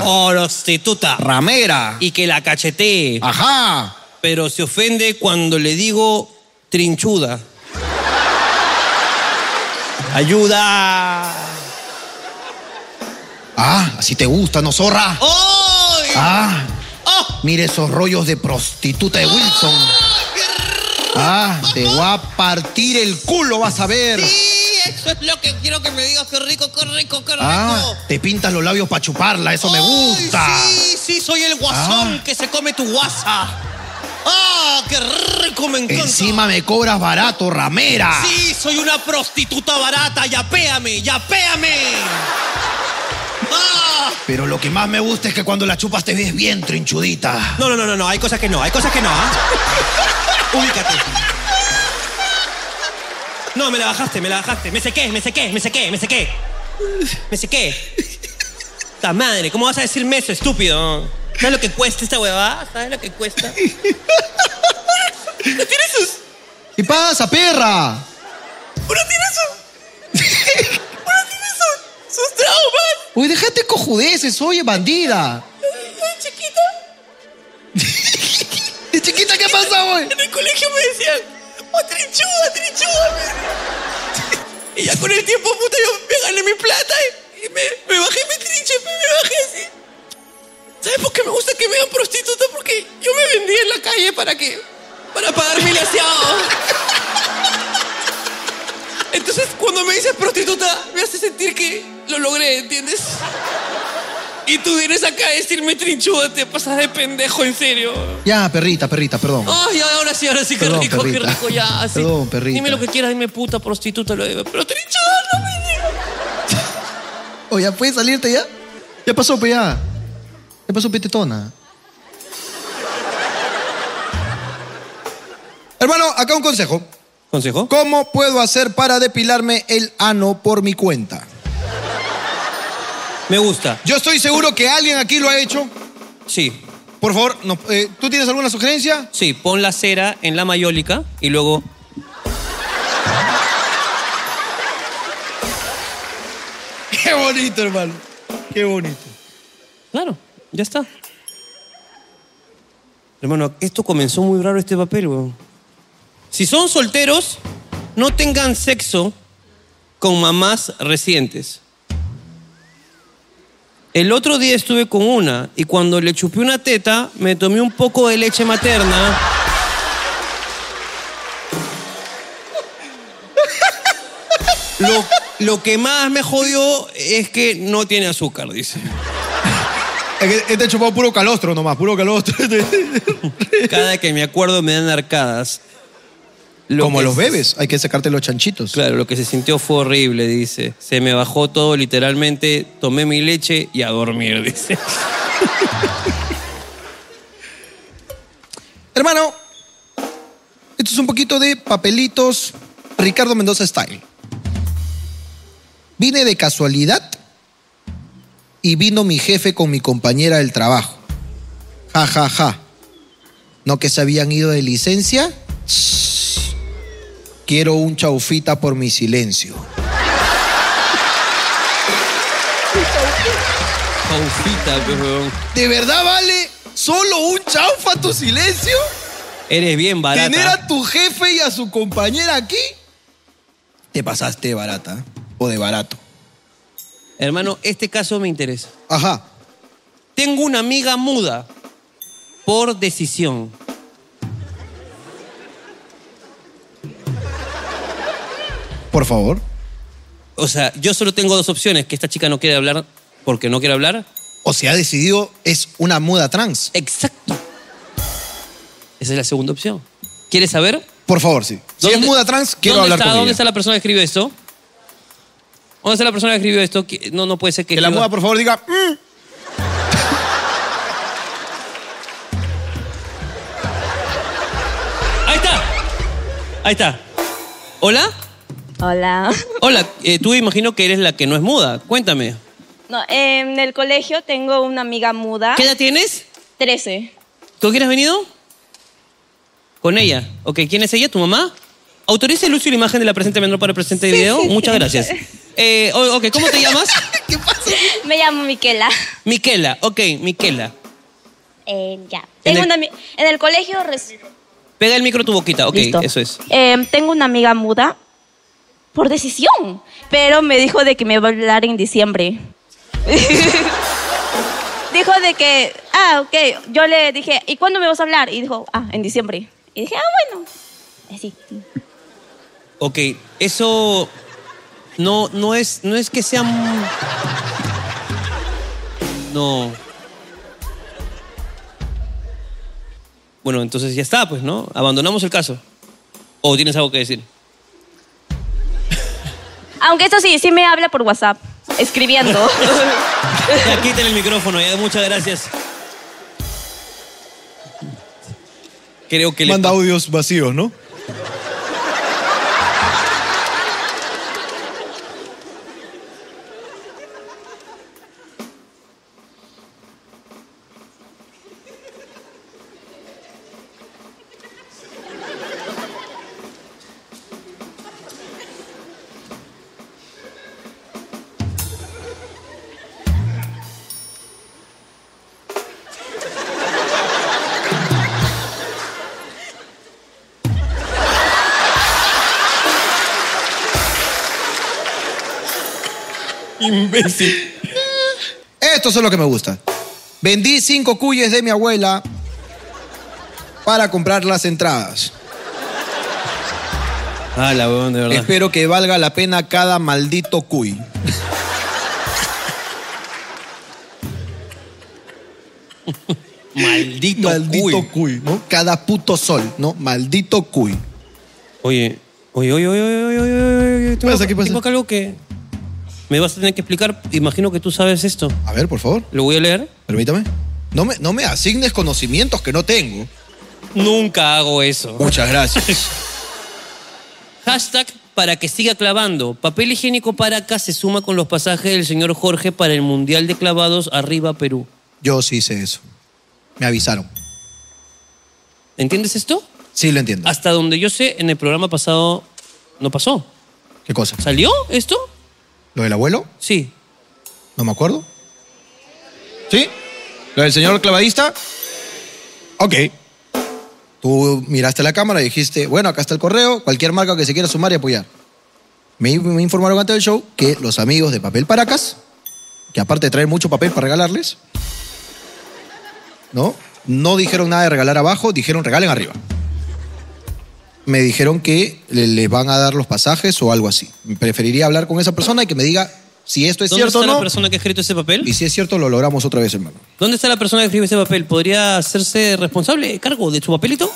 Speaker 2: Ajá.
Speaker 1: Prostituta.
Speaker 4: Ramera.
Speaker 1: Oh. Y que la cachetee.
Speaker 2: Ah.
Speaker 4: Ajá.
Speaker 1: Pero se ofende cuando le digo trinchuda. Ayuda.
Speaker 2: Ah, así te gusta, ¿no, zorra?
Speaker 1: Oh. ¡Ay!
Speaker 2: Ah.
Speaker 1: Oh.
Speaker 2: Mire esos rollos de prostituta de Wilson. Ah, te va a partir el culo, vas a ver.
Speaker 1: Sí, eso es lo que quiero que me digas. Qué rico, qué rico, qué rico.
Speaker 2: Ah, te pintas los labios para chuparla, eso me gusta.
Speaker 1: Sí, sí, soy el guasón que se come tu guasa. ¡Ah, qué rico, me encanta!
Speaker 2: Encima me cobras barato, ramera.
Speaker 1: Sí, soy una prostituta barata. Yapéame, yapéame. ¡Ah!
Speaker 2: Pero lo que más me gusta es que cuando la chupas te ves bien, trinchudita.
Speaker 1: No, no, no, no, no, hay cosas que no, hay cosas que no, ¿ah? Ubícate. No, me la bajaste, me la bajaste. Me sequé, me sequé, me sequé, me sequé. Me sequé. ¡Ta madre! ¿Cómo vas a decirme eso, estúpido? ¿Sabes lo que cuesta esta huevada? ¿Sabes lo que cuesta? ¿No tienes sus
Speaker 2: ¿Qué pasa, perra?
Speaker 1: Uno tiene su. Uno tiene su- sus traumas.
Speaker 2: Uy, déjate cojudeces, oye, bandida.
Speaker 1: Ay, chiquita.
Speaker 2: ¿De chiquita qué pasa, güey?
Speaker 1: En el colegio me decían, oh, trinchuda, trinchuda. me- Y ya con el tiempo, puta, yo me gané mi plata y, y me, me bajé mi trinche, pues, me bajé así. ¿Sabes por qué me gusta que me vean prostituta? Porque yo me vendí en la calle para que. para pagar mi laseado. Entonces, cuando me dices prostituta, me hace sentir que lo logré, ¿entiendes? Y tú vienes acá a decirme trinchuda, te pasas de pendejo, en serio.
Speaker 2: Ya, perrita, perrita, perdón.
Speaker 1: Ay, ya, ahora sí, ahora sí, qué
Speaker 2: Perdón,
Speaker 1: rico,
Speaker 2: perrita.
Speaker 1: qué rico, ya. Así.
Speaker 2: Perdón, perrita.
Speaker 1: Dime lo que quieras, dime puta, prostituta, lo digo. Pero trinchuda, no me
Speaker 2: O ya puedes salirte ya. Ya pasó, pues ya. Ya pasó, petetona. Hermano, acá un consejo.
Speaker 1: ¿Consejo?
Speaker 2: ¿Cómo puedo hacer para depilarme el ano por mi cuenta?
Speaker 1: Me gusta.
Speaker 2: Yo estoy seguro que alguien aquí lo ha hecho.
Speaker 1: Sí,
Speaker 2: Por favor, no- eh, ¿tú tienes alguna sugerencia?
Speaker 1: sí, pon la cera en la mayólica y luego.
Speaker 2: Qué bonito, hermano. Qué bonito.
Speaker 1: Claro, ya está. Hermano, esto comenzó muy raro este papel, weón. Si son solteros, no tengan sexo con mamás recientes. El otro día estuve con una y cuando le chupé una teta, me tomé un poco de leche materna. Lo, lo que más me jodió es que no tiene azúcar, dice.
Speaker 2: Es que Este chupado puro calostro nomás, puro calostro.
Speaker 1: Cada que me acuerdo me dan arcadas. Lo
Speaker 2: Como
Speaker 1: que
Speaker 2: los
Speaker 1: se-
Speaker 2: bebés, hay que sacarte los chanchitos.
Speaker 1: Claro, lo que se sintió fue horrible, dice. Se me bajó todo, literalmente, tomé mi leche y a dormir, dice.
Speaker 2: Hermano, esto es un poquito de papelitos Ricardo Mendoza Style. Vine de casualidad y vino mi jefe con mi compañera del trabajo. Ja, ja, ja. ¿No que se habían ido de licencia? Shh. Quiero un chaufita por mi silencio.
Speaker 1: Confita, pues, weón.
Speaker 2: ¿De verdad vale solo un chaufa tu silencio?
Speaker 1: Eres bien
Speaker 2: ¿Tener
Speaker 1: barata.
Speaker 2: a tu jefe y a su compañera aquí? Te pasaste de barata ¿eh? o de barato.
Speaker 1: Hermano, este caso me interesa.
Speaker 2: Ajá.
Speaker 1: Tengo una amiga muda por decisión.
Speaker 2: Por favor.
Speaker 1: O sea, yo solo tengo dos opciones, que esta chica no quiere hablar porque no quiere hablar.
Speaker 2: O sea, ha decidido es una muda trans.
Speaker 1: Exacto. Esa es la segunda opción. ¿Quieres saber?
Speaker 2: Por favor, sí. Si es muda trans, quiero
Speaker 1: ¿Dónde
Speaker 2: hablar
Speaker 1: está,
Speaker 2: con
Speaker 1: ¿Dónde
Speaker 2: ella.
Speaker 1: está la persona que escribió esto? ¿Dónde está la persona que escribió esto? Que- No, no puede ser que...
Speaker 4: Que la
Speaker 1: escriba-
Speaker 4: muda, por favor, diga. "Mm".
Speaker 1: ¡Ahí está! Ahí está. ¿Hola?
Speaker 12: Hola.
Speaker 1: Hola, eh, tú imagino que eres la que no es muda. Cuéntame.
Speaker 12: No, en el colegio tengo una amiga
Speaker 9: Ah.
Speaker 12: muda.
Speaker 1: ¿Qué edad tienes?
Speaker 12: Trece.
Speaker 1: ¿Con quién has venido? Con ella. Ok, ¿quién es ella? ¿Tu mamá? Autoriza el uso y la imagen de la presente menor para el presente video. Muchas gracias. Eh, o- ok, ¿cómo te llamas?
Speaker 12: Me llamo Miquela.
Speaker 1: Miquela. Ok, Miquela.
Speaker 12: Eh, ya.
Speaker 1: En
Speaker 12: Tengo
Speaker 1: el-
Speaker 12: una ami- en el colegio res-
Speaker 1: Pega el micro a tu boquita. Ok, eso es.
Speaker 12: eh, tengo una amiga muda por decisión, pero me dijo de que me va a hablar en diciembre. dijo de que, ah, ok, yo le dije, ¿y cuándo me vas a hablar? Y dijo, ah, en diciembre. Y dije, ah, bueno. Así.
Speaker 1: Ok, eso no, no, es, no es que sea... m- No. Bueno, entonces ya está, pues, ¿no? Abandonamos el caso. ¿O tienes algo que decir?
Speaker 12: Aunque eso sí, sí me habla por WhatsApp, escribiendo.
Speaker 1: Ya, quítale el micrófono, ya, muchas gracias. Creo que le...
Speaker 2: "Mm, Manda audios vacíos, ¿no?
Speaker 1: Imbécil.
Speaker 2: Esto es lo que me gusta. Vendí cinco cuyes de mi abuela para comprar las entradas.
Speaker 1: Ah, la huevón, de verdad.
Speaker 2: Espero que valga la pena cada maldito cuy.
Speaker 1: Maldito,
Speaker 2: Maldito cuy. ¿no? Cada puto sol, ¿no? Maldito cuy.
Speaker 1: Oye, oye, oye, oye, oye, oye, oye, oye, oye, tengo- tengo acá algo que me vas a tener que explicar. Imagino que tú sabes esto.
Speaker 2: A ver, por favor.
Speaker 1: Lo voy a leer.
Speaker 2: Permítame. No me, no me asignes conocimientos que no tengo.
Speaker 1: Nunca hago eso.
Speaker 2: Muchas gracias.
Speaker 1: Hashtag para que siga clavando. Papel higiénico para acá se suma con los pasajes del señor Jorge para el Mundial de Clavados arriba Perú.
Speaker 2: Yo sí hice eso. Me avisaron.
Speaker 1: ¿Entiendes esto?
Speaker 2: Sí, lo entiendo.
Speaker 1: Hasta donde yo sé, en el programa pasado no pasó.
Speaker 2: ¿Qué cosa?
Speaker 1: ¿Salió esto?
Speaker 2: ¿Lo del abuelo?
Speaker 1: Sí.
Speaker 2: No me acuerdo. ¿Sí? ¿Lo del señor clavadista? Ok. Tú miraste la cámara y dijiste, bueno, acá está el correo, cualquier marca que se quiera sumar y apoyar. Me, me informaron antes del show que los amigos de Papel Paracas, que aparte de traer mucho papel para regalarles, ¿no? No dijeron nada de regalar abajo, dijeron regalen arriba. Me dijeron que le- les van a dar los pasajes o algo así. Preferiría hablar con esa persona y que me diga si esto es
Speaker 1: ¿Dónde
Speaker 2: cierto o
Speaker 1: está la
Speaker 2: no.
Speaker 1: persona que ha escrito ese papel?
Speaker 2: Y si es cierto, lo logramos otra vez, hermano.
Speaker 1: ¿Dónde está la persona que escribe ese papel? ¿Podría hacerse responsable de cargo de su papelito?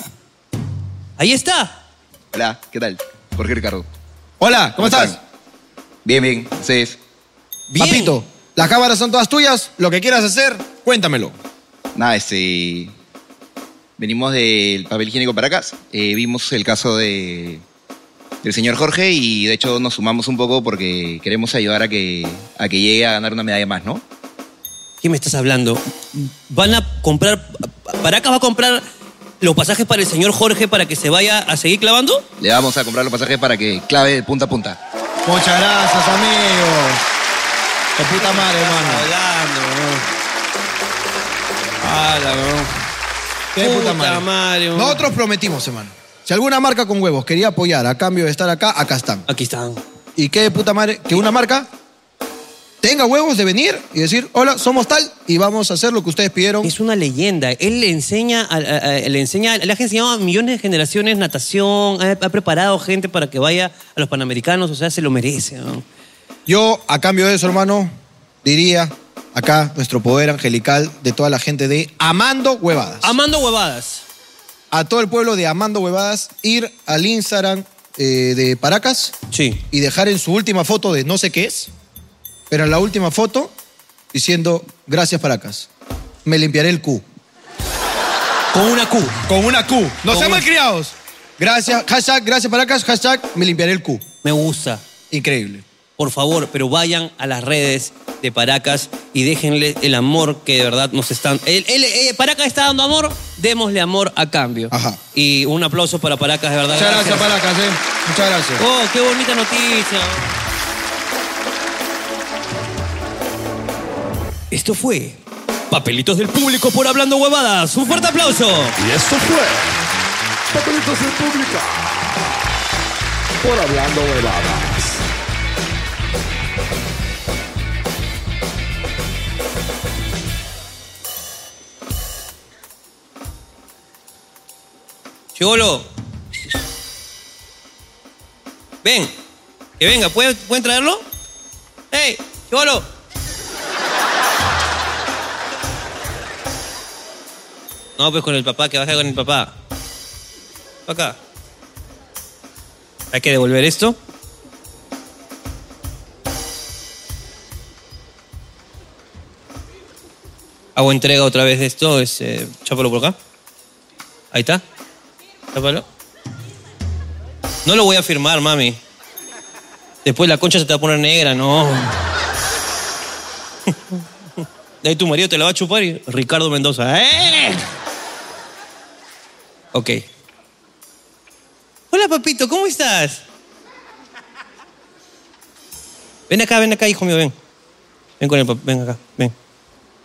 Speaker 1: Ahí está.
Speaker 13: Hola, ¿qué tal? Jorge Ricardo.
Speaker 2: Hola, ¿cómo estás?
Speaker 13: Bien, bien, sí.
Speaker 2: Papito, las cámaras son todas tuyas. Lo que quieras hacer, cuéntamelo.
Speaker 13: Nada, este. Venimos del papel higiénico para acá. Eh, vimos el caso de del señor Jorge y de hecho nos sumamos un poco porque queremos ayudar a que, a que llegue a ganar una medalla más, ¿no?
Speaker 1: ¿Qué me estás hablando? Van a comprar. Paracas va a comprar los pasajes para el señor Jorge para que se vaya a seguir clavando.
Speaker 13: Le vamos a comprar los pasajes para que clave de punta a punta.
Speaker 2: Muchas gracias, amigos. De puta madre, hermano.
Speaker 1: Hablando, Hala,
Speaker 2: Qué de puta
Speaker 1: Puta
Speaker 2: madre.
Speaker 1: madre, weón.
Speaker 2: Nosotros prometimos, hermano. Si alguna marca con huevos quería apoyar a cambio de estar acá, acá están.
Speaker 1: Aquí están.
Speaker 2: Y qué de puta madre que una marca tenga huevos de venir y decir, hola, somos tal y vamos a hacer lo que ustedes pidieron.
Speaker 1: Es una leyenda. Él le enseña, a- a- a- le enseña, le ha enseñado a millones de generaciones natación, ha, ha preparado gente para que vaya a los panamericanos, o sea, se lo merece. ¿no?
Speaker 2: Yo, a cambio de eso, hermano, diría acá nuestro poder angelical de toda la gente de Amando Huevadas.
Speaker 1: Amando Huevadas.
Speaker 2: A todo el pueblo de Amando Huevadas, ir al Instagram eh, de Paracas.
Speaker 1: Sí.
Speaker 2: Y dejar en su última foto de no sé qué es, pero en la última foto diciendo, gracias Paracas, me limpiaré el Q.
Speaker 1: Con una Q.
Speaker 2: Con una Q. No
Speaker 4: sean
Speaker 2: malcriados. Gracias, hashtag, gracias Paracas, hashtag, me limpiaré el Q.
Speaker 1: Me gusta. Increíble. Por favor, pero vayan a las redes de Paracas y déjenle el amor que de verdad nos están. El, el- eh, Paracas está dando amor, démosle amor a cambio. Y un aplauso para Paracas, de verdad.
Speaker 4: Muchas gracias, Paracas, eh. Muchas gracias.
Speaker 1: Oh, qué bonita noticia. Esto fue Papelitos del Público por Hablando Huevadas. Un fuerte aplauso.
Speaker 3: Y esto fue Papelitos del Público por Hablando Huevadas.
Speaker 1: Chivolo. Ven. Que venga. ¿Pueden, ¿pueden traerlo? ¡Ey! Chivolo. No, pues con el papá, que baje con el papá. Pa' acá. Hay que devolver esto. Hago entrega otra vez de esto. Es, eh, chápalo por acá. Ahí está. Tápalo. No lo voy a firmar, mami. Después la concha se te va a poner negra, no. De ahí tu marido te la va a chupar y Ricardo Mendoza. ¡Eh! Ok. Hola, papito, ¿cómo estás? Ven acá, ven acá, hijo mío, ven. Ven con el papá, ven acá, ven.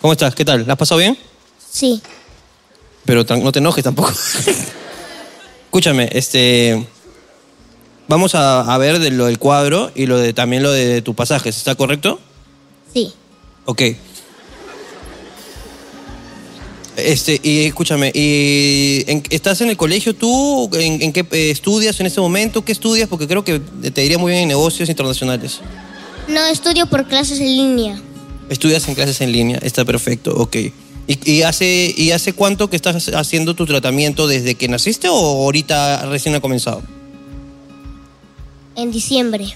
Speaker 1: ¿Cómo estás? ¿Qué tal? ¿La has pasado bien?
Speaker 11: Sí.
Speaker 1: Pero tan- no te enojes tampoco. Escúchame, este. Vamos a, a ver de lo del cuadro y lo de también lo de tus pasajes, ¿está correcto?
Speaker 11: Sí.
Speaker 1: Ok. Este, y escúchame, y en- ¿estás en el colegio tú? ¿En, en qué eh, estudias en este momento? ¿Qué estudias? Porque creo que te iría muy bien en negocios internacionales.
Speaker 11: No estudio por clases en línea.
Speaker 1: Estudias en clases en línea, está perfecto, ok. ¿Y, y hace, ¿Y hace cuánto que estás haciendo tu tratamiento desde que naciste o ahorita recién ha comenzado?
Speaker 11: En diciembre.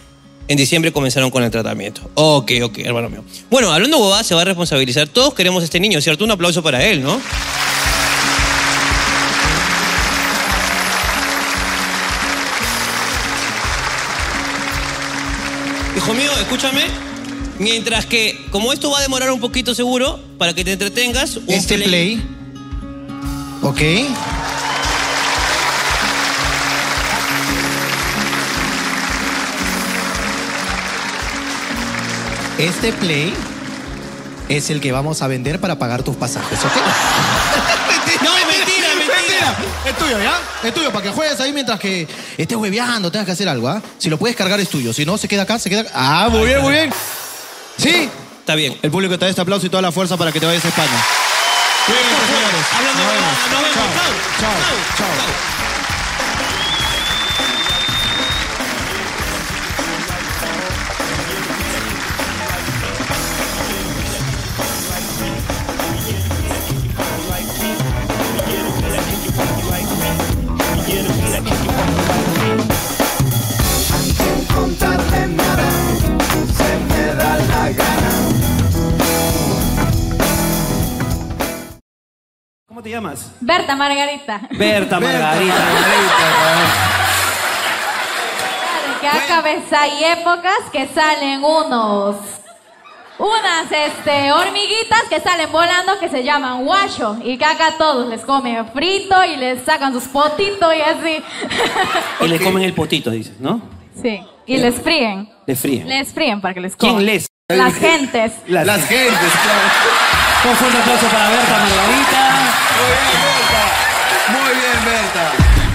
Speaker 1: En diciembre comenzaron con el tratamiento. Ok, ok, hermano mío. Bueno, hablando boba, se va a responsabilizar. Todos queremos a este niño, ¿cierto? Un aplauso para él, ¿no? Hijo mío, escúchame. Mientras que, como esto va a demorar un poquito seguro, para que te entretengas, un
Speaker 4: Este play. Ok.
Speaker 5: Este play es el que vamos a vender para pagar tus pasajes, ¿ok?
Speaker 4: No, mentira, mentira.
Speaker 5: Es tuyo, ¿ya? Es tuyo, para que juegues ahí mientras que estés hueveando, tengas que hacer algo, ¿ah? Si lo puedes cargar es tuyo, si no, se queda acá, se queda acá. Ah, muy bien, muy bien. ¿Sí?
Speaker 1: Está bien.
Speaker 5: El público está de este aplauso y toda la fuerza para que te vayas a España.
Speaker 1: Hablando
Speaker 5: Nos vemos.
Speaker 1: nos vemos. Chao,
Speaker 5: chao, chao.
Speaker 14: contarle nada, se me da la gana.
Speaker 15: ¿Cómo te llamas?
Speaker 9: Berta Margarita.
Speaker 15: Berta Margarita.
Speaker 9: Que a cabeza hay épocas que salen unos. Unas este, hormiguitas que salen volando que se llaman guacho. Y que acá a todos les comen frito y les sacan sus potitos y así.
Speaker 15: Y le comen el potito, dices, ¿no?
Speaker 9: Sí. Y les fríen.
Speaker 15: Le Eh, fríen.
Speaker 9: Les fríen para que les coman.
Speaker 15: ¿Quién les?
Speaker 9: Las gentes.
Speaker 15: Las, gentes, claro. Un fuerte aplauso para Berta Margarita.
Speaker 4: Muy bien, Berta. Muy bien, Berta.